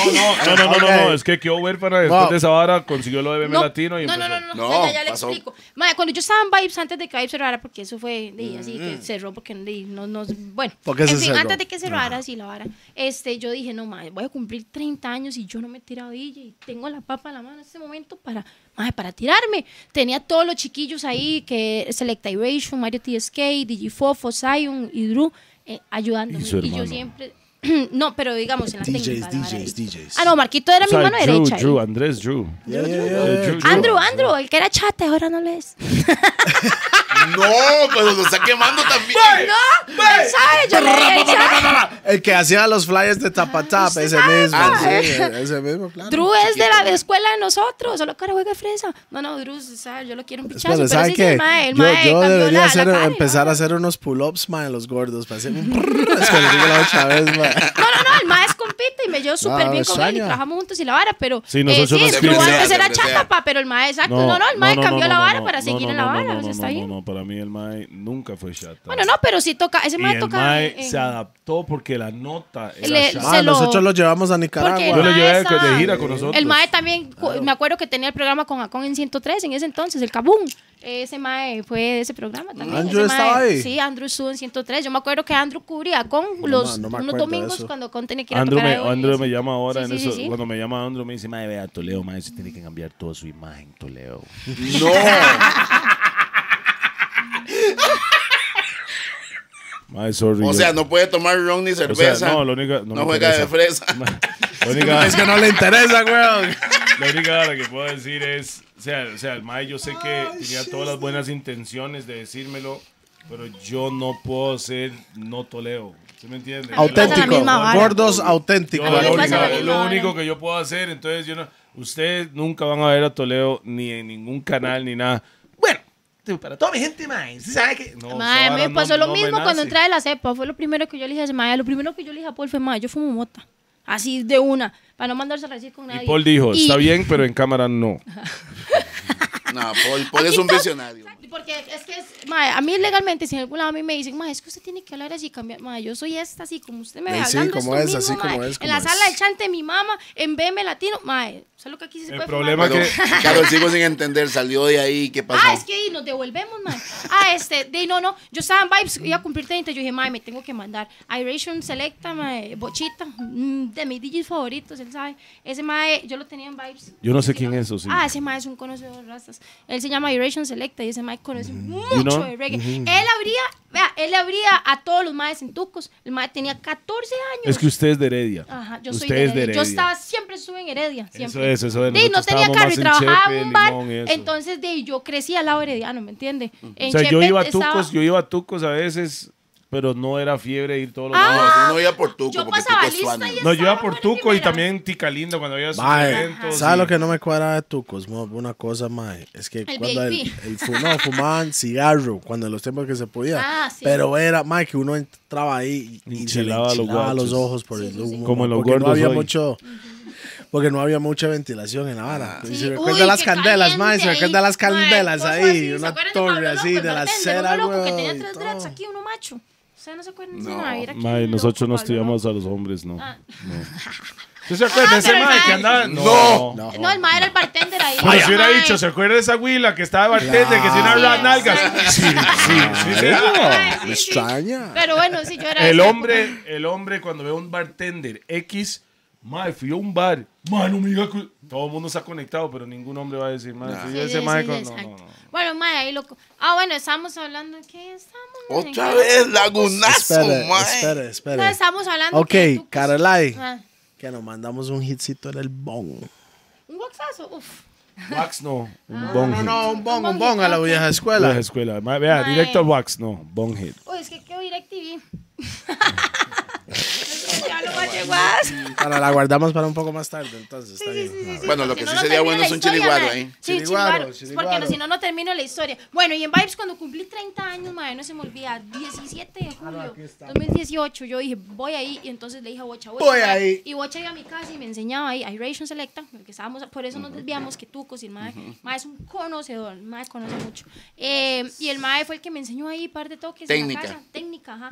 no, no, no, no, es que quedó huérfana después
No.
de esa vara, consiguió lo de BM Latino y
no, no,
empezó.
no,
No,
no, no, ya, ya le
pasó.
explico. Mae, cuando yo estaba en Vibes, antes de que Vibes cerrara, porque eso fue, de, así que cerró, porque de, no, no, bueno.
Mm. ¿Por qué
en
se
fin,
cerró?
antes de que cerrara, sí, la vara, este, yo dije, no, mae, voy a cumplir 30 años y yo no me he tirado DJ y tengo la papa en la mano en este momento para, mae, para tirarme. Tenía todos los chiquillos ahí, que Selecta Iration, Mario TSK, DJ Fofo, Zion y Drew, eh, ayudándome.
Y su
yo
hermano.
siempre... [CLEARS THROAT] No, pero digamos en la
DJs,
técnica. la vara
DJs,
ahí.
DJs.
Ah, no, Marquito era
O sea,
mi mano
Drew,
derecha. ahí.
Drew, Andrés Drew.
Yeah, yeah, yeah.
Eh, Drew, Drew.
Andrew, Andrew, el que era chata, ahora no lo es.
No, pero lo está quemando también.
¡No! él sabe, Yo le he dicho.
El que hacía los flyers de Tapatap, ese mismo. sí, ese mismo, claro.
Drew es de la escuela de nosotros, solo que ahora juega de fresa. No, no, Drew, ¿sabes? yo lo quiero un pichazo.
Espera,
pero
¿sabe
sí, sí,
qué?
el mae, el
yo
mae
yo
cambió
debería
la-
hacer-
la cara,
empezar a
¿no?
hacer unos pull-ups, ma, de los gordos, para hacer
[LAUGHS]
un prrr, es que les digo la otra vez, ma.
No, no, no, el mae es compita y me llevo súper
Ah,
bien con él y
extraña.
trabajamos juntos y la vara, pero.
Sí, nosotros
eh,
nos
sí, Drew
queremos.
antes era
Siempre sea.
chata, pa, pero el mae, exacto. ah, No, no, el mae cambió la vara para seguir en la vara, o sea, está
bien.
bien.
No, no, para mí el Mae nunca fue chata.
Bueno, no, pero sí toca, ese
Y
mae
el
toca.
Mae
en-
se adaptó porque la nota era
Le-
chata.
Ma,
Se lo-
Ah, nosotros lo llevamos a
Porque el
Yo lo
Nicaragua.
llevé
mae
de-
estaba-
de gira con nosotros.
El mae también, cu- me acuerdo que tenía el programa con Acon en 103 en ese entonces, el Kabum. Ese mae fue de ese programa también.
Ah, Andrew
Ese mae-
estaba ahí.
Sí, Andrew estuvo en 103. Yo me acuerdo que Andrew cubría con los
no me
unos
acuerdo de
domingos
eso.
cuando Acon tenía que ir a
Andrew
tocar
me,
a Ebony.
Andrew me llama ahora
Sí,
en
sí,
eso.
sí, sí.
Cuando me llama Andrew me dice, mae, vea, Toledo, mae, se tiene que cambiar toda su imagen, Toledo.
No.
Mae, sorry.
O
yo-
sea, no puede tomar ron ni
o sea,
cerveza.
no, lo único.
No,
me
juega de
interesa. [LAUGHS]
fresa. [LAUGHS]
La única,
Es que no le interesa,
[LAUGHS]
weón.
la única hora que puedo decir es. O sea, o sea, el Mae, yo sé que tenía todas las buenas intenciones de decírmelo, pero yo no puedo ser no toleo. ¿Sí me entiende?
Pasa la
Auténtico.
misma vara.
Gordos
Yo,
auténticos.
A mí me
lo,
pasa
único,
la misma
lo
vara.
único que yo puedo hacer, entonces yo no. Ustedes nunca van a ver a Toledo ni en ningún canal ni nada. Bueno, tipo, para toda mi gente, mae, ¿sí sabe que. No,
Mae,
esa vara
me
no-
pasó lo
no me
mismo cuando
nace.
entré de la cepa. Fue lo primero que yo le dije a ese mae. Lo primero que yo le dije a Paul fue, mae, yo fumo mota. Así de una, para no mandarse a decir con nadie.
Y Paul
[LAUGHS]
dijo,
Y-
está bien, pero en cámara no.
No, Paul, Paul es un visionario.
Porque es que, es, mae, a mí legalmente, si en algún lado a mí me dicen, mae, es que usted tiene que hablar así, cambiar, mae, yo soy esta, así como usted me ve
Ey, sí,
hablando
como
esto
es, así
mismo,
como
mae.
es,
En
como
la sala
es.
del chante de mi mamá, en BM Latino, mae, solo que aquí sí se
El
puede
problema
fumar,
que-
Pero, claro, sigo sin entender. Salió de ahí, ¿qué pasó?
Ah, es que ahí nos devolvemos, mae. Ah, este, de no, no. Yo estaba en Vibes, iba a cumplir 30. Yo dije, mae, me tengo que mandar. Iration Selecta, mae, Bochita, mm, de mis DJs favoritos, él sabe. Ese mae, yo lo tenía en Vibes.
Yo no sé quién es, o sí.
Ah, ese mae es un conocedor de rastas. Él se llama Iration Selecta y ese mae conoce mucho
Mm, know? Mm-hmm.
de reggae. Él abría, vea, él abría a todos los maes en Tucos. El mae tenía 14 años.
Es que usted es de Heredia.
Ajá, yo soy
usted
de
es
Heredia.
de
Yo
Heredia.
estaba, siempre estuve en Heredia. Siempre.
es, eso es.
Sí, no
Nosotros
tenía
estábamos
carro
más
y
en
trabajaba
Chepe,
en un bar.
Limón y eso. Mm.
entonces, de, yo crecí al lado herediano, ¿me entiendes?
O sea, yo iba a Tucos, yo iba a Tucos a veces, pero no era fiebre ir todos los
Ah,
No,
días.
no iba por Tuco,
yo
porque
pasaba
Tuco es
lista
suano.
y-
No, yo iba
estaba
por
en
Tuco y
primera.
también Tica Linda cuando había sus
Mae,
eventos.
¿sabes
y-
lo que no me cuadra de tu cosmo? Una cosa, mae, es que
El
cuando el,
VIP.
el fu- no, fumaban cigarro, cuando en los tiempos que se podía.
Ah, sí.
Pero era, mae, que uno entraba ahí y, y se le
Enchilaba los
enchilaba los,
guachos.
ojos por el humo.
Como
mae,
los
porque
gordos
no había
hoy.
mucho Porque no había mucha ventilación en La Habana. Y
Ah, Sí,
se
uy,
recuerda las
qué
candelas,
caliente
mae, se
ahí.
recuerda las
Mae,
candelas
cosas así,
ahí, una
¿se acuerdan de Pablo
torre así
López,
de la
Martín,
acera,
uno loco que tenía
güey, y
tres dreads
todo.
aquí, uno macho. ¿Ustedes no se acuerdan de
No.
ese era aquí
Mae,
un
nosotros
loco,
nos
Pablo
estudiamos a los hombres, no.
Ah.
no. ¿Usted se acuerda de ese
pero el
mae
mae-
que andaba?
No.
no.
López. No, el mae era el bartender ahí.
[LAUGHS] Pero si hubiera
Mae.
dicho, ¿se acuerda de esa huila que estaba de bartender, que tiene unas
Sí,
nalgas? Sí, sí, sí. sí.
Mae,
Me
sí, sí.
extraña.
Pero bueno, sí, yo era. de
El
esa
hombre, el hombre cuando ve un bartender X, mae, fui a un bar. Mae, no me diga que... Todo el mundo está conectado, pero ningún hombre va a decir, mae, fui
Sí,
a ese
sí,
mae
sí,
con- no,
exacto.
no, no.
Bueno, mae, ahí loco. Ah, bueno, estamos hablando. ¿Qué estamos? mae?
Otra vez, lagunazo,
Espere,
mae.
espere,
No,
espere.
estamos hablando.
Ok,
que tú-
Carolai,
Ah,
que nos mandamos un hitcito en el bong.
Un boxazo, uf.
Wax no,
Ah.
un bong
No,
hit.
no, un bong, un
Un
bong a la
bonguito,
vieja
La
escuela.
escuela. Mae, vea,
Mae.
directo al wax, no, bong hit.
Uy, es que quedó
[LAUGHS]
DirecTV. [LAUGHS] ya lo va a llevar.
Ahora la guardamos para un poco más tarde, entonces está bien.
Bueno, lo
Si
que
no,
sí
no
sería
termino
bueno
la
es un
historia,
chiriguaro
mae. [LAUGHS]
ahí.
Sí,
Chiriguaro,
chiriguaro.
chiriguaro.
Porque no, si no, no termino la historia. Bueno, y en Vibes, cuando cumplí 30 años, madre, no se me olvida, 17 de julio 2018, yo dije, voy ahí. Y entonces le dije a Bocha, Bocha,
Voy
mae.
ahí.
Y Bocha iba a mi casa y me enseñaba ahí, Iration Selecta, el que estábamos, por eso nos desviamos, que Tucos y el mae. mae es un conocedor, el mae conoce mucho. Eh, y el mae fue el que me enseñó ahí, par de toques. en la
Técnica.
casa, técnica, ajá.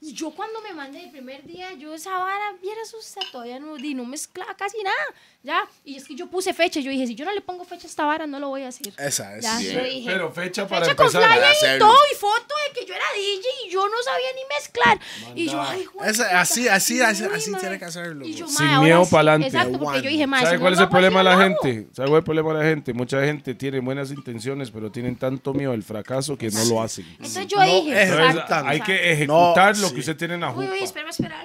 Y yo cuando me mandé el primer día, yo esa vara, vieras usted, todavía no, di, no mezclaba casi nada, ya. Y es que yo puse fecha, yo dije, si yo no le pongo fecha a esta vara, no lo voy a hacer.
Esa es.
Ya,
Bien.
yo dije,
Pero fecha para
fecha con
empezar.
para
playa y
hacerlo.
todo, y foto de que yo era DJ y yo no sabía ni mezclar. Y yo, ay, joder,
Esa-
puta.
así- así-
Y yo,
así-
"Uy,
así
mae".
tiene que hacerlo,
Y yo,
güey.
"Mae,
Sin
ahora
miedo
sí".
pa'lante.
Exacto, porque yo dije, mae,
¿Sabe
si
cuál es
no
el
lo hago,
problema de
yo
la
lo hago.
gente? ¿Sabe cuál es el problema de la gente? Mucha gente tiene buenas intenciones, pero tienen tanto miedo al fracaso que no lo hacen.
Entonces yo
No, es-
dije,
Entonces,
exacto,
hay
exacto.
que ejecutar
No,
lo
sí.
que usted tiene en la
Uy,
jupa.
uy, espera, espera.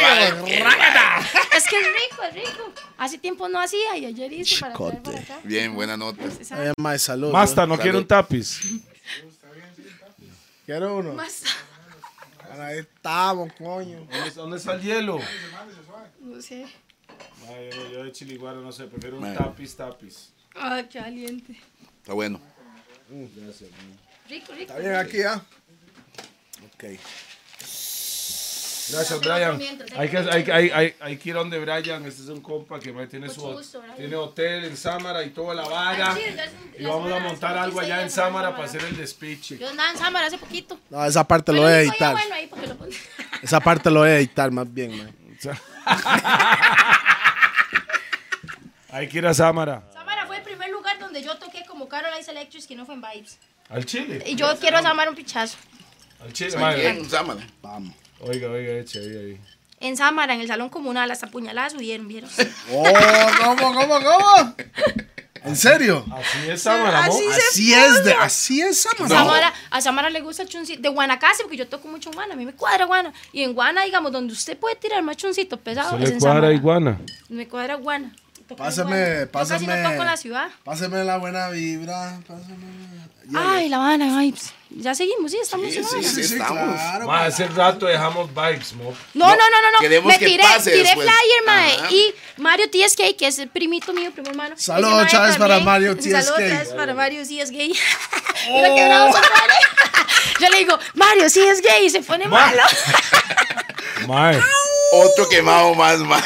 Rágata.
Es que es rico, es rico. Hace tiempo no hacía y ayer hice para traer
Chicote.
para acá.
Bien, buena nota.
Exacto.
Eh, mae, salud.
Basta,
güey.
no quiero un tapiz.
Quiero uno.
Basta.
Ahora Ahí estamos, coño.
¿Dónde está el hielo?
No sé.
yo de chiliguaro no sé, prefiero un
Mae.
tapiz, tapiz.
Ah, qué valiente.
Está bueno.
Rico, rico.
Está bien aquí, ¿ah? Ok.
Gracias, Brian. Hay que, hay, hay, hay, hay que ir donde Brian. Este es un compa que mae, tiene, su,
Mucho gusto, Brian.
tiene hotel en Samara y toda la vara.
Ay, sí, ya son-
Y
las
vamos a
varas,
montar
porque
algo
estoy
allá en
ya con la
Samara
cámara.
para hacer el despeche.
Yo andaba en Samara hace poquito.
No, esa parte lo
Pero
voy a
digo, ya
editar.
Bueno, ahí porque lo pon- [LAUGHS]
Esa parte lo voy a editar más bien, mae.
Hay que ir a Samara.
Samara fue el primer lugar donde yo toqué como Carol Ice Electrics que no fue en Vibes.
Al Chile.
Y yo quiero a Samara un pichazo.
Al Chile, madre.
Bien, Sámara.
Vamos.
Oiga, oiga, eche ahí, ahí.
En Samara, en el salón comunal, hasta puñaladas subieron, vieron.
Oh, ¿cómo, cómo, cómo? ¿En serio?
Así es,
ah,
Samara, ¿no?
Así es.
Así es, de, así es, Samara.
Samara- a Samara le gusta el chuncito de Guanacaste, porque yo toco mucho Guana, a mí me cuadra Guana. Y en Guana, digamos, donde usted puede tirar más chuncito pesado,
Se
es
le
Ah, en
cuadra
Samara.
iguana.
Me cuadra Guana. Tocar en Guana.
Pásame,
Yo casi
pásame.
no toco en la ciudad.
Pásame la buena vibra. Pásame.
Ay, La Habana, ay, ps, ya seguimos, sí, estamos en
Sí,
La
sí,
Habana.
sí, estamos.
Ma, hace rato dejamos vibes, mo.
No, no, no, no, no.
Queremos
me
que
tiré,
pase
tiré
después.
flyer, mae.
Ajá.
Y Mario TSK, que es el primito mío, primo hermano. ese
Saludos
mae
otra vez para
también.
Mario
Saludos otra
TSK.
vez
Oh.
para Mario TSK. [LAUGHS]
Oh.
Mira qué bravo son, Mario. [LAUGHS] Yo le digo, Mario, sí es gay, y se pone
Ma.
malo. [LAUGHS]
Ma,
Otro quemado más,
[LAUGHS]
más.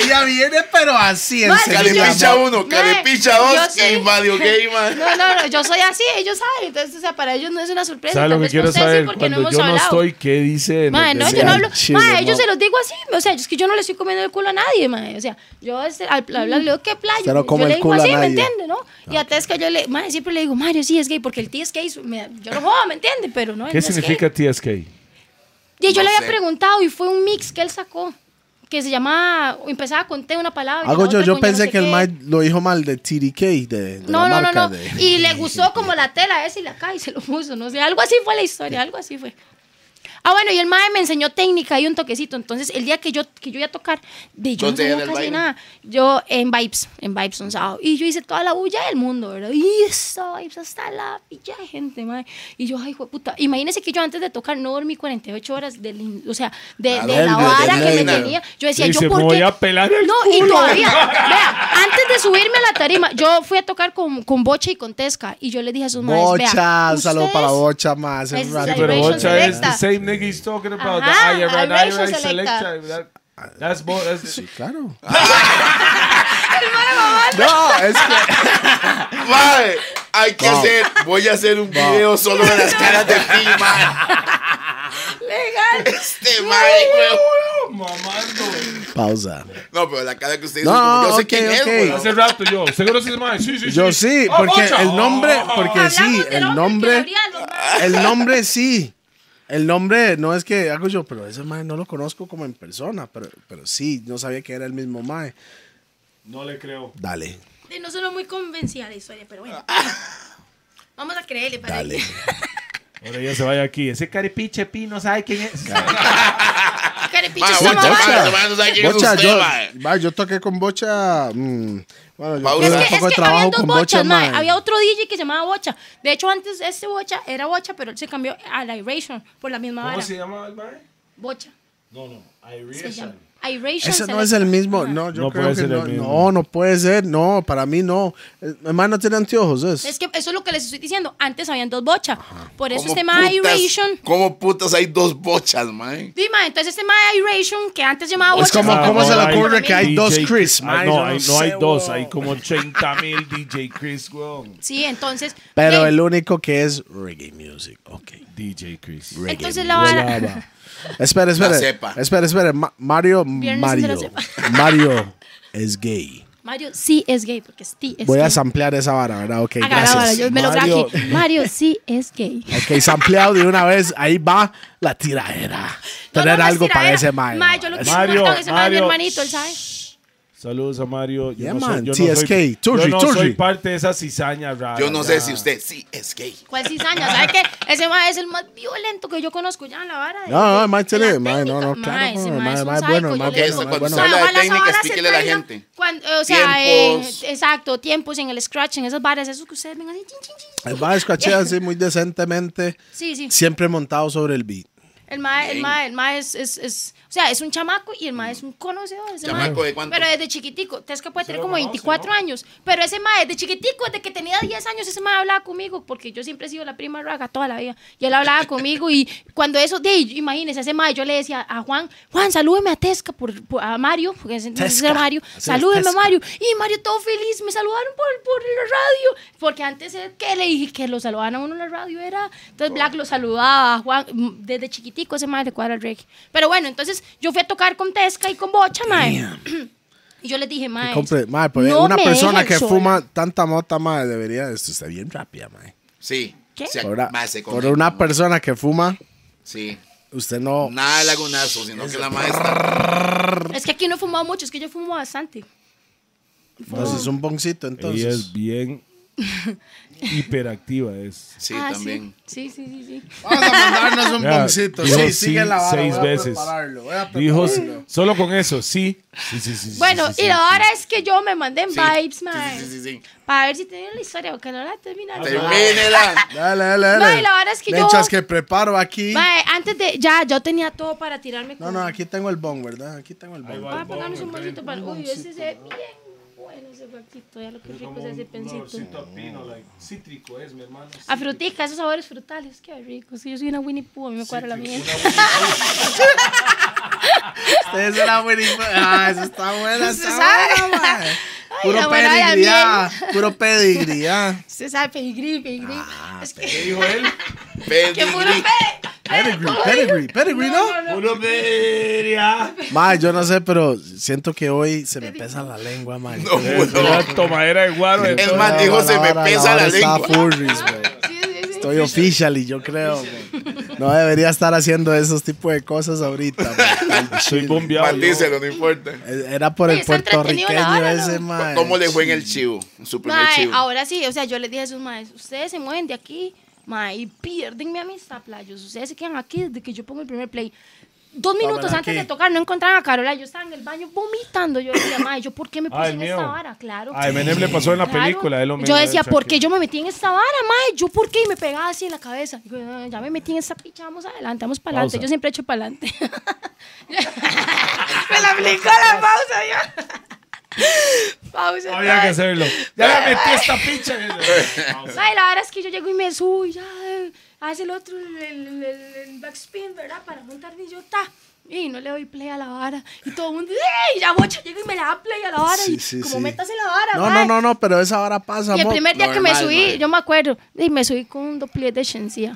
Ella viene, pero así, en
Mae,
serio,
yo-
mi
Calepicha
amor.
uno,
Mae,
Calepicha
yo
dos,
sí.
y Mario Gay, man.
No, no, no, yo soy así, ellos saben. Entonces, o sea, para ellos no es una sorpresa.
¿Sabes
tal
lo que
vez para
quiero
ustedes pues, sí,
saber?
porque
Cuando
hemos
yo no
hablado.
estoy, ¿qué dice? en
Mae,
el
no, yo
deseo?
no hablo.
chile,
Mae, yo
mo.
se los digo así. O sea, es que yo no le estoy comiendo el culo a nadie, mae. O sea, yo este, al hablar le digo, ¿qué playa?
Usted no come
yo le
el
digo
culo a
así, ¿me
nadie. Ah,
entiende, no? Y a Tesca yo le, mae, siempre le digo, Mario, sí es gay, porque el T es gay. me- yo lo jodo, ¿me entiende? Pero no, él no
¿Qué
es gay.
significa TSK?
Y yo
No
le había
sé.
preguntado y fue un mix que él sacó. Que se llamaba, o empezaba con T una palabra. y
Hago
la
yo,
otra
yo
con no
pensé
sé
que el
qué.
Mike lo dijo mal de TDK, de, de
No,
la
no, no,
marca
no.
de-
Y le gustó como la tela esa y la acá y se lo puso, no sé. Algo así fue la historia, algo así fue. Ah, bueno, y el mae me enseñó técnica y un toquecito. Entonces, el día que yo, que yo iba a tocar, de yo
¿Dónde
no sabía
era el
casi
baile?
nada. Yo en Vibes, en Vibes un sábado. Y yo hice toda la bulla del mundo, ¿verdad? Y eso, Vibes hasta la pilla de gente, mae. Y yo, ay, hijo de puta. Imagínense que yo antes de tocar no dormí 48 horas del, in- o sea, de,
Claro,
de la
del- del-
vara
del-
que me
del-
tenía. Yo decía,
Dice,
yo por
"Me
qué.
voy a pelar el
no, y
[LAUGHS]
todavía, vea, antes de subirme a la tarima, yo fui a tocar con, con Bocha y con Tesca. Y yo les dije a sus madres,
Bocha,
vea.
un saludo
ustedes-
para Bocha más.
Es
Pero
Vibration
Bocha is the
Selecta.
same nigga he's talking about. the
Ajá,
IRA,
Vibration
IRA
Selecta.
Selecta. That- That's Bo- that's- [LAUGHS]
Sí,
[LAUGHS]
claro. no, es que.
Mae, hay que
Wow.
hacer, voy a hacer un video solo de las caras de
[LAUGHS]
ti, mae.
Legal.
Este, mae, huevo.
Mamando.
Pausa.
No, pero la cara que usted hizo,
No,
como, yo
no,
sé
ok,
quién es,
ok.
huevo.
Hace rato yo. Seguro se llama. Sí, sí, sí.
Yo sí,
Ah,
porque
Bocha.
el nombre,
Ah.
porque sí,
Oh, Hablamos del hombre
el
que
nombre,
abría los mares.
el nombre sí. El nombre no es que hago yo, pero ese mae no lo conozco como en persona, pero, pero sí, no sabía que era el mismo mae.
No le creo.
Dale,
Y No solo muy convencida la historia, pero bueno. Vamos a creerle para
dale.
Ahora ya se vaya aquí. Ese caripiche pino sabe quién es.
Carepicho
Mae,
esa
Bocha,
mamá.
mae, mae, no sabe quién es
Ah, Bocha,
usted,
yo,
mae.
mae, yo toqué con Bocha. mm, bueno, yo
Pausa.
tuve
Pero
Es
un poco
que, es
de
que había
trabajo
dos
con
bochas,
Bocha,
mae.
mae.
Había otro DJ que se llamaba Bocha. De hecho, antes este Bocha era Bocha, pero él se cambió a la Iration por la misma
¿Cómo
vara.
se llama el mae?
Bocha
No, no.
se llama.
Iration.
Iration.
Ese no
Select-
es el mismo. No, yo
No
creo
puede
que
ser el
no.
mismo.
No, no puede ser. No, para mí no. El el mae no tiene anteojos, es.
Es que eso es lo que les estoy diciendo. Antes habían dos Bocha. Por eso
¿Cómo
este tema
putas-
Iration.
¿Cómo putas hay dos bochas, mae?
Sí, mae, entonces este mae Iration, que antes se llamaba
Es
Bocha.
como-
se
Ah,
¿cómo
cambió
se le
por la
ocurre
misma.
que hay
DJ
dos Chris,
Ah,
mae?
no,
Yo
hay-
no
no hay
sé,
dos,
weón.
hay como 80 mil DJ Chris, weón.
Sí, entonces.
Pero
sí.
el único que es reggae music. Ok.
DJ Chris.
Entonces la vara.
Espera,
La
espera.
cepa.
Espera, espera. Ma- Mario,
Viernes de la
Mario.
cepa.
Mario
[LAUGHS]
es gay.
[LAUGHS] Mario sí es gay, porque es ti. Es
Voy
gay.
a samplear esa vara, ¿verdad? Ok,
Haga la vara,
gracias.
yo me lo
Mario-
graje. Mario sí es gay.
Ok, sampleado de una vez. Ahí va la tiradera.
No,
[LAUGHS] Tener
no, no,
algo
es
para
tiradera.
ese mae.
Mae, yo lo quiero
Mario,
un montón, ese mae es mi
Mario.
hermanito, él sabe.
Saludos a Mario. Yo
Yeah,
no soy,
man,
yo no
TSK,
soy,
Turri,
yo no
Turri.
soy parte de esa cizaña rara.
Yo no
ya.
sé si usted sí es gay.
¿Cuál cizaña? ¿Sabes qué? Ese mae es el más violento que yo conozco ya en la vara. de-
No, no,
de-
el mae
de
tiene-
la
el mae, no, no,
técnica.
claro,
ese
el
mae
mae-
es un
mae es bueno,
psycho,
el
yo
mae es
le
Eso,
digo.
bueno,
cuando
bueno.
se habla
Mae,
de
ojalá esa
técnica,
vara se
explíquele a la
traiga
gente.
cuando- o sea, eh,
Tiempos.
exacto, tiempos en el scratch, en esas varas, esos que ustedes ven así. chin, chin, chin, chin.
El mae
[LAUGHS]
escuachea así muy decentemente.
Sí, sí.
Siempre montado sobre el beat.
El mae, el
Bien.
mae, el mae es, es, es- o sea, es un chamaco y el mae es un conocedor. Ese mae.
¿Chamaco de cuánto?
Pero desde chiquitico, Tesca puede tener como
conoce,
24
¿no?
años, pero ese mae desde chiquitico, desde que tenía 10 años, ese mae hablaba conmigo, porque yo siempre he sido la prima raga toda la vida, y
[LAUGHS]
él hablaba conmigo y cuando eso, de, imagínese, ese mae, yo le decía a Juan, Juan, salúdeme a Tesca, por, por- a Mario, porque ese entonces
Tesca.
era Mario,
Así es,
salúdeme a
Tesca.
Mario, y Mario todo feliz, me saludaron por, por la radio, porque antes eh, que le dije que lo saludaban a uno en la radio era, entonces Black lo saludaba, Juan, mm, desde chiquitico ese madre cuadra el reggae. Pero bueno, entonces yo fui a tocar con Tesca y con Bocha, mae. Y yo les dije, mae,
Compre, mae, pues,
no
una
me
persona
dejen
que
sola.
fuma tanta mota, mae, debería. Esto está bien rápida, mae.
Sí.
¿Qué?
Se-
Por, una-
mae, se
por
come.
una persona que fuma,
Sí.
usted no.
Nada de lagunazo, sino que la maestra.
Es que aquí no he fumado mucho, es que yo fumo bastante.
Entonces es un boncito,
Ella
entonces.
es bien
[LAUGHS]
hiperactiva. Es.
Sí,
Ah,
también.
Sí, sí, sí, sí.
Vamos a mandarnos un
[LAUGHS] Ya,
boncito.
dijo
Sí, sigue la vara.
seis
voy a
veces.
prepararlo, voy a
Dijo,
prepararlo.
solo con eso, sí. Sí, sí, sí, sí,
Bueno,
sí, sí.
y la hora es que yo me mandé en
Sí.
vibes,
Sí,
mae.
sí, sí, sí, sí.
Ah.
Para ver si tenía la historia, porque no la terminaron.
Termínela.
Dale, dale, dale.
Mae, la vara es que yo-
Mientras que preparo aquí.
Mae, antes de. Ya, yo tenía todo para tirarme.
No, no, aquí tengo el bong, ¿verdad? Aquí tengo el bong.
Voy a ponernos un bolsito para. Uy, ese se ve bien bueno ese bolsito. Ya lo que rico es ese pencito.
a pino, like, cítrico es, mi hermano.
A frutica, esos sabores frutales, qué rico. Si yo soy una Winnie Pooh, a mí me cuadra la mía. [LAUGHS]
Ustedes era buenísimo. Ah, eso está buena,
[LAUGHS]
Se
está
sabe.
buena, mae. Puro
la buena de la
pedigría. Puro
[LAUGHS]
pedigría.
Usted sabe, pedigrí, pedigrí. es que.
dijo él?
[LAUGHS] ¡Qué [LAUGHS] puro
Pedigrí.
pe!
Pedigree, pedigree, pedigree, ¿no?
Uno vería.
Mae, yo no sé, pero siento que hoy se me pesa la lengua, mae.
No, no.
Una tomadera de guaro.
Es
entonces-
más, dijo, se me
vara-
pesa la
vara está
lengua.
furries, mae.
Sí, sí, sí.
Estoy officially, yo creo. mae. No debería estar haciendo esos tipos de cosas ahorita. mae.
[LAUGHS]
Al
Soy
chile. E-,
bombeado. yo.
Matícelo, no importa.
Era por
Oye,
el
está entretenido la
puertorriqueño
vara, ¿no?
ese, mae.
¿Cómo le fue en el chivo? En su
Pues
primer
Mae,
chivo.
ahora sí, o sea, yo les dije a esos maes, ustedes se mueven de aquí, mae, y pierden mi amistad, playos. Ustedes se quedan aquí desde que yo pongo el primer play. Dos minutos
Tómala
antes
aquí.
de tocar, no encontraban a Carola. Yo estaba en el baño vomitando. Yo decía, mae, ¿yo por qué me puse
Ay,
en
mío.
esta vara? Claro.
Ay, Menem le pasó en la
Claro.
película. él lo
yo
mismo,
decía,
él
¿por qué
tranquilo.
yo me metí en esta vara, mae? ¿Yo por qué? Y me pegaba así en la cabeza. Digo, "Ah, ya me metí en esta picha, vamos adelante, vamos para adelante.
Pausa.
Yo siempre he hecho
[LAUGHS]
para [LAUGHS] adelante.
Me la aplicó la pausa ya. Pausa.
Había que
[LAUGHS]
hacerlo. Ya le metí esta
[LAUGHS]
pincha.
Mae, la verdad es que yo llego y me subo y ya eh, hace el otro, el, el- el- el backspin, ¿verdad? Para montar y yo, ta. Y no le doy play a la vara. Y todo el mundo, ¡ey! Ya bocha, llego y me le da play a la vara.
Sí,
y
sí,
como
sí.
metas en la vara,
No, no,
mae.
no, no, pero esa hora pasa,
Y el
amor.
primer día que me
normal,
subí,
mae.
yo me acuerdo, y me subí con un doble de Shensia.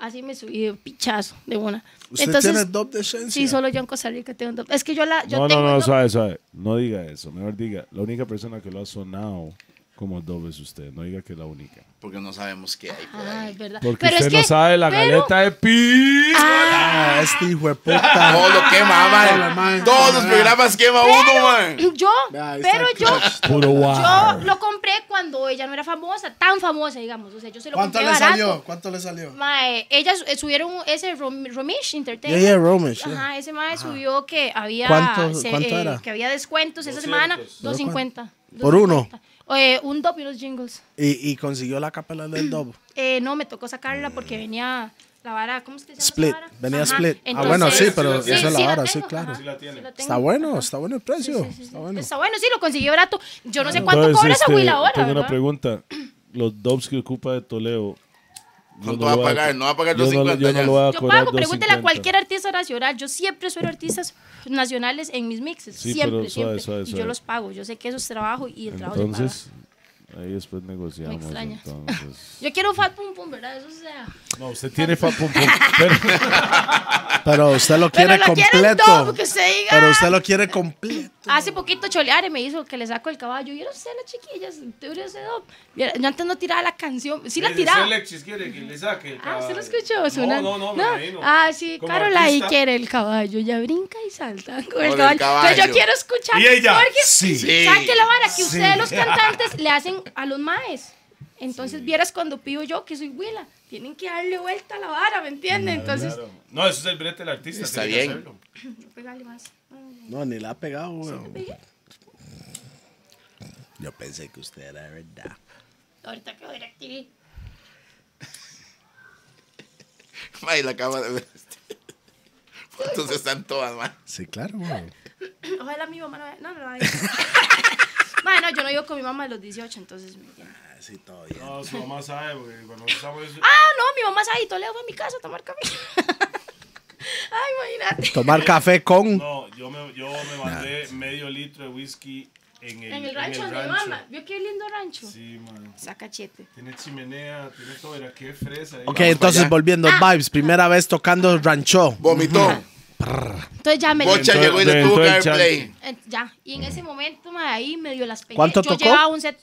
Así me subí, de pichazo, de una.
Usted tiene dop de Shensia.
Sí, solo yo en Costa Rica tengo un doble. Es que yo la. Yo
No,
tengo
no, no,
un doble-
suave, suave. No diga eso. Mejor diga, la única persona que lo ha sonado como doble es usted. No diga que es la única.
Porque no sabemos qué hay por
Ah,
ahí.
es verdad.
Porque
pero
usted
es
no
que,
sabe la
pero-
galeta de pi.
Ah, este hijo de
Todo
puta.
lo quema,
la
man.
madre.
Todos los programas quema uno, man.
Yo,
Vea, ahí está
pero
el
yo,
clutch.
Puro
yo
wow.
lo compré cuando ella no era famosa, tan famosa, digamos. O sea, yo se lo
¿Cuánto
compré
le
barato.
salió? ¿Cuánto le salió?
Mae, ellas eh, subieron ese Rom- Romish Entertainment.
Yeah, yeah, Romish, yeah.
Ajá, ese mae subió que había
¿Cuánto-
se-
cuánto
eh,
era?
que había descuentos esa semana, 250.
¿Por uno?
2.50. Eh, un dop y unos jingles.
Y, y consiguió la capela del dobo.
Eh, no, me tocó sacarla porque venía la vara, ¿cómo es que se llama? esa
Mm. Split,
vara?
venía split. Ah, bueno, sí, pero esa es la vara, sí, claro. Sí
la tengo.
Está bueno, está bueno el precio. Está bueno.
Está bueno, sí, lo conseguí barato. Yo
Ah,
no sé cuánto cobra esa
este,
Will ahora,
Tengo una
¿verdad?
pregunta. Los dobs que ocupa de Toledo. yo
¿Cuánto
lo
va a
voy
pagar? No va a pagar
yo no-
250
Yo no
ya.
lo voy a
Yo
cobrar
pago, pregúntele a
250.
cualquier artista nacional. Yo siempre suelo artistas nacionales en mis mixes.
Sí,
siempre,
pero suave,
siempre.
suave,
Y
suave.
yo los pago. Yo sé que eso es trabajo y el trabajo se
Entonces, ahí después negociamos.
Me extraña.
entonces.
paga. Yo quiero fat pum pum, ¿verdad? Eso sea.
[LAUGHS] No, usted tiene fa pum [LAUGHS] pum. Pero,
Pero usted lo quiere
lo quieren todo,
completo.
porque usted diga.
Pero usted lo quiere
[LAUGHS]
completo.
Hace poquito Choleare me hizo que le saco el caballo. Yo no sé, las chiquillas. te hubiera sido- Mira, Yo antes no tiraba la canción. Sí la tiraba.
quiere que le saque.
Ah, ¿se lo escuchó? Suena-
no, no, me imagino.
Ah, sí,
Como
Carola ahí
artista.
quiere el caballo. Ya brinca y salta con el
el
caballo. Entonces
caballo.
yo quiero escuchar.
¿Y ella?
Porque
Sí.
Sí.
¿Saben qué es la vara? Que
[LAUGHS]
ustedes los cantantes le hacen a los maes. Entonces vieras cuando pido yo, que soy huila, tienen que darle vuelta a la vara, ¿me entienden? Entonces,
No, eso es el brete del artista.
Está tiene que bien. hacerlo.
no pegale más.
No, ni la ha pegado, weón. Yo pensé que usted era de verdad.
Ahorita que voy a ir aquí.
Ay, la cámara. Entonces están todas, man.
Sí, claro, weón.
Ojalá mi mamá no vea- No,
[LAUGHS]
no, la vea. Bueno, yo no vivo con mi mamá de los 18, entonces me entienden.
Sí, todo bien.
No, su mamá sabe, porque cuando empezamos eso.
Ah, no, mi mamá sabe y Toledo fue a mi casa a tomar café. [LAUGHS] Ay, imagínate.
Tomar café con.
No, yo me, yo me mandé medio litro de whisky en el,
En el rancho de mi
rancho.
mamá. ¿Vio qué lindo rancho?
Sí, man.
Saca chete.
Tiene chimenea, tiene todo, era qué fresa. eh.
Ok,
Vamos
entonces
para allá.
volviendo,
Ah.
vibes, primera vez tocando rancho.
Vomitó.
Entonces ya me
Bocha
Reventó-
llegó y le
reventó
tuvo que
el
dar
chan.
play.
Eh, Ya, y en ese momento, mae, ahí medio las pegué.
¿Cuánto
yo
tocó?
llevaba un set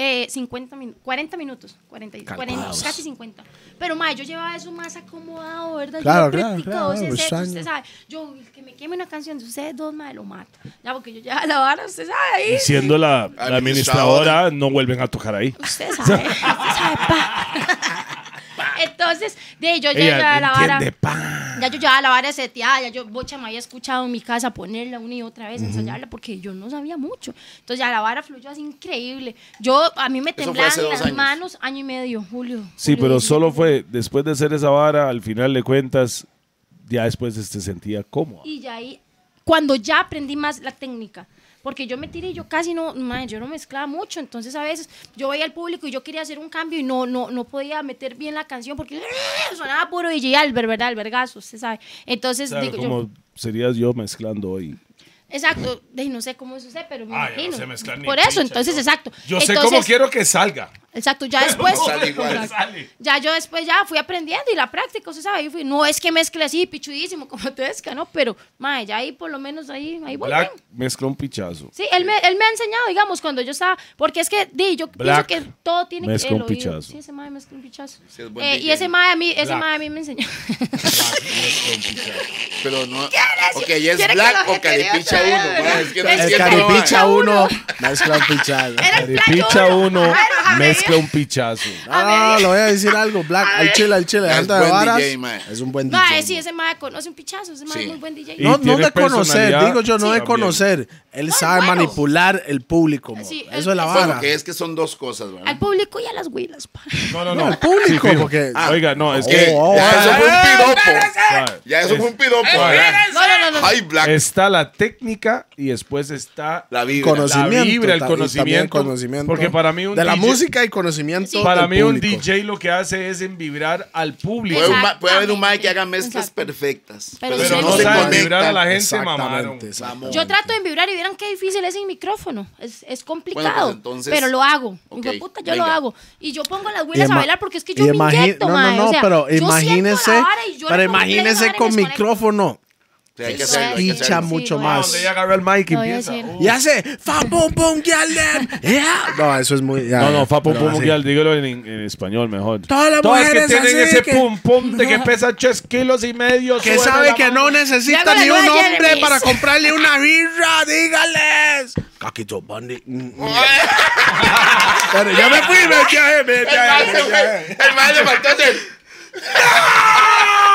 eh, 50 min- 40 minutos, 40, 40,
Calmaos.
casi 50. Pero, mae, yo llevaba eso más acomodado, ¿verdad?
Claro,
yo
claro, claro,
practicaba, usted, sabe,
extraño.
usted sabe, yo, el que me queme una canción de ustedes dos, mae, lo mato. Ya, porque yo ya la vara, usted sabe ahí.
Y siendo la,
Administradora.
la administradora, no vuelven a tocar ahí.
Usted sabe, usted sabe, pa.
[LAUGHS]
Entonces, de yo ya llevaba la vara.
entiende, pa.
Ya yo llevaba la vara seteada, ya yo, bocha, me había escuchado en mi casa ponerla una y otra vez, ensayarla, porque yo no sabía mucho. Entonces ya la vara fluyó así increíble. Yo, a mí me
fue
temblaban
hace dos
las
años.
manos año y medio, Julio.
Sí,
Julio,
pero
Dios
solo
mío.
fue después de hacer esa vara, al final de cuentas, ya después se sentía cómodo.
Y ya ahí, cuando ya aprendí más la técnica, porque yo me tiré y yo casi no, mae, yo no mezclaba mucho, entonces a veces yo veía al público y yo quería hacer un cambio y no, no, no podía meter bien la canción porque ¡ah! sonaba puro DJ Albert, ¿verdad? El vergazo, usted sabe. Entonces,
Claro,
digo yo-
como serías yo mezclando hoy.
Exacto, de, no sé cómo es usted, pero me
Ah, yo no
imagino.
sé mezclar ni
Por eso,
pinche,
entonces,
yo.
exacto. Entonces,
que salga. [LAUGHS]
Exacto, ya después.
no sale igual.
[LAUGHS] Exacto. Ya yo después ya fui aprendiendo y la práctica, usted sabe, yo fui, no es que mezcle así, pichudísimo, como tezca, ¿no? Pero, mae, ya ahí por lo menos ahí, ahí voy
Black
bien.
mezcló un pichazo.
Sí, él me, él me ha enseñado, digamos, cuando yo estaba, porque es que, di, yo
Black
pienso que todo tiene que
mezcla
el
un
oído.
pichazo.
Sí, ese mae mezcla un pichazo.
Sí, es buen
Eh, y
DJ.
ese mae a mí, ese
Black.
mae a mí
[LAUGHS]
me enseñó.
Pero no.
gracia.
Ok, ¿y es
Quiere que la
black o
gente vea
caripicha
otra
uno.
vez,
ma, Es que no entiendo, ma.
El caripicha uno mezcla
Es que
un pichazo.
Picha uno
Claro,
mezcla un pichazo.
Ah,
No, Ah, le voy a decir algo,
[LAUGHS]
Black. Al chile, al chile.
Es
Alejandro de
buen
Varas
DJ, mae.
Es un buen DJ.
Mae, sí,
mae.
ese mae conoce un pichazo, ese mae
Sí.
es muy buen DJ.
Y
No, no
tiene
de conocer,
personalidad
digo yo, no de
también.
conocer. Él sabe
bueno.
manipular el público. mo.
Sí,
Eso es la
es-
Bueno,
vara.
que es que son dos cosas, ¿verdad?
Al público y a las huilas, pa.
No, no,
No,
no.
al público,
fijo.
porque-
Ah, Oiga, no, es
Que
que.
Oh, oh,
ya
oh,
eso fue
ah,
un piropo.
suave.
Ya eso
Es-
fue un piropo. ¿verdad?
No, no, no, no.
Ay, black.
Está la técnica y después está
la vibra.
Conoce-
la
Conocimiento,
vibra, el
ta- y también
conocimiento.
conocimiento
Porque para mí un
de la
DJ
música y conocimiento.
Para
del
mí un
público.
DJ lo que hace es en vibrar al público.
Puede, un ma- puede haber un mae que
Exactamente.
haga mezclas
Exacto.
perfectas. Pero,
Pero
si
Pero
no,
no
se
saben
conectan,
vibrar a la gente,
Exactamente,
mamaron.
exacto.
Vamos.
Yo trato de vibrar y vieran qué difícil es el micrófono. Es, es complicado.
Bueno, pues, entonces-
pero lo hago.
Ok,
Hijo de puta, yo lo
venga.
hago. Y yo pongo las huilas a
ima-
bailar porque es que yo
y
me
imagi-
inyecto,
No, no,
mae.
no,
o sea,
pero
yo siento la
imagínese.
vara
Pero
y yo le pongo play a la
imagínese
vara y
con
desconecto.
micrófono.
Sí, hay que
Sí,
hacerlo, hay que
picha
hacerlo.
mucho
Sí,
más.
Donde ella agarra el mic y
Lo voy a
empieza.
decir.
Uh.
Y hace. Fa, pum, pum, yalem, yeah. No, eso es muy. ya,
No,
ya.
no, fa pum
Pero
pum
así.
mundial, dígalo en, en español mejor.
Todas las
que
mujeres
tienen
así
ese
que-
pum pum de que pesa 3 kilos y medio.
Que
suben
sabe
la
que
mano.
no necesita
Luego le
ni
voy
un
a
hombre
Jeremy's.
para comprarle una birra, dígales. Caquito Bundy. Mm, mm. Pero ya me fui, me viajé, me viajé, me viajé.
[LAUGHS] El mae le faltó hacer.
Ah, [LAUGHS]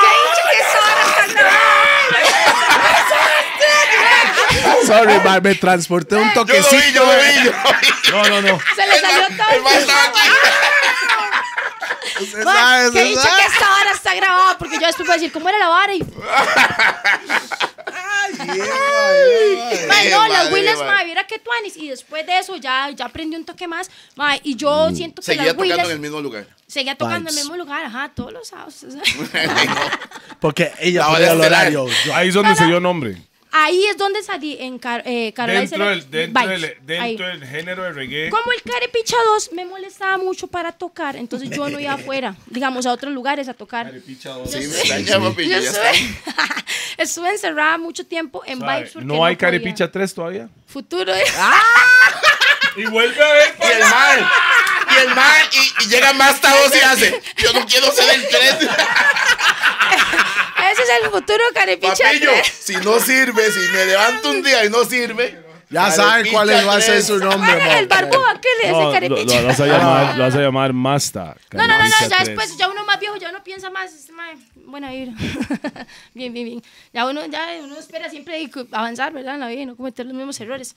Sorry, ma, me transporté un
Yo lo vi, yo
toquecito.
lo vi, yo lo vi.
No, no, no.
Se le salió todo
El mae estaba aquí.
[LAUGHS]
Usted
Bueno,
sabe,
que
usted
he dicho
sabe.
que esta vara está grabada porque yo después voy a decir cómo era la vara y Mae, no,
madre,
las Willas,
mae.
mae, viera que tuanis. Y después de eso ya, ya aprendí un toque más, mae, y yo siento que
Mm, Seguía
las
tocando
Willas
en el mismo lugar.
seguía tocando en
Vibes.
el mismo lugar, ajá, todos los sábados. o sea.
[LAUGHS]
Porque ella
La
ponía el
hora estelar.
horario. yo.
Ahí es donde se dio nombre.
Ahí es donde salí en Car eh, Carola y
Dentro
Select-
del, dentro
Vibes,
del,
ahí.
dentro del género de reggae.
Como el Carepicha 2 me molestaba mucho para tocar, entonces yo no iba afuera, digamos, a otros lugares a tocar.
Sí, me extraña, papi.
Yo
ya está.
estuve, [LAUGHS] estuve encerrada mucho tiempo en Vibes. porque
No hay
podía.
carepicha 3 todavía.
[LAUGHS]
Futuro. [LAUGHS] eh.
Y vuelve a ver.
Y el mae. Y el mae. Y, y llega más voz y hace. Yo no quiero ser el
[LAUGHS]
tres.
Ese es el futuro Carepicha
Papillo,
3.
si no sirve, si me levanto un día y no sirve.
Ya saben cuál es- va a ser su nombre.
¿Cuál es [LAUGHS] el
ma.
barbudo? ¿Qué le
No,
dice
lo,
carepicha?
lo vas a llamar, lo vas a llamar Masta.
No, no, no, no, ya
Carepicha
después, ya uno más viejo, ya uno piensa más, es más buena vibra. [LAUGHS] bien, bien, bien. Ya uno, ya uno espera siempre y cu- avanzar, ¿verdad? En la vida y no cometer los mismos errores.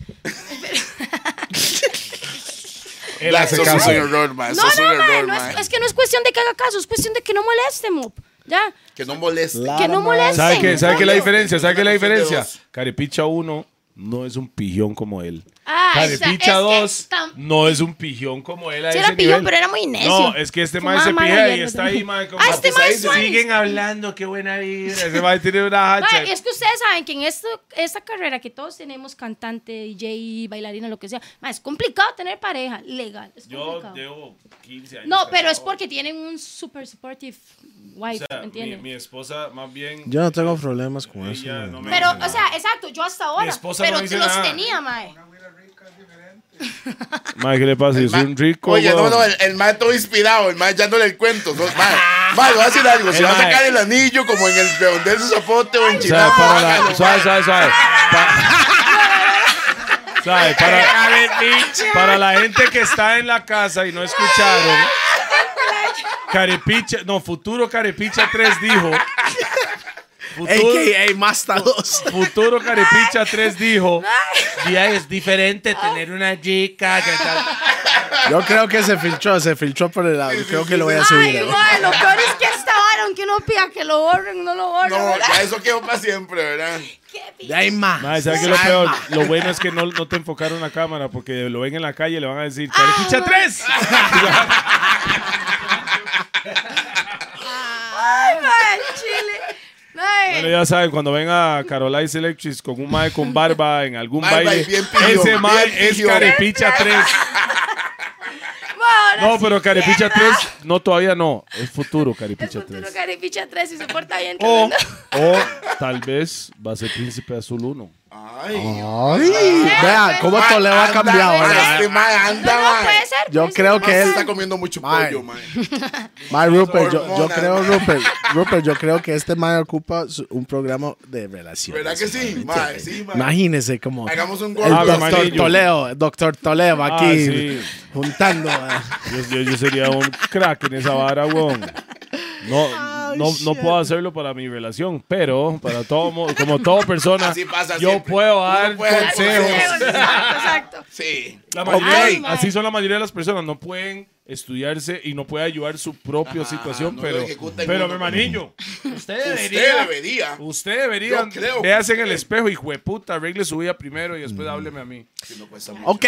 tres. Él
Black,
hace
sos
caso.
un error, mae.
no,
Sos un
no, mae,
error,
no es,
mae.
es que no es cuestión de que haga caso, es cuestión de que no moleste, mop. Ya,
Que no moleste.
que no moleste.
¿Sabe qué, ¿Sabe qué es
Coño.
la diferencia? ¿Sabe qué es la
Una canción de
diferencia?
dos.
Carepicha 1 no es un pijón como él.
Ah,
Carepicha
esa- es
2
que tam-
no es un pijón como él. A
Sí
ese
era pijón,
nivel.
pero era muy necio.
No, es que este
Fumaba
mae se
mala
pija y
hierba
está
también.
ahí, mae. como-
Ah, este
pues,
mae
ahí
es
se
suave.
Siguen hablando, qué buena vida.
[LAUGHS]
Ese mae tiene una hacha.
Mae, es que ustedes saben que en esto, esta carrera que todos tenemos, cantante, DJ, bailarina, lo que sea, mae, es complicado tener pareja, legal. Es
Yo
complicado.
llevo 15 años.
No, pero es
casado.
porque tienen un super supportive wife,
O sea,
¿me
mi,
entiendes?
mi esposa, más bien.
Yo no tengo problemas con eso.
Ella
ma.
no me-
Pero, o sea, exacto, yo hasta ahora.
Mi esposa
pero
no dice
los
nada.
tenía, mae.
Mae, ¿qué le pasa? Yo soy
Ma-
un rico.
Oye, no,
weón.
no, el, el mae todo inspirado, el mae echándole el cuento. No, mae, mae, le voy a decir algo. Si
El
va a
mae.
sacar el anillo como en el redondel su zapote o en
O sea,
China.
para la- suave, suave, suave. Pa- Suave, para, para la gente que está en la casa y no escucharon, Carepicha, no, Futuro Carepicha 3 dijo. Futuro,
AKA Masta 2.
Futuro Carepicha 3 dijo. Ya es diferente tener una chica. que tal".
Yo creo que se filtró, se filtró por el audio. Creo que lo voy a subir.
Ay,
eh.
mae, lo peor es que esta vara, aunque uno pida que lo borren, no lo borren.
No,
¿verdad?
ya eso quedó para siempre, ¿verdad?
De ahí más.
Mae, ¿sabes qué es lo peor? Lo bueno es que no, no te enfocaron la cámara porque lo ven en la calle y le van a decir: ¡Carepicha 3!
Ay, mae, chile. Mae.
Bueno, ya saben, cuando venga Carolice Electrics con un mae con barba en algún
Mae,
baile,
mae, bien pillo,
ese
bien
mae es
pillo.
Carepicha 3.
mae, ahora
No, pero Carepicha 3, no, todavía no. Es futuro
es
Carepicha
futuro
3.
Carepicha 3 y se porta bien.
O, [LAUGHS]
tremendo.
o tal vez va a ser Príncipe Azul 1.
Ay,
Ay, vea cómo
mae,
Toledo ha
anda,
cambiado.
mae,
¿verdad?
Este mae anda,
No, pues.
mae.
puede ser.
Yo
puede ser.
creo que
Mae,
él.
está comiendo mucho
Mae.
pollo, mae.
Mae Rupert, yo, yo
Hormonas,
creo,
mae.
Rupert, Rupert, yo creo que este mae ocupa su- un programa de relaciones.
¿Verdad que sí? Mae, sí, mae.
Imagínese como.
Hagamos un
El
gordo.
Ah,
doctor
Manillo.
Toledo, doctor Toledo
Ah,
aquí
sí.
juntando. eh.
Yo, yo- yo sería un crack en esa vara, weón. No, no, no puedo hacerlo para mi relación, pero para todo, mo- como toda persona,
Así pasa
yo
siempre.
puedo
Uno
dar
puede dar
consejos.
consejos.
Exacto, exacto.
Sí.
La mayoría-
Ay, mae.
así son la mayoría de las personas, no pueden estudiarse y no puede ayudar su propia situación,
no lo
pero,
ejecutan
pero
uno.
mi manillo, usted
Usted
debería,
debería.
Uh.
usted debería,
Yo creo
véase
que
en
usted-
el
Mm.
espejo, hijo de puta, arregle su vida primero y después hábleme a mí.
Si no pues, cuesta mucho.
Ok,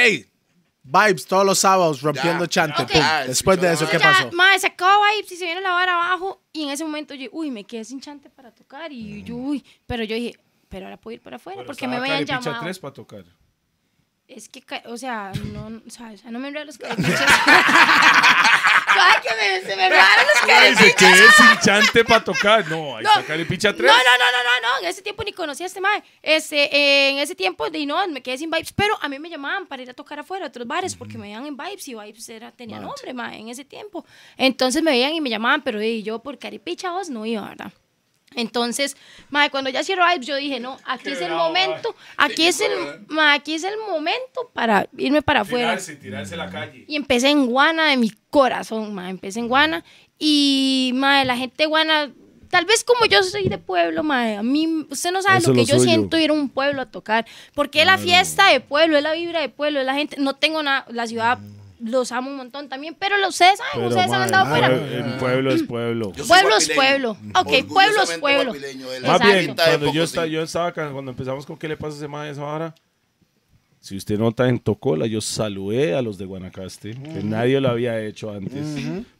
vibes todos los sábados rompiendo
Ya,
chante.
ya,
pum.
ya,
Después de
ya.
eso, ¿qué
Ya,
pasó?
Mae, se acabó ahí, si se viene la vara abajo. Y en ese momento yo, uy, me quedé sin chante para tocar. Y yo, uy, pero yo dije, pero ahora puedo ir para afuera porque me habían llamado.
tres para tocar.
Es que, ca- o sea, no, o sea, o sea, no me enredan los carepichas. [LAUGHS] Ay, que me, se me enredaron los
Ay, se
carepichas.
quedé sin chante para tocar. No, ahí está Carepicha
No,
3.
no, no, no, no, no, en ese tiempo ni conocía a este mae. Este, eh, en ese tiempo, de, no, me quedé sin vibes, pero a mí me llamaban para ir a tocar afuera, a otros bares, porque me veían en vibes y vibes era, tenía nombre, mae, en ese tiempo. Entonces me veían y me llamaban, pero eh, yo por caripicha vos no iba, ¿verdad? Entonces, mae, cuando ya cierro vibes, yo dije, no, aquí es el momento, aquí es el, mae, aquí es el momento para irme para afuera.
Tirarse, tirarse a la calle.
Y empecé en Guana de mi corazón, ma. Empecé en Guana. Y, ma, la gente de Guana, tal vez como yo soy de pueblo, ma, a mí, usted no sabe
Eso
lo que
es lo
yo
suyo.
siento ir a un pueblo a tocar. Porque es la fiesta de pueblo, es la vibra de pueblo, es la gente. No tengo nada, la ciudad los amo un montón también, pero los ustedes saben,
Pero, ah, eh,
ustedes han
mae,
andado afuera.
pue- el pueblo es pueblo.
Yo soy
Pueblo es
guapileño.
pueblo. Ok, pueblo es
Orgullosamente
pueblo.
guapileño de la
Más
Exacto.
bien,
quinta de
cuando yo,
Pocosí.
estaba, yo estaba, acá, cuando empezamos con qué le pasa a ese mae esa hora, si usted nota en Tocola, yo saludé a los de Guanacaste, que
Mm.
nadie lo había hecho antes.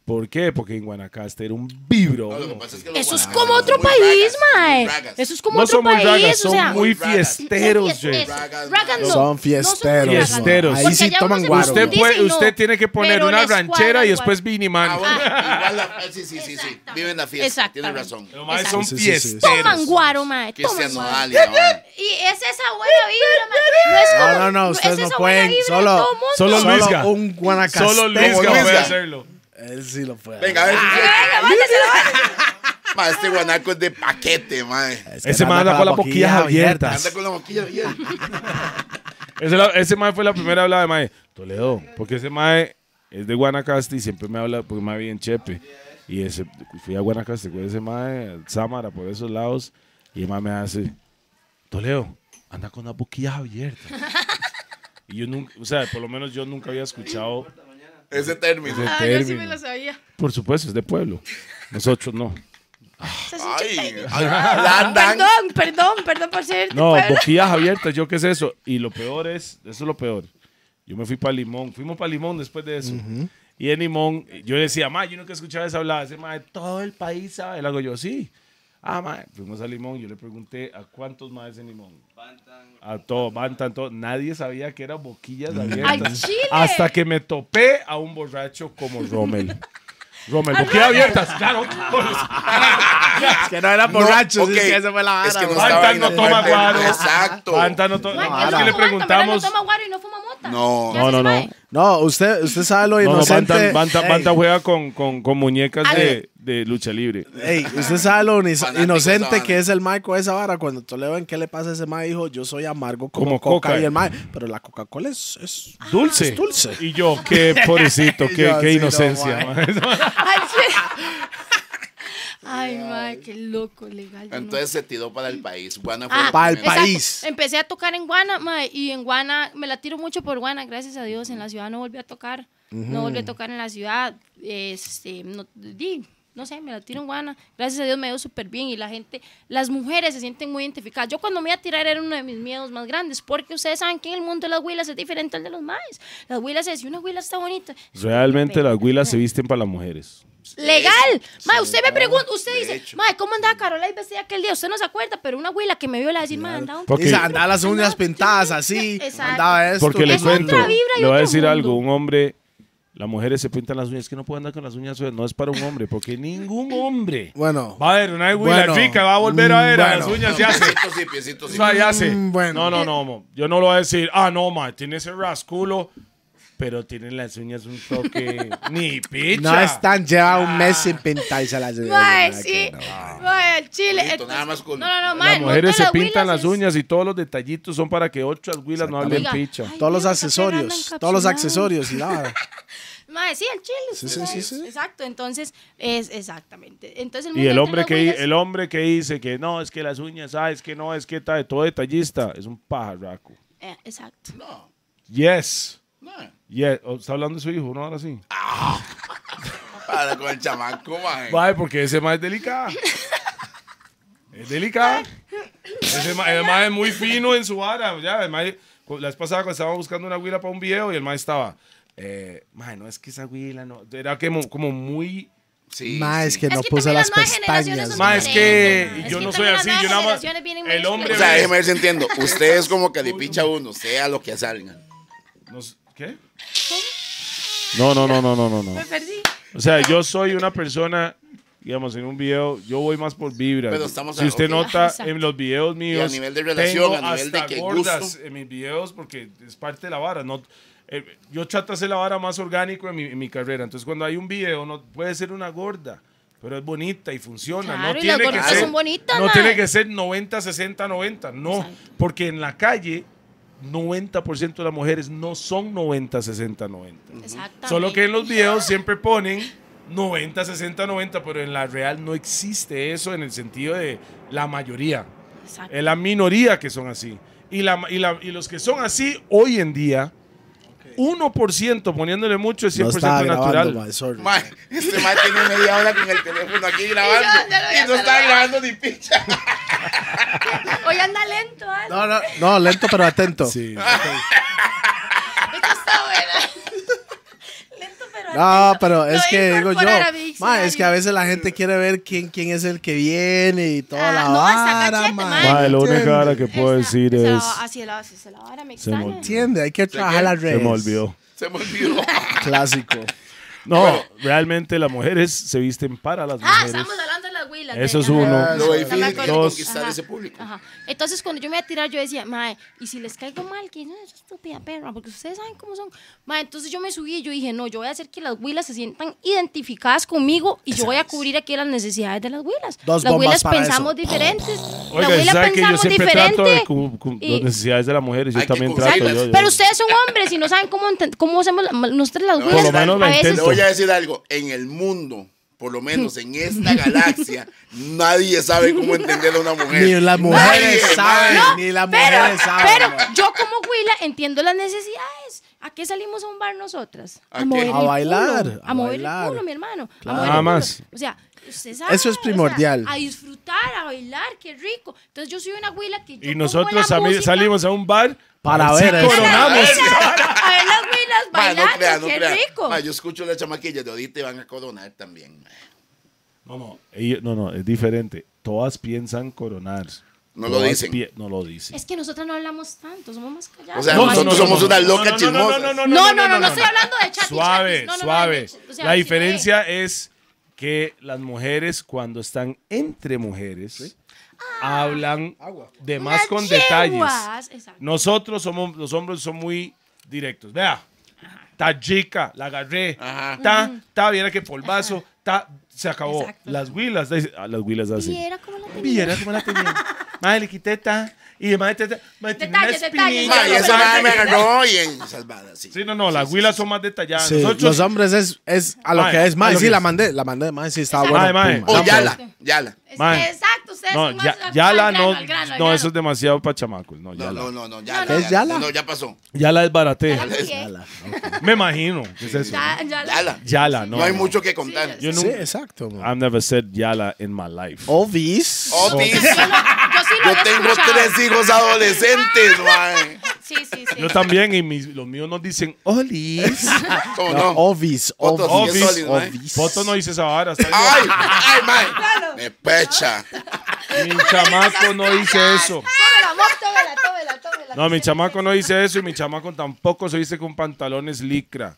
¿Por qué? Porque en Guanacaste era un vibro.
Mm-hmm. No, lo que
No,
pasa es que los
Eso es
guanacos
como
son
otro
muy
país,
ragas, son muy
mae.
ragas.
Eso es como
No
otro
son muy
país,
ragas,
o
son
sea.
muy eh.
Son ragas.
fiesteros,
Son
Jay.
fies-
Ragas,
ragas no,
no.
no
Son fiesteros.
ragas.
Fiesteros.
Ahí
Porque
sí
allá
toman
uno se
guaro.
Usted,
Dicen
puede-
no,
usted tiene que poner
pero
una
les cuadra
ranchera y
igual.
después Vinimán.
Ah, bueno, igual la- sí, sí, sí, sí.
Exactamente.
Viven la fiesta. Tienen
Exactamente.
razón.
Los maes son
Sí, sí, sí, sí.
Toman
fiesteros.
guaro, mae. Toman
Cristian
guaro.
Nodal y la vara.
Y es esa buena vibra, mae. No, es como,
No, no, no, ustedes
es
no
esa buena
pueden.
vibra de
Solo,
todo mundo.
Solo
solo
Luisga.
un guanacasteco.
Solo Luis que
Luisga.
puede
Luisga.
hacerlo.
Él sí lo puede.
Venga, a ver. si es cierto.
Venga, mándeselo, mándeselo.
Ma, este guanaco es de paquete, mae.
Es
Ese
anda
man anda con las boquillas abiertas.
Anda con la boquilla bien.
Ese, la- ese mae fue la primera habla de mae. Toledo, porque ese mae es de Guanacaste y siempre me habla, porque mae bien chepe. Y ese, fui a Guanacaste con ese mae, Samara, por esos lados, y el mae me hace, Toledo, anda con las boquillas
[LAUGHS]
abiertas. y yo nunca, o sea, por lo menos yo nunca había escuchado
Ese término.
ese
Ah, yo sí me
término.
lo sabía.
Por supuesto, es de pueblo. Nosotros no.
Eso es un
Ay,
chiste.
la andan.
Perdón, perdón, perdón por ser.
No,
[LAUGHS] pueblo.
boquillas abiertas, yo qué es eso. Y lo peor es, eso es lo peor. Yo me fui para Limón, fuimos para Limón después de eso. Y en Limón, yo le decía, ma, yo nunca escuchaba esa hablada. Ese ma, de todo el país sabe. Le hago yo, sí. Ah, ma, fuimos a Limón, yo le pregunté a cuántos más en Limón. A todos, Bantan, todo. Nadie sabía que eran boquillas abiertas.
Ay, chile.
[LAUGHS] Hasta que me topé a un borracho como Rommel. Rommel, boquilla abiertas, claro.
Es que no era borracho,
ok.
es que esa fue la vara.
Es que no
ma.
estaba
Fanta no
en el
toma
papel.
guaro.
Exacto.
Fanta no to-
Mae,
no,
¿qué es
es que le
loco, Juan? Tamara
preguntamos.
No toma guaro y no fuma mota.
No.
No,
¿Qué hace
no,
ese
no.
mae?
No, usted, usted sabe lo
No, no,
inocente.
Banta, Banta-
Ey,
Banta juega con, con, con muñecas de,
Ale.
de lucha libre.
ey, usted sabe lo ino-
Fanático esa
inocente
vara.
que es el Mike con esa vara. Cuando Toledo en qué le pasa a ese Mike, dijo, yo soy amargo como,
Como
coca.
Coca.
Y el Mike, pero la Coca-Cola es, es
Dulce.
Es Ah, dulce.
Y yo,
[LAUGHS]
qué pobrecito, qué,
Yo,
qué
sí, no,
inocencia.
mae.
mae.
[LAUGHS]
Ay, sí.
Ay, madre, qué loco, legal. yo no-
Entonces se tiró para el país. Guana fue
Ah,
Pa'l
primero.
exacto.
país.
Empecé a tocar en Guana, mae, y en Guana, me la tiro mucho por Guana, gracias a Dios. En la ciudad no volví a tocar. No volví a tocar en la ciudad. Este, no, di, no sé, me la tiro en Guana. Gracias a Dios me dio súper bien y la gente, las mujeres se sienten muy identificadas. Yo cuando me iba a tirar era uno de mis miedos más grandes, porque ustedes saben que en el mundo de las huilas es diferente al de los maes. Las huilas es, si una huila está bonita. es una
Realmente
huila
las huilas se visten para las mujeres.
Legal. Mae, usted me pregunta, usted
de
dice,
hecho.
mae, ¿cómo andaba Carola y vestida aquel día? Usted no se acuerda, pero una huila que me vio la decir, mae, andaba un
Porque-
Y se andaba las uñas pintadas así.
Exacto.
Andaba esto.
Porque le
Es otra
cuento,
vibra y
le voy a
otro
decir
mundo.
algo, un hombre, las mujeres se pintan las uñas, es que no puede andar con las uñas sueltas, no es para un hombre, porque ningún hombre
Bueno.
va a ver una huila
Bueno.
rica, va a volver a ver a
Bueno.
las uñas se hace.
Piecitos sí, piecitos sí.
Eso ahí hace.
Mm, bueno.
No, no, no, mo. yo no lo voy a decir, ah, no, ma, tiene ese rasculo, pero tiene las uñas un
[LAUGHS]
toque, ni picha.
No están, lleva un mes sin pintarse las uñas.
Mae,
Nada que
sí.
no.
Mae, al chile.
Bonito,
entonces-
nada más con.
No, no, no, mae,
Las
el
mujeres
mundo de
se pintan
huilas
las
es-
uñas y todos los detallitos son para que otras huilas no hablen
Oiga,
picha.
ay,
Todos los
mira, esa perra anda
accesorios, todos los
encapsulada.
accesorios y la vara.
Mae, sí, el chile.
Sí,
usted
sí, sí,
sabe.
sí.
Exacto, entonces, es exactamente. Entonces,
Y el
mundo
hombre,
entre las
que,
huilas-
el hombre que dice que no, es que las uñas, ah, es que no, es que tal, todo detallista, es un pajarraco.
Eh, exacto.
No,
Yes.
no.
Yes. Oh, está hablando de su hijo, ¿no? Ahora sí.
Para con el chamaco, man.
Vale, porque ese más es delicado. es delicado. Ese más, es muy fino en su área. Ya, el mae- cu- la vez pasada cuando estaba buscando una huila para un video y el más estaba, eh, mae, no, es que esa huila, no. Era que mo- como muy...
Sí.
Mae, es
sí.
que no
que
puse
también
las
las nuevas
pestañas.
generaciones
Mae, es que
Es
yo
que
no
también
soy
las
así,
nuevas
yo nada más...
generaciones vienen
El
menos
hombre...
O sea,
creativas.
déjeme ver si entiendo. Ustedes como que de picha uno, sea lo que salgan.
No s- ¿Qué? No, no, no, no, no, no, no. O sea, yo soy una persona, digamos, en un video, yo voy más por vibra.
Pero estamos
si usted
ok.
Ah,
nota
exacto.
en los videos míos,
nivel de relación,
tengo
a nivel de
hasta
que
gordas
gusto.
en mis videos porque es parte de la vara. No, eh, yo trato de hacer la vara más orgánico en mi, en mi carrera. Entonces, cuando hay un video, no puede ser una gorda. Pero es bonita y funciona.
Claro,
no
y
tiene
las
que
gordas
ser,
son bonitas,
No
mae.
tiene que ser 90, 60, 90. No.
Exacto.
Porque en la calle, 90% de las mujeres no son 90, 60, 90.
Exactamente.
Solo que en los videos siempre ponen 90, 60, 90, pero en la real no existe eso en el sentido de la mayoría.
Exacto.
Es la minoría que son así. Y, la, y, la- y los que son así hoy en día, 1% poniéndole mucho es 100%
No estaba grabando,
natural.
mae, sorry.
Mae, este mae tiene media hora con el teléfono aquí grabando. Y no está grabando ni picha.
Hoy anda lento, ¿eh? ¿vale?
No, no, no, lento pero atento.
[LAUGHS] Sí.
Esto está
[LAUGHS]
bueno. lento, pero.
No, pero
Lo
es
voy a
que digo yo,
incorporar a mi
mae,
diccionario.
es que a veces la gente quiere ver quién, quién es el que viene y toda
Ah,
la
no, saca
vara,
chete,
mae.
mae. Mae,
la única
¿Entiende?
cara que puedo decir
Se la-
es...
Así la así se la vara, me
Se me
extraña.
olvidó.
Entiende, hay que trabajar las redes.
Se me olvidó.
Se me olvidó.
Clásico.
No, realmente las mujeres se visten para las
Ah,
mujeres.
estamos hablando de las huilas.
Eso
de-
es uno.
Ajá.
Lo difícil
Ya me
que es
acordé.
conquistar
Ajá,
ese público.
ajá. Entonces, cuando yo me iba a tirar, yo decía, mae, y si les caigo mal, que no, es estúpida perra, porque ustedes saben cómo son. Mae, entonces yo me subí y yo dije, no, yo voy a hacer que las huilas se sientan identificadas conmigo y yo voy a cubrir aquí las necesidades de las huilas.
Dos
las
bombas
huilas
para
pensamos
eso.
diferentes. las
Oiga, y
huilas
sabe que yo
pensamos
siempre trato de
diferente.
cu- cu-
Y-
las necesidades de las mujeres. Yo
Hay que
también
cubrirlas.
trato.
Exacto.
yo- yo-
Pero ustedes son hombres y no saben cómo, enten- cómo hacemos la- nosotros las
Por lo
huilas.
menos lo
Pues, a veces
Le
intento.
voy a decir algo. En el mundo, por lo menos en
[LAUGHS]
esta galaxia, nadie sabe cómo entender a una mujer.
Ni las mujeres
Nadie,
saben,
mae.
ni las
pero,
mujeres saben.
pero
mae.
yo como Huila entiendo las necesidades. ¿A qué salimos a un bar nosotras?
¿A
A,
qué?
mover el
A bailar,
culo,
a
A mover
bailar.
el culo, mi hermano. a
Claro.
mover el
Nada
culo.
más.
O sea, usted sabe.
Eso es
o sea,
primordial.
a disfrutar, a bailar, qué rico. Entonces yo soy una Huila que yo
y
pongo
nosotros
la
sali-
música,
salimos a un bar
Para
a ver
ver
si
eso.
coronamos.
A ver las Huilas
Mae,
bailando,
crea,
qué
crea.
rico.
Mae, yo escucho a las chamaquillas de ahorita y van a coronar también. mae.
No no, ellos- no, no, es diferente. Todas piensan coronar.
No lo
Todas
dicen.
pi- No lo dicen.
Es que nosotras no hablamos tanto, somos más callados.
O sea,
No,
nosotros
no, no,
somos
no.
unas locas chismosas.
No, no, no, no, estoy hablando de chat.
Suave, suave. La diferencia es que las mujeres cuando están entre mujeres hablan de más con detalles.
Ah. Exacto.
Nosotros somos, los hombres son muy directos. Vea, ta chica, la agarré,
Ajá.
ta, ta, viera que polvazo, ta, se acabó.
Exacto.
Las huilas, dice- ah, las huilas hacen.
Y era como la tenía.
Viera cómo la
[LAUGHS]
tenía. Madre, le quité ta, y madre, teta, madre, tenía una
Detalles, detalles.
espinilla.
Ma, y esa madre me agarró y en salvada, sí.
Sí, no, no, las huilas son más detalladas.
Sí,
Nosotros-
los hombres es, es a lo
Mae,
que es.
a
Mae,
lo
sí,
que
la
es.
mandé, la mandé, mae, sí, estaba
Exacto.
bueno.
Mae, mae.
Pum,
O
la mandé.
Yala, Yala.
Es
Man.
que exacto, ustedes
No,
son más
ya,
al-
ya
al
la
grano,
no,
al grano, al
no,
grano.
eso es demasiado para chamacos. No, ya
No,
la,
no, no, no, Yala.
¿Qué es Yala?
No, no, ya pasó.
ya la desbaraté.
Ya la piqué.
Yala,
Me imagino. ¿Qué es eso?
Ya, ya la-
Yala.
Ya la, no.
No hay mucho que contar.
Yo
ok.
no,
Sí, exacto. mae.
I've never said yala in my life.
Oh. Ovis.
Otis.
Yo sí lo
Yo
había [LAUGHS]
tengo
escuchado.
tres hijos adolescentes, mae.
Sí, sí, sí.
Yo también, y mis, los míos nos dicen olis.
¿Cómo
No,
no?
Ovis,
Otro
Ovis,
sí es Ah. sólido, mae.
Ovis.
Poto no dice esa vara. está
¡Ay! ¡Ay, mae! Me pecha.
bien. Mi chamaco no dice eso.
Tómela, amor, tómela, tómela, tómela.
No, mi chamaco no dice eso y mi chamaco tampoco se dice con pantalones licra.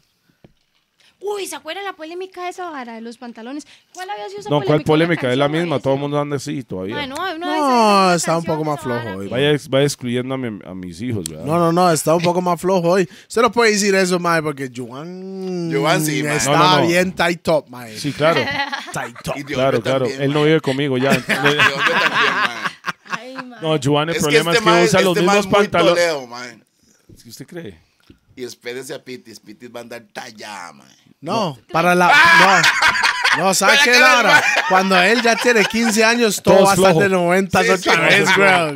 Uy, ¿se acuerdan la polémica de esa vara de los pantalones? ¿Cuál había sido esa
No, ¿cuál polémica? Es la
canción,
misma,
esa.
todo el mundo anda así todavía.
Bueno,
No, está un poco más flojo hoy.
Vaya, ex- vaya excluyendo a, mi- a mis hijos, ¿verdad?
No, no, no, está un poco más flojo hoy. Se lo puede decir eso, mae, porque Juan.
Juan sí, mae.
Estaba
No, no, no.
bien tight top, mae.
Sí, claro,
Tight top.
Y Dios
claro,
yo
claro.
también,
Él no
mae.
vive conmigo ya.
[LAUGHS]
entonces-
Dios yo también, mae.
No, Juan, [LAUGHS] el problema es que
mae-
usa los
este mae es
mismos
muy
pantalones.
toleo, mae.
¿Es que ¿Usted cree?
Y espérese a Pitis. Pitis va a andar tallada, mae.
No, para la.
Ah.
No.
[LAUGHS]
No, ¿sabes qué, Laura? Cuando él ya tiene 15 años, todo
Todo
va a estar
flojo.
de 90
Sí,
otra
sí,
vez,
sí.
bro.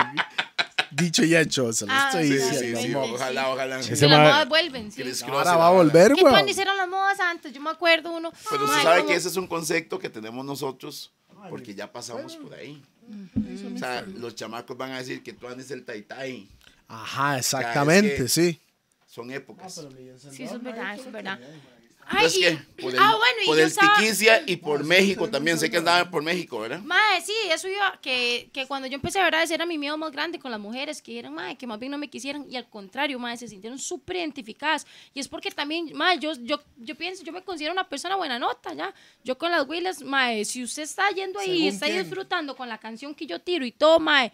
Dicho y hecho, se lo
Ah,
estoy
sí,
Sí,
diciendo.
sí, sí.
amor.
Ojalá, ojalá.
Ese
Y las
ma-
modas vuelven, sí.
Chris Cross,
Ahora va a
la-
volver,
¿Qué cuando
weón.
hicieron las modas antes? Yo me acuerdo uno.
Pero
Mae,
usted sabe
como-
que ese es un concepto que tenemos nosotros porque ya pasamos por ahí. O sea, los chamacos van a decir que tú andes el taitay.
Ajá, exactamente,
que-
sí.
Son épocas.
Sí, eso es verdad, eso es verdad. Ay,
Entonces,
y-
¿qué? Por el,
ah, bueno, y
por
yo
el
estaba...
Tiquicia y por México también. Sé que andaba por México, ¿verdad?
Mae, sí, eso iba, que, que cuando yo empecé, ¿verdad? Ese era mi miedo más grande con las mujeres, que eran, mae, que más bien no me quisieran, y al contrario, mae, se sintieron súper identificadas. Y es porque también, mae, yo, yo, yo pienso, yo me considero una persona buena nota, ¿ya? Yo con las huilas, mae, si usted está yendo ahí y está disfrutando con la canción que yo tiro y todo, mae,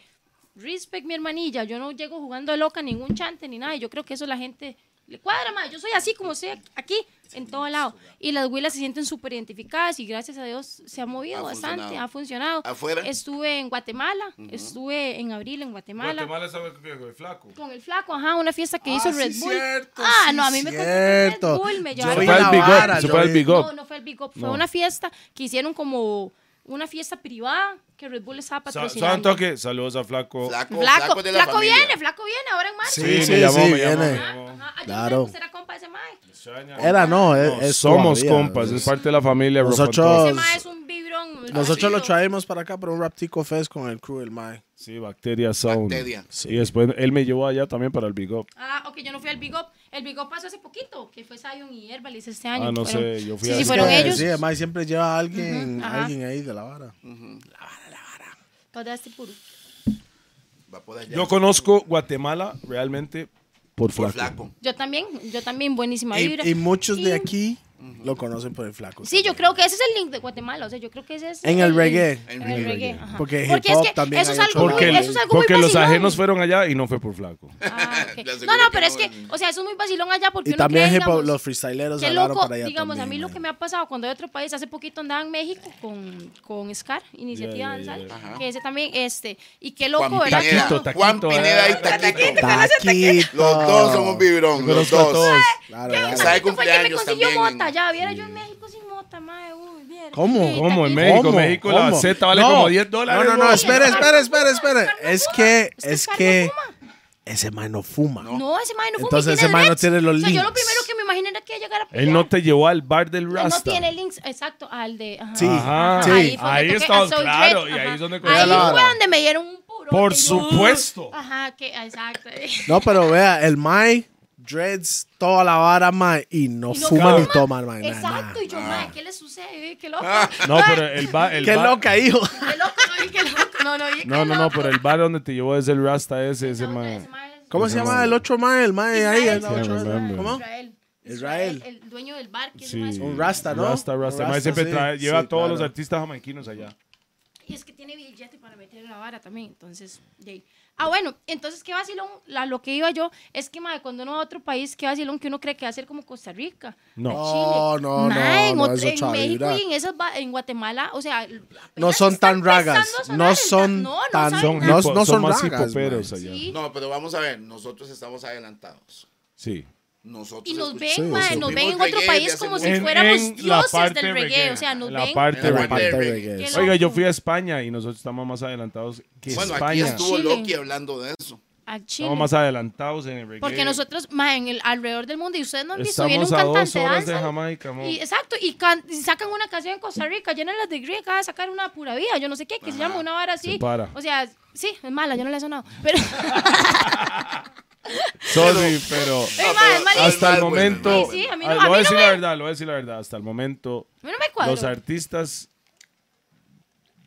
respect mi hermanilla, yo no llego jugando de loca ningún chante ni nada, y yo creo que eso la gente le cuadra, mae, yo soy así como soy aquí, en todo lado. Y las huilas se sienten súper identificadas y gracias a Dios se ha movido
Ha
bastante,
funcionado.
ha funcionado.
¿Afuera?
Estuve en Guatemala, estuve en abril en Guatemala.
sabe que es flaco.
Con el flaco, ajá, una fiesta que hizo
Ah, sí,
Red Bull.
cierto,
ah,
sí,
no, a mí me
cierto.
contó Red Bull, me
Yo
llevaron
fui
Fue
a
el
la
Big
vara,
Up, se
yo
fue el
vi-
Big Up.
no, no fue el Big Up, fue
No.
una fiesta que hicieron como una fiesta privada que Red Bull estaba
Sa-
patrocinando.
Santo que saludos a Flaco.
Flaco,
Flaco,
flaco de la
Flaco
familia.
viene, Flaco viene, ahora en marzo.
Sí,
Sí,
sí,
me
sí,
llamó, me llamó,
viene.
me llamó.
Ajá, ay, yo
Claro.
no sé, pues, era compa de ese mae.
Era no, es,
No,
es
somos
todavía,
compas,
¿no?
es parte de la familia. Rough and
Nosotros-
Ese
Tough.
mae es un vibrón.
Nosotros lo
Sí.
traemos para acá para un Raptico Fest con el crew del Mae.
Sí, Bacteria Sound.
Bacteria.
Y después él me llevó allá también para el Big Up.
Ah, ok, yo no fui al Big Up. El Big Up pasó hace poquito, que fue Zion y Herbalis este año.
Ah, no
Fueron-
sé, yo fui
Sí,
a-
sí, fueron
Sí,
ellos.
Sí, el Mae siempre lleva a alguien,
Ujú, ajá.
alguien ahí de la vara.
Todas este puro.
Va por allá.
Yo conozco Guatemala realmente por
por
Flaco.
flaco.
Yo también, yo también, buenísima vibra.
Y, y muchos
Y-
de aquí lo conocen por el flaco.
Sí, yo creo que ese es el link de Guatemala. O sea, yo creo que ese es.
En el reggae.
En el reggae. ajá.
Porque hip
es
hop
que
también
eso es
hay
algo
otro
muy,
Porque,
lado.
eso es algo muy
porque los
vacilón.
ajenos fueron allá y no fue por Flaco.
Ah, ok.
[LAUGHS] Le aseguro
No, no,
que
pero
no,
es que,
en-
o sea, eso es muy vacilón allá porque
Y
uno
también
cree,
hip hop,
digamos,
los freestyleros
Qué
hablaron
loco,
para allá
digamos, a
también,
mí lo
mae.
que me ha pasado cuando de otro país, hace poquito andaba en México con, con Scar, Iniciativa
Ya, ya,
Danzal,
ya,
ya.
que ese también, este, y qué
Juan
loco, ¿verdad?
Pineda.
Taquito, taquito,
Juan Pineda
eh.
y Taquito.
Taquito.
Los dos somos vibrón. Los
Conozco a
dos.
todos.
Claro,
Qué
Sabe
claro.
bonito fue que me
cumpleaños
consiguió
también en-
mota, ya, viera yo en México sin mota, madre, uy, viera.
¿Cómo?
Sí,
¿Cómo? En
taquito.
México, México, la Z vale como 10 dólares,
No, no, no,
bro.
espere, espere, espere, espere.
Oscar no
Es
fuma.
que,
Es que
es
Oscar no
que
fuma.
ese mae no fuma.
No, ese madre no fuma. y
Entonces, ese mae no
dreads.
tiene los
O sea, yo lo
links.
primero que me imaginé era que llegara a
Él no te llevó al bar del
pelear. Él
Rasta.
no tiene links, exacto, al de. Ajá.
Sí.
Ajá.
Sí.
Ahí, fue donde
Ahí
toqué
está,
a Soul
claro.
Dread,
Y
ajá.
ahí es donde
Ahí
la
fue
vara.
donde me dieron un puro.
Por supuesto.
Ajá, que exacto.
No, pero vea, el Mae, dreads, toda la vara, Mae, y no
Y no
fuma ni
fuma.
toma, Mae. nada, nada.
Exacto, y yo, madre, ¿qué le sucede? Qué loco.
No, pero el bar. El
Qué
bar-
loca, hijo.
Qué loco, no, y qué loco. No, no, y qué
No, no, no,
loco.
pero el bar donde te llevó es el Rasta ese, ese
No,
man.
ese mae es
¿Cómo se llama el otro Mae? El Mae ahí,
Israel,
el
sí,
otro.
remember.
¿Cómo?
Israel.
Israel.
El, el dueño del bar, que es
Sí.
más.
Un rasta, ¿no?
Mm. Rasta,
Un
Rasta. El mae
rasta,
siempre
sí.
trae- lleva
Sí,
a todos los
claro.
artistas jamaiquinos allá.
Y es que tiene billete para meter la vara también, entonces, de ahí. Ah, bueno, entonces, qué vacilón, la, lo que iba yo, es que, madre, cuando uno va a otro país, qué vacilón que uno cree que va a ser como Costa Rica.
No.
No,
Chile.
no, no,
Mae, en,
no,
ot-
es
en
otra
México
vibra.
y en, esas, va- en Guatemala, o sea... apenas
No son
están
tan ragas,
empezando a
no
sonar el
son
rap. no, no
tan-
saben
Son,
nada.
No,
hipo-
no
son
son
más
ragas,
hipoperos
mae.
allá.
Sí.
No, pero vamos a ver, nosotros estamos adelantados.
Sí.
Nosotros
Y nos ven,
escuchamos-
mae,
sí,
nos
sí.
ven en
Vimos
otro
reggae
país
desde hace
como
mucho
si
tiempo.
fuéramos
en la
dioses
parte
del reggae,
reggae,
o sea, nos
en la
ven...
parte
En
La
reggae.
parte de
Qué
reggae, sí.
loco.
Oiga, yo fui a España y nosotros estamos más adelantados que
Bueno, aquí
España.
estuvo
Chile.
Loki hablando de eso.
A Chile.
Estamos más adelantados en el reggae.
Porque nosotros, mae, en el alrededor del mundo, y ustedes no han visto, viene un
estamos a dos
cantante
horas de
danza,
Jamaica, mo.
Y, exacto, y, can- y sacan una canción en Costa Rica, llenan las de Grey, acaba de sacar una pura vida, yo no sé qué, que se llama una vara así.
Se para.
O sea, sí, es mala, yo no la he sonado.
[LAUGHS]
Pero, [LAUGHS]
Sorry, pero
Ey, Eh, ma, es malísimo.
hasta el
Mal, bueno,
momento.
mal,
Sí, a mí no-
Ah,
a
Lo voy
mí
a
no
decir
me-
la verdad, lo voy a decir la verdad. Hasta el momento,
a mí no me cuadro.
los artistas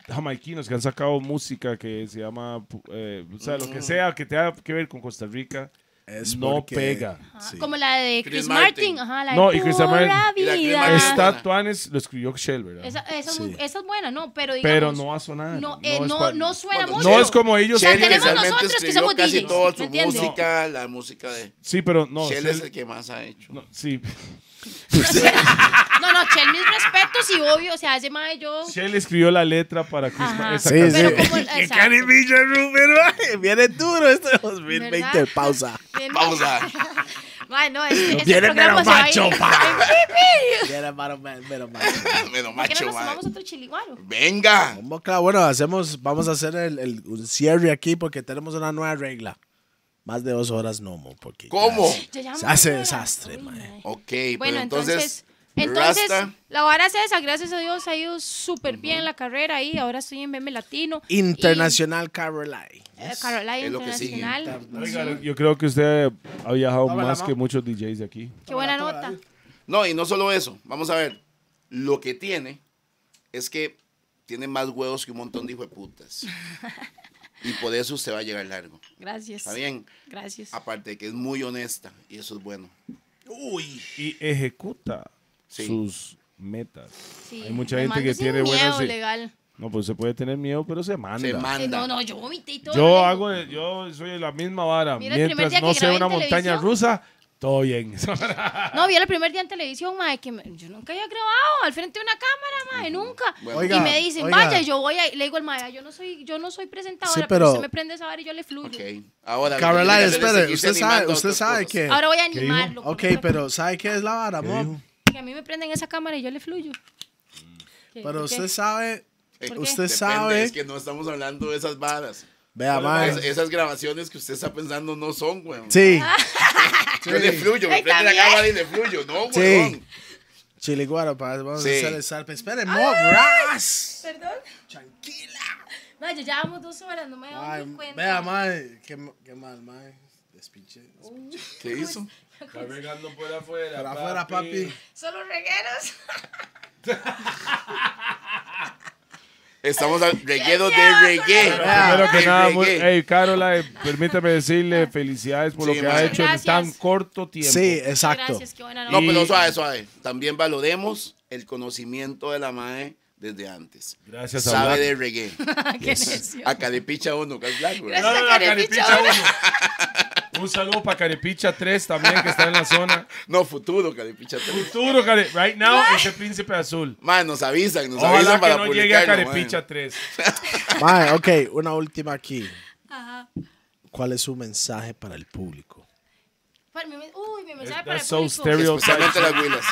jamaiquinos que han sacado música que se llama, pu- eh, o sea, lo que sea que tenga que ver con Costa Rica,
Es
no
porque-
pega.
Ajá,
Sí.
Como la de
Chris
Chris
Martin.
Martin. Ajá, la de
No, y
pura
Chris Martin.
Y la Chris
vida.
Ah. Martin.
Está Tuanes, lo escribió Shell, ¿verdad?
Esa, esa es
Sí.
muy- esa es buena, no, pero digamos.
Pero no va a sonar.
No, eh,
es
no,
pa-
no suena
Bueno,
mucho.
No es como ellos.
O sea,
Shell
quieren.
tenemos
realmente
nosotros que
escribió
somos
casi
DJs,
toda
¿me
su
entiendes?
música, la música de
Sí, pero no.
Shell
Shell-
es el que más ha hecho.
no,
[LAUGHS]
sí.
No, no, Chel, mis respetos y obvio, o sea, ese mae yo.
Shell escribió la letra para Chris
Ajá.
Martin. esa
Sí,
canción.
Pero
sí.
como.
Que
exacto,
Cari Villa Rubén, mae, viene duro este 2020.
¿Verdad?
Pausa.
bien-
Pausa.
[LAUGHS] Mae, no, este, este
Viene mero
programa se va a ir-
macho, pa.
Ay, pipi.
Viene mero, mero macho.
Menos
¿Por qué no
macho,
nos
mae.
tomamos otro chiliguaro?
Venga.
Vamos, claro, bueno, hacemos, vamos a hacer el, el- un cierre aquí porque tenemos una nueva regla. Más de dos horas no, mo, porque ya
¿Cómo?
es-
Ya llevamos
Se hace
una hora.
desastre,
Uy,
mae.
mae.
Ok,
Bueno,
pero entonces,
entonces, entonces
Rasta,
la vara es esa, gracias a Dios ha ido súper bien la carrera ahí, ahora estoy en BM Latino. y,
Internacional Caroline.
eh, Carolina
Es lo que sigue.
Internacional.
Oiga, yo creo que usted ha viajado
Ahora,
más
¿no?
que muchos DJs de aquí.
Qué buena nota.
no, y no solo eso, vamos a ver, lo que tiene es que tiene más huevos que un montón de
[LAUGHS]
hijueputas. y por eso usted va a llegar largo.
Gracias.
¿Está bien? Ah.
Gracias.
Aparte de que es muy honesta y eso es bueno.
Y ejecuta
Sí.
sus metas.
Sí,
Hay mucha
me
gente
mando
que
sin
tiene buenas...
miedo legal.
No, pues se puede tener miedo, pero se manda.
Se
Eh,
manda.
No, no, yo vomité y todo.
Yo hago, de- yo soy la misma vara.
Mira, el primer
Mientras
día que
no sea
grabé
una
en
montaña
televisión.
rusa, todo bien. [LAUGHS]
No, vi el primer día en televisión, mae, que me- yo nunca había grabado al frente de una cámara, mae, nunca.
Bueno.
Oiga,
y me dicen,
oiga.
vaya, y yo voy a, le digo al mae, yo no soy, yo no soy presentadora,
Sí,
pero,
pero-
usted me prende esa vara y yo le fluyo.
Ok, ahora... lo que
Caroline,
tiene que hacer es
espere,
seguirse
usted sabe,
animando a
usted
otras
sabe
cosas.
que...
Ahora voy a
dijo?
animarlo.
Eh, Ok, pero ¿sabe qué es la vara, mo?
Que a mí me prenden esa cámara y yo le fluyo. ¿Qué-
Pero
qué?
usted sabe...
Eh,
¿Por qué?
Usted
Depende,
sabe...
Es que no estamos hablando de esas varas.
Vea,
Es-
mae.
esas grabaciones que usted está pensando no son, güey.
Sí,
Yo le fluyo, me
Ay,
prende la
también.
cámara y le fluyo. No,
Sí.
güey.
chiliguaro, pa, vamos
Sí.
a hacer el zarpe. Espere, mo, ras.
Perdón. Tranquila. Vaya, ya llevamos dos horas, no me he dado
Ay,
ni cuenta.
Vea, mae, qué, qué mal, mae. Despinche.
¿Qué hizo?
por afuera.
Para afuera, papi.
Solo regueros. [LAUGHS]
Estamos al reguero de reggae.
Primero que
De
nada, muy,
reggae.
hey, Caroline, permítame decirle felicidades por lo
Sí,
que ha
madre.
hecho
Gracias.
en tan corto tiempo.
Sí, exacto.
Gracias, qué buena
No,
nota.
pero suave, suave. También valoremos el conocimiento de la madre desde antes.
Gracias a
Sabe
Black.
de reggae.
[LAUGHS] Qué necio.
A Carepicha uno, que es blanco, güey.
No, no, no,
Carepicha
Carepicha uno. Un saludo para Carepicha 3 también, que está en la zona.
No, futuro, Carepicha tres.
Futuro, Care- Right now, ese príncipe azul.
Madre, nos avisan, nos
Ojalá
avisan para
que no llegue a
publicarlo,
Carepicha
madre.
3.
Mae, ok, una última aquí. ¿Cuál es su mensaje para el público?
Para mí me- Uy, mi mensaje para el
That's so
público.
stereo.
Especialmente las huilas.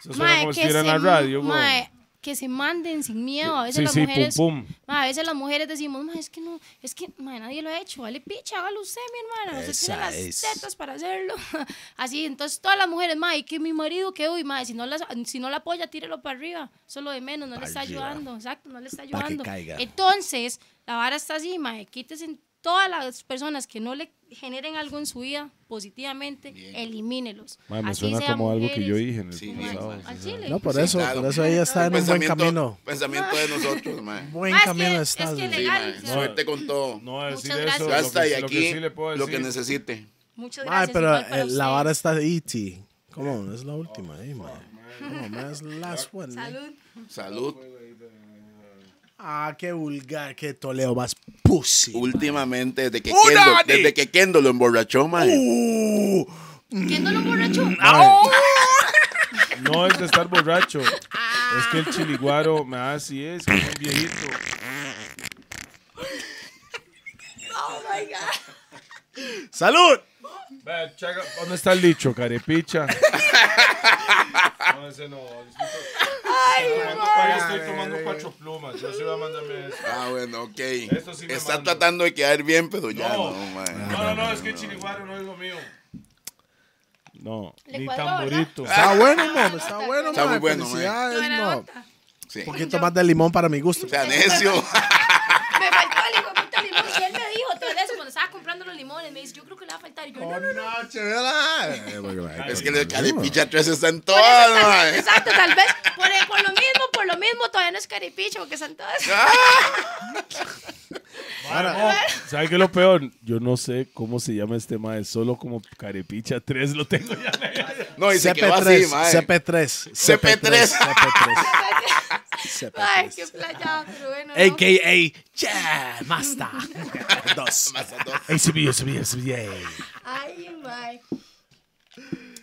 Eso suena
Mae,
como si
que,
estuviera
se,
en la radio, güey.
mae, que se manden sin miedo. A veces
Sí,
las
sí, pum,
mujeres.
pum.
mae, a veces las mujeres decimos, "Mae, es que no, es que mae, nadie lo ha hecho. Vale, picha, hágalo usted, mi hermana. Usted
Esa
tiene las
es.
tetas para hacerlo. [LAUGHS] Así, entonces todas las mujeres, mae, que mi marido, que uy, mae, si no, las, si no la apoya, tírelo para arriba. Eso es lo de menos, no le está
arriba.
ayudando. Exacto, no le está
que
ayudando.
caiga.
Entonces, la vara está así, mae, quítese todas las personas que no le generen algo en su vida positivamente, elimínelos.
Mae, me
Así
suena
sean
como algo que yo
mujeres,
dije en el
Sí,
pasado.
mae.
al chile.
No, por
Sí,
eso,
claro.
por eso ella está en un buen
Pensamiento-
camino.
Pensamiento de nosotros, madre.
Buen
Ah, es que-
camino
es que
estás.
Sí,
legal,
madre,
o sea.
Suerte con todo.
No voy a
Muchas
decir eso.
gracias.
Hasta y
Lo que,
aquí
sí le puedo
lo que
decir.
necesite.
Muchas
Mae,
gracias.
pero
igual para
eh, la
usted.
vara está de E.T. ¿Cómo? Es la última, ahí, mae. ¿Cómo? mae, Es last one. mae.
Salud.
Salud.
Ah, qué vulgar, qué toleo más pussy.
Últimamente, desde que,
¡Una,
Kendo,
Dani!
desde que Kendo lo emborrachó, mae.
Uh,
¿Quién no lo borracho?
No es de estar borracho. Es que el chiliguaro me así es, que es un viejito.
¡Salud!
Ve, checa, ¿Dónde está el dicho,
[LAUGHS]
carepicha? No, ese no. Ay, estoy tomando cuatro plumas. Yo sí voy a mandarme eso.
Ah, bueno, ok.
Eso sí me
Está
mando.
tratando de quedar bien, pero ya no,
No.
mae.
No, no, no, es que chiliguaro no es lo mío. No,
Le
ni
cuadró,
tamborito.
Está bueno, mom. Está bueno,
Está muy
mae,
bueno, mae.
Felicidades,
¿eh? Buena
mom.
nota.
Sí.
Un poquito más de limón para mi gusto.
O sea, necio. [LAUGHS]
Me faltó el hijo de puta limón. Y él me dijo todo eso cuando estaba comprando los limones. Me dice, yo creo que le va a faltar. Y yo, no, no, no.
noche, ¿verdad?
es que el carepicha 3 está en todo, mae.
Exacto, tal vez por, por lo mismo, por lo mismo, todavía no es caripicho porque son todas.
Ah.
[LAUGHS]
¿Sabes qué es lo peor? Yo no sé cómo se llama este mae, solo como carepicha 3 lo tengo ya.
No, y
eh,
se quedó así,
CP3,
mae.
CP3, CP3,
Ay,
CP3,
qué playa, pero bueno. no.
AKA, yeah, Mazda. Dos.
Más a dos.
ACB, ACB, ACB.
Ay, mae.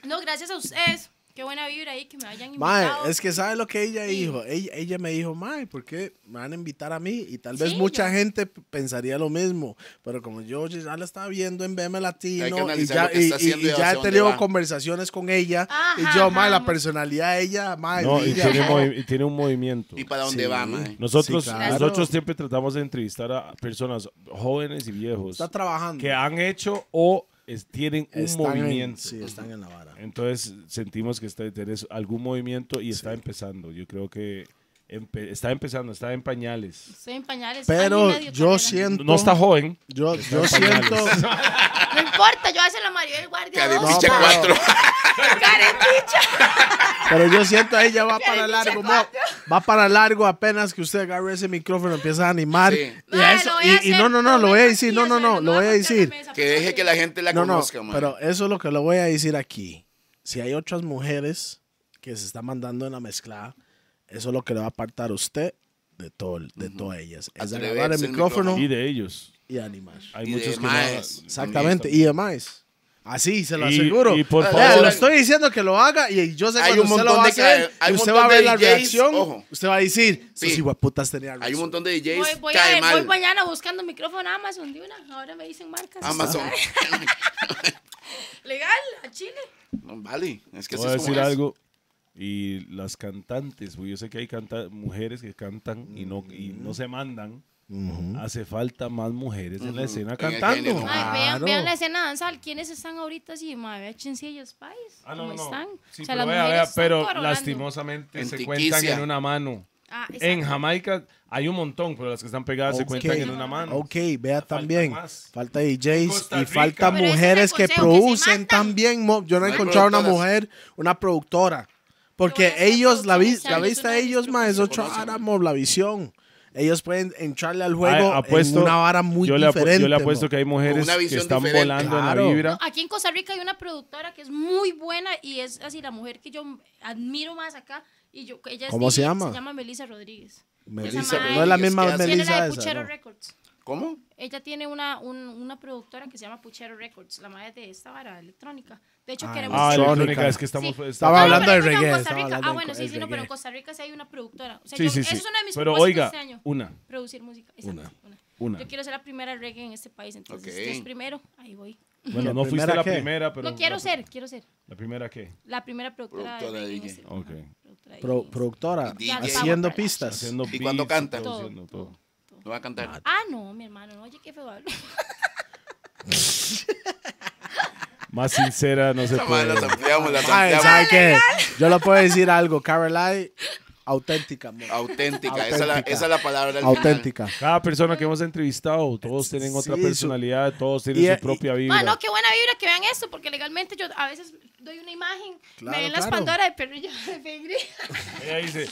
No, gracias a ustedes. Qué buena vibra ahí que me hayan
Mae,
invitado.
es que sabe lo que ella dijo. Ella, ella me dijo, Mae, ¿por qué me van a invitar a mí? Y tal vez
Sí,
mucha
yo-
gente p- pensaría lo mismo. Pero como yo ya la estaba viendo en BM
Hay que
Latino y
analizar lo
ya,
que
y,
está haciendo
y- y
y
ya
hacia
he
dónde
tenido
va.
conversaciones con ella.
Ajá,
y yo, Mae, la
ajá.
personalidad de ella, Mae,
No, y
brilla,
tiene,
mae".
movi- y tiene un movimiento.
¿Y para dónde
Sí.
va, mae?
Nosotros,
Sí, claro.
nosotros siempre tratamos de entrevistar a personas jóvenes y viejos
está trabajando.
que han hecho o es- tienen un
Están en-
movimiento.
sí, están en la vara.
Entonces sentimos que está, tenés algún movimiento y está empezando. Yo creo que empe- está empezando, está en pañales.
Estoy en pañales. año y
Pero
medio
yo
todavía.
siento.
No está joven.
Yo, yo
en
siento.
pañales.
No importa, yo voy a hacer la Maribel Guardia 2.
No,
Carepicha
pero-
[LAUGHS]
4.
Carepicha.
[LAUGHS] Pero yo siento ahí ya va para
dice
largo, mo.
cuatro.
va para largo apenas que usted agarre ese micrófono, empieza a animar.
Sí.
Y,
Mae,
eso-
lo voy a
y, y
hacer,
no, no, no, lo voy a
hacer
decir,
así,
no,
o
no,
sea,
no,
me
lo voy a
voy a golpear la
decir.
mesa,
[LAUGHS] Que
porque-
deje que la gente la
No, no,
conozca, mae.
pero eso es lo que lo voy a decir aquí. Si hay otras mujeres que se están mandando en la mezclada, eso es lo que le va a apartar a usted de todo, el- de todas ellas. Es
Atreverse
agarrar el
el
micrófono
Y de ellos.
y animar.
Hay
Y de
muchos que no-
maes.
Exactamente, y demás. Así, se lo
Y-
aseguro.
y por
Vea,
favor-
lo estoy diciendo que lo haga y yo sé que
Hay un
usted lo
montón
va a
de
hacer,
ca- hay
y
un
usted va a
montón
ver
de
la
DJs,
reacción,
ojo.
usted va a decir,
Sí.
sus hijueputas tenían
Hay un
razón".
montón de DJs.
Voy, voy,
cae
a, voy
mal.
mañana buscando micrófono a Amazon de una. Ahora me dicen marcas.
Amazon.
Legal, a Chile.
[LAUGHS] No, vale. Es que
Te
así
voy a
es como
decir
es.
algo. Y las cantantes, porque yo sé que hay canta- mujeres que cantan y no, y
Mm.
no se mandan. Hace falta más mujeres en la escena
el
cantando.
género.
Mae,
Claro.
vean, vean la escena danzal. ¿Quiénes están ahorita así? Mae, vean Chinsillos Pais.
Ah,
¿Cómo están?
Sí,
O
pero,
sea, las
vea,
mujeres
vea,
están
pero
coronando.
lastimosamente
En
se
Tiquicia.
cuentan en una mano.
Ah, exacto.
En Jamaica hay un montón, pero las que están pegadas se
Ok.
cuentan en una mano.
Ok, vea también.
más.
Falta DJs
Costa
y falta
Rica. Pero
ese es el
mujeres que
consejo, que se
producen
matan.
también. mo- Yo no he
No hay
encontrado una
productoras.
mujer, una productora. Porque
Yo no sé
ellos, la, vi-
productoras,
la
yo
vista
no
de
he
ellos,
visto
más
que
es
se
otro
conocen.
áramo, la visión. Ellos pueden entrarle al
Ay,
juego
Ah, apuesto-
en una vara muy
yo le apu-
diferente.
yo le
mo.
apuesto que hay
Con
mujeres
una
que
visión
están
diferente. Ah,
volando en
Claro.
la vibra. Ah,
Aquí en Costa Rica hay una productora que es muy buena y es así la mujer que yo admiro más acá. Y yo, ella es
¿Cómo se
DJ,
llama?
Se llama Melissa Rodríguez.
Melissa,
mae
no es la misma
es que hace-
Tiene la
Melissa
de
esa.
Puchero
¿no?
Records.
¿Cómo?
Ella tiene una, un- una productora que se llama Puchero Records, la madre de esta vara electrónica. De hecho,
Ah,
queremos...
Ah,
Electrónica.
electrónica, es que estamos.
Sí.
estamos-
Estaba
No,
hablando
pero
de
no, no, en
reggae,
Costa
estaba
Rica.
hablando
ah,
de
bueno,
co-
sí,
el
sí, no, pero en
reggae.
Costa Rica sí hay una productora. O sea,
Sí,
yo-
sí,
Eso
sí.
es uno de mis
Pero
propósitos
oiga,
este año.
una.
Producir música. Exacto,
Una.
una.
Una.
Yo quiero ser la primera reggae en este país, entonces
Ok.
si es primero, ahí voy.
Bueno,
¿La
no fuiste
primera
la
qué?
primera, pero.
no quiero
la-
ser, quiero ser
¿La primera qué?
la primera productora,
Productora de
de reggae. en
DJ.
este
Ok.
país. Productora de
Pro-
DJ.
productora,
DJ.
haciendo
Power
pistas.
Haciendo
¿Y cuando
beats,
canta?
produciendo
Todo,
todo.
Lo va a cantar.
Ah, no, mi hermano, oye, qué feo hablo.
Más sincera, no se
Esa madre
puede.
las ampliamos, las
Mae,
ampliamos.
¿sabe qué? Yo le puedo decir algo, Caroline, auténtica, mo.
Auténtica. Esa es la-
Auténtica.
esa es la palabra. al final.
auténtica.
Cada persona que hemos entrevistado, todos tienen otra
Sí, su-
personalidad, todos tienen
y- e-
su
y-
propia vibra.
Ah, no, qué buena vibra que vean esto, porque legalmente yo a veces doy una imagen,
Claro,
me ven las
claro.
Pandora de perrillo [LAUGHS] de pedigrí.
Ella dice, eh,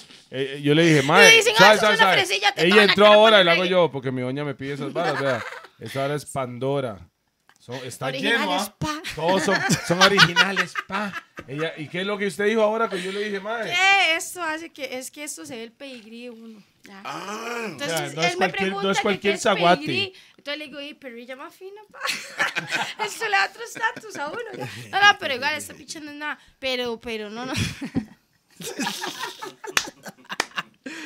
eh, yo le dije, madre,
dicen, ah,
¿sabes,
sos
sabes,
una
sabes?
fresilla, te
Ella
toman la
entró
cara
ahora
por
y la hago
reggae.
yo, porque mi doña me pide esas varas, vea. Esta hora es Pandora. So- está
Original
lleno,
es
¿ah?
pa.
Todos son, son originales, pa. Ella, ¿Y qué es lo que usted dijo ahora que yo le dije, madre?
¿Qué? Esto hace que, es que esto se ve el pedigrí de uno. ya.
Ah,
Entonces,
O sea, no
él
es
me
cualquier-
pregunta
no es
que
cualquier
qué es
zaguate.
pedigrí. Entonces le digo, y perrilla más fina, [LAUGHS] pa. Esto le da otro estatus a uno. No, no, pero igual, esta picha no es nada. Pero, pero, no, [LAUGHS] no.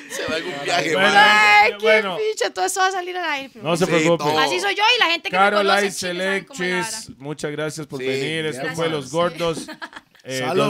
se va en un viaje,
Bueno,
madre.
Ay, qué
bueno.
picha, todo eso va a salir al aire. pero
No se
Sí,
preocupe.
todo.
Así soy yo y la gente que me conoce.
Caroline
en Chile saben cómo es la vara.
Selectis, muchas gracias por
Sí,
venir. Esto
gracias.
fue Los Gordos. Eh,
Salud,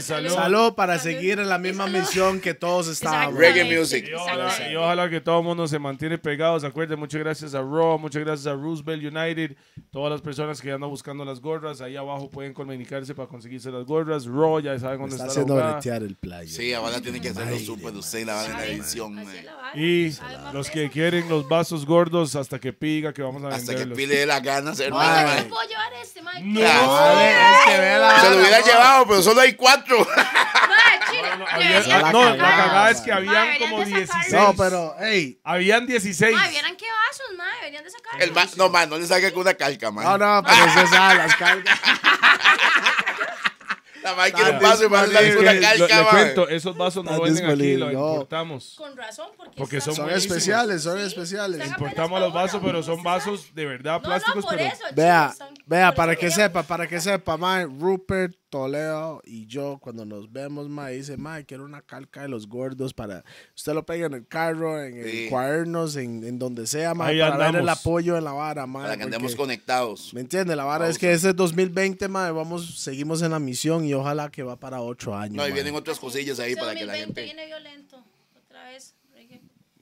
salud,
salud.
salud. para seguir en la misma misión que todos estábamos.
Reggae
Exactamente.
music.
Y ojalá,
Exactamente.
y ojalá que todo el mundo se mantiene pegado. Se acuerden, muchas gracias a Raw, muchas gracias a Roosevelt United. Todas las personas que andan buscando las gorras, ahí abajo pueden comunicarse para conseguirse las gorras. Raw, ya saben
Me está
dónde está,
haciendo
la jugada.
bretear el playo.
Sí, ahora tiene que hacerlo súper usted y la van en la edición, eh.
Así
mae.
es la vara.
Y
Sabe más
los que
peso.
quieren los vasos gordos, hasta que piga, que vamos a
Hasta que
venderlos.
pide la gana,
Oiga,
hermano.
yo
mae.
no puedo llevar este, mae.
No.
Ya, Se lo hubiera llevado, pero solo hay
[LAUGHS]
cuatro.
Mae, chile.
Había-
deberían
ah,
de
no, la
sacarlo.
cagada es que
Mae,
habían
deberían
como
de sacarlo.
16.
No, pero, hey.
Habían 16.
Mae, vieran qué vasos, mae. Deberían de sacarlo.
El ma- no, man, no le saque con una calca, man.
No, no, pero usted sabe las cargas.
La madre quiere un
Ah,
paso y man, le
Es
saque
que
con una
le-
calca,
le
man.
cuento, esos vasos no
Está
venden aquí, los
disponible, no.
importamos.
Con razón, porque,
Porque son
están-
Son
buenísimos.
especiales, son
Sí,
especiales.
sacan
Importamos
apenas
los
pa'
vasos,
uno,
pero son
¿sí
vasos de verdad,
No, no,
plásticos,
por
pero
eso.
Vea,
chicos, son-
vea,
por
para
eso
que
yo-
sepa, para que sepa, mae, Rupert, Toledo y yo, cuando nos vemos, mae, dice, mae, quiero una calca de los gordos para, usted lo pega en el carro, en
Sí.
el cuadernos, en, en donde sea, mae,
Ahí
para ver el
andamos.
apoyo en la vara, mae.
Para que andemos
porque-
conectados.
¿Me entiende? La vara es que ese 2020, mae, vamos, seguimos en la misión y ojalá que va para otro año,
No, y
mae.
vienen otras cosillas ahí
Ese
para que la
2020
gente.
viene violento. Otra vez. reggae.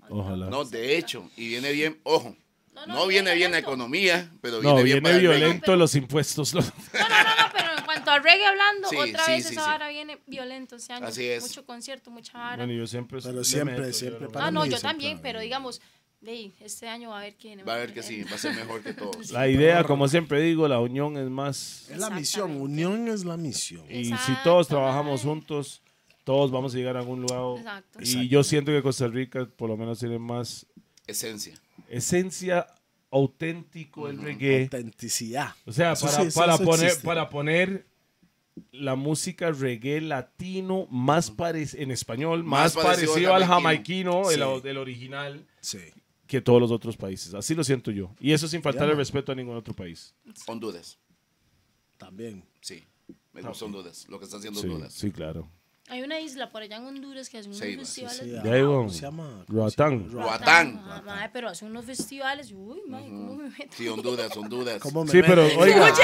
Ojalá.
No, de hecho, y viene bien, ojo.
No, no,
No viene
viene
bien la
violento.
economía, pero
No,
viene
viene,
bien para el
violento
reggae.
los impuestos. lo-
No, no, no, no, pero en cuanto a reggae hablando,
Sí,
otra
sí,
vez
sí,
esa
sí.
vara viene violento ese año.
Así es.
Mucho concierto, mucha vara.
Bueno, yo siempre.
Pero
le
siempre,
yo
siempre
lo-
para
Ah, no,
mí
yo
sí,
también,
claro.
pero digamos, hey, este año va a ver quién.
Va a ver que sí, va a ser mejor que todos.
La idea, como siempre digo, la unión es más.
Es la misión, unión es la misión.
Y si
Exacto,
todos trabajamos
mae.
juntos, todos vamos a llegar a algún lado.
Exacto.
Y yo siento que Costa Rica, por lo menos, tiene más
Esencia.
esencia auténtico el reggae.
Autenticidad.
O sea,
Eso
para,
sí, eso-
para
eso
poner,
existe.
para poner la música reggae latino más parec- en español, más,
Más
parecido,
parecido al
al
jamaiquino.
jamaiquino, el,
Sí.
el original,
Sí.
que todos los otros países. Así lo siento yo. Y eso sin faltar el
man.
respeto a ningún otro país.
Honduras.
También.
Sí. Me gusta Honduras. Lo que está haciendo
Ah, Sí,
Honduras.
sí, claro.
Hay una isla por allá en Honduras que hace unos
Sí, va, sí,
festivales.
sí,
de-
ah,
De ahí,
¿cómo
weón.
se llama?
Roatán.
Roatán.
Ah, mae, pero hace unos festivales. Uy, mae, ¿cómo me meto?
Sí, Honduras, Honduras.
¿Cómo me
Sí,
[LAUGHS]
pero,
ven?
oiga.
Ah,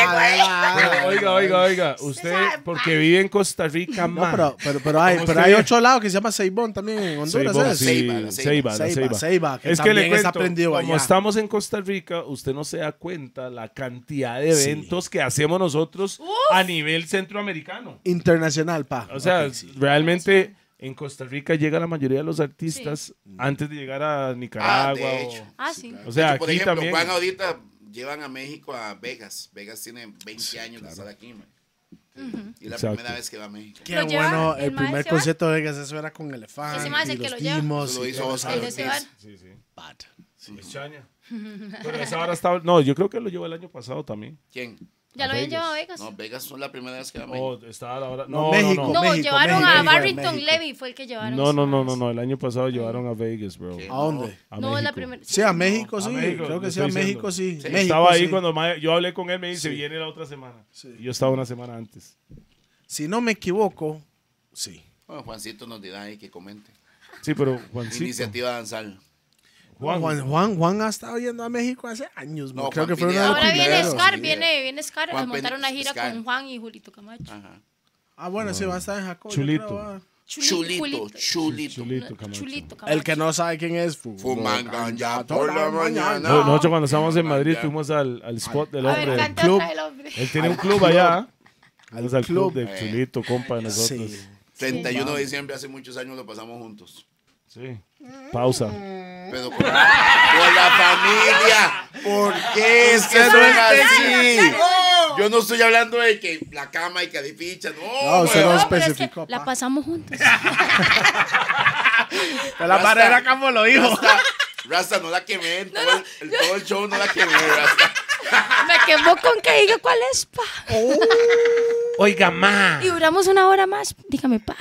ah, ah,
Oiga, oiga, oiga. Usted, porque vive en Costa Rica,
No,
man.
pero, pero, pero hay,
Como
pero
usted-
hay otro lado que se llama Seibón también en Honduras.
Ceiba,
¿es?
sí,
Ceiba, la
Ceiba,
Ceiba.
Ceiba,
la Ceiba.
Ceiba, que
es que le
también es
cuento,
aprendido
como
allá.
estamos en Costa Rica, usted no se da cuenta la cantidad de
Sí.
eventos que hacemos nosotros a nivel centroamericano.
Internacional, pa.
O sea,
Ok, sí.
realmente en Costa Rica llega la mayoría de los artistas antes de llegar a
Ah,
Nicaragua.
de
o-
hecho.
Ah, sí.
o sea,
Yo, por
aquí
ejemplo,
también.
Juan ahorita llevan a México a Vegas. Vegas tiene 20 años de estar aquí, man. Y la
Exacto.
primera vez que va a México.
Qué
¿Lo lleva?
bueno,
¿El
el primer
maestro?
concierto de Vegas, eso era con
Ese
elefantes.
maestro
y
que
los
lo lleva.
timos.
Eso lo
y
hizo
todo
Oscar
eso.
El de ese bar.
Sí, sí.
Bad.
[LAUGHS] Chaña. Pero esa ahora está. No, yo creo que lo llevó el año pasado también.
¿Quién?
Ya lo habían
Vegas.
llevado a Vegas.
No, Vegas son la primera vez que va a
No,
México.
está ahora.
No,
No, no,
México.
no.
No,
México,
llevaron
México,
a
fue
Barrington
México.
Levy, fue el que llevaron.
No, no, no, no, no, El año pasado llevaron a Vegas, bro.
¿Qué?
¿A dónde?
A
No, es la
México.
primera.
Sí, a México,
A
sí.
México,
Creo
le
que sí, a
estoy
México, sí.
Sí.
México,
estaba ahí
sí.
cuando ma- yo hablé con él, me dice, viene la otra semana. Y Yo estaba una semana antes.
Si no me equivoco, sí.
Bueno, Juancito nos dirá ahí que comente.
Sí, pero Juancito.
Iniciativa Danzal.
Juan,
Juan, Juan, Juan ha estado yendo a México hace años.
No,
man. Creo
Juan
que fue uno de
Pineda.
los
Ahora viene
primeros.
Scar, viene, viene Scar.
Juan
montaron
Pen-
una gira
Scar.
con Juan y Julito Camacho.
Ajá.
Ah, bueno, sí, va a estar en Jacob. yo
Chulito.
creo, ah.
Chulito, chulito.
Chulito, Camacho.
Chulito Camacho.
El que no sabe quién es. fu-
Fuman ganja
toda
por la mañana.
No, nosotros cuando estábamos en
Ah,
Madrid
ya.
fuimos al, al spot del
A ver,
hombre.
canta
club.
otra del hombre.
Él tiene un club allá. Vamos al club,
club.
de Chulito, compa de nosotros.
Sí.
31 de diciembre, hace muchos años lo pasamos juntos.
Sí. Pausa.
Pero por, por la familia. ¿Por qué es que suena así? Yo no estoy hablando de que la cama y que de ficha. No,
No, usted
weón.
no-
No, pero es que
especificó,
la
pa.
pasamos juntos.
La
Rasta.
barrera como lo dijo.
Rasta, Rasta, no la quemé. Todo, el, el- todo el show no la quemé, Rasta.
Me quemó con que diga cuál es, pa.
Oiga, ma.
Y duramos una hora más. Dígame, pa.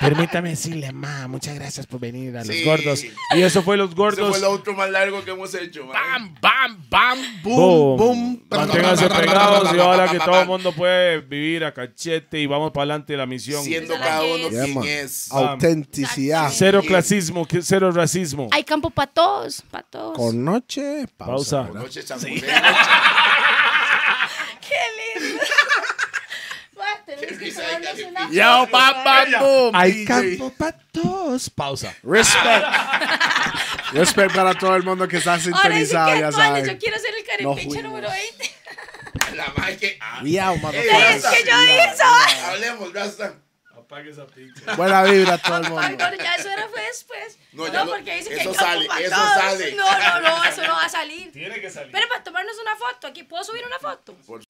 Permítame decirle, ma, Ah, muchas gracias por venir a
Sí.
Los Gordos. Y eso fue Los
Ese fue
Gordos.
el otro más largo que hemos hecho, man.
Bam, bam, bam,
Boom.
boom, boom.
Manténganse pegados y ahora que todo el mundo puede vivir a cachete y vamos para adelante la misión.
Siendo cada uno
Yeah,
quien
man.
es.
Autenticidad.
Cero clasismo, que- cero racismo.
Hay campo para todos. Para todos.
Con noche, pausa.
Pausa.
¿verdad?
Noche
[LAUGHS]
Yo, bam, bam, boom.
Hay campo para todos. Pausa.
Respect. Respect para todo el mundo que está
Ahora dice
sintonizado,
que
ya
actuales, yo
saben.
quiero ser el
No
carepicha
fuimos.
número 20.
[LAUGHS]
La madre que. ah,
Cuidado,
Ey,
Es
Rasta.
motherfuckers.
que yo hizo. [LAUGHS]
Hablemos, Rasta.
Apague esa pinche.
Buena vibra a todo el
Ay,
mundo.
bueno, ya eso era fue después.
No,
No,
ya lo-
porque dice que
eso
hay campo
sale,
pa'
eso
todos.
sale.
No, no, no, eso no va a salir.
[LAUGHS]
Tiene que salir.
Pero para tomarnos una foto, aquí puedo subir una foto.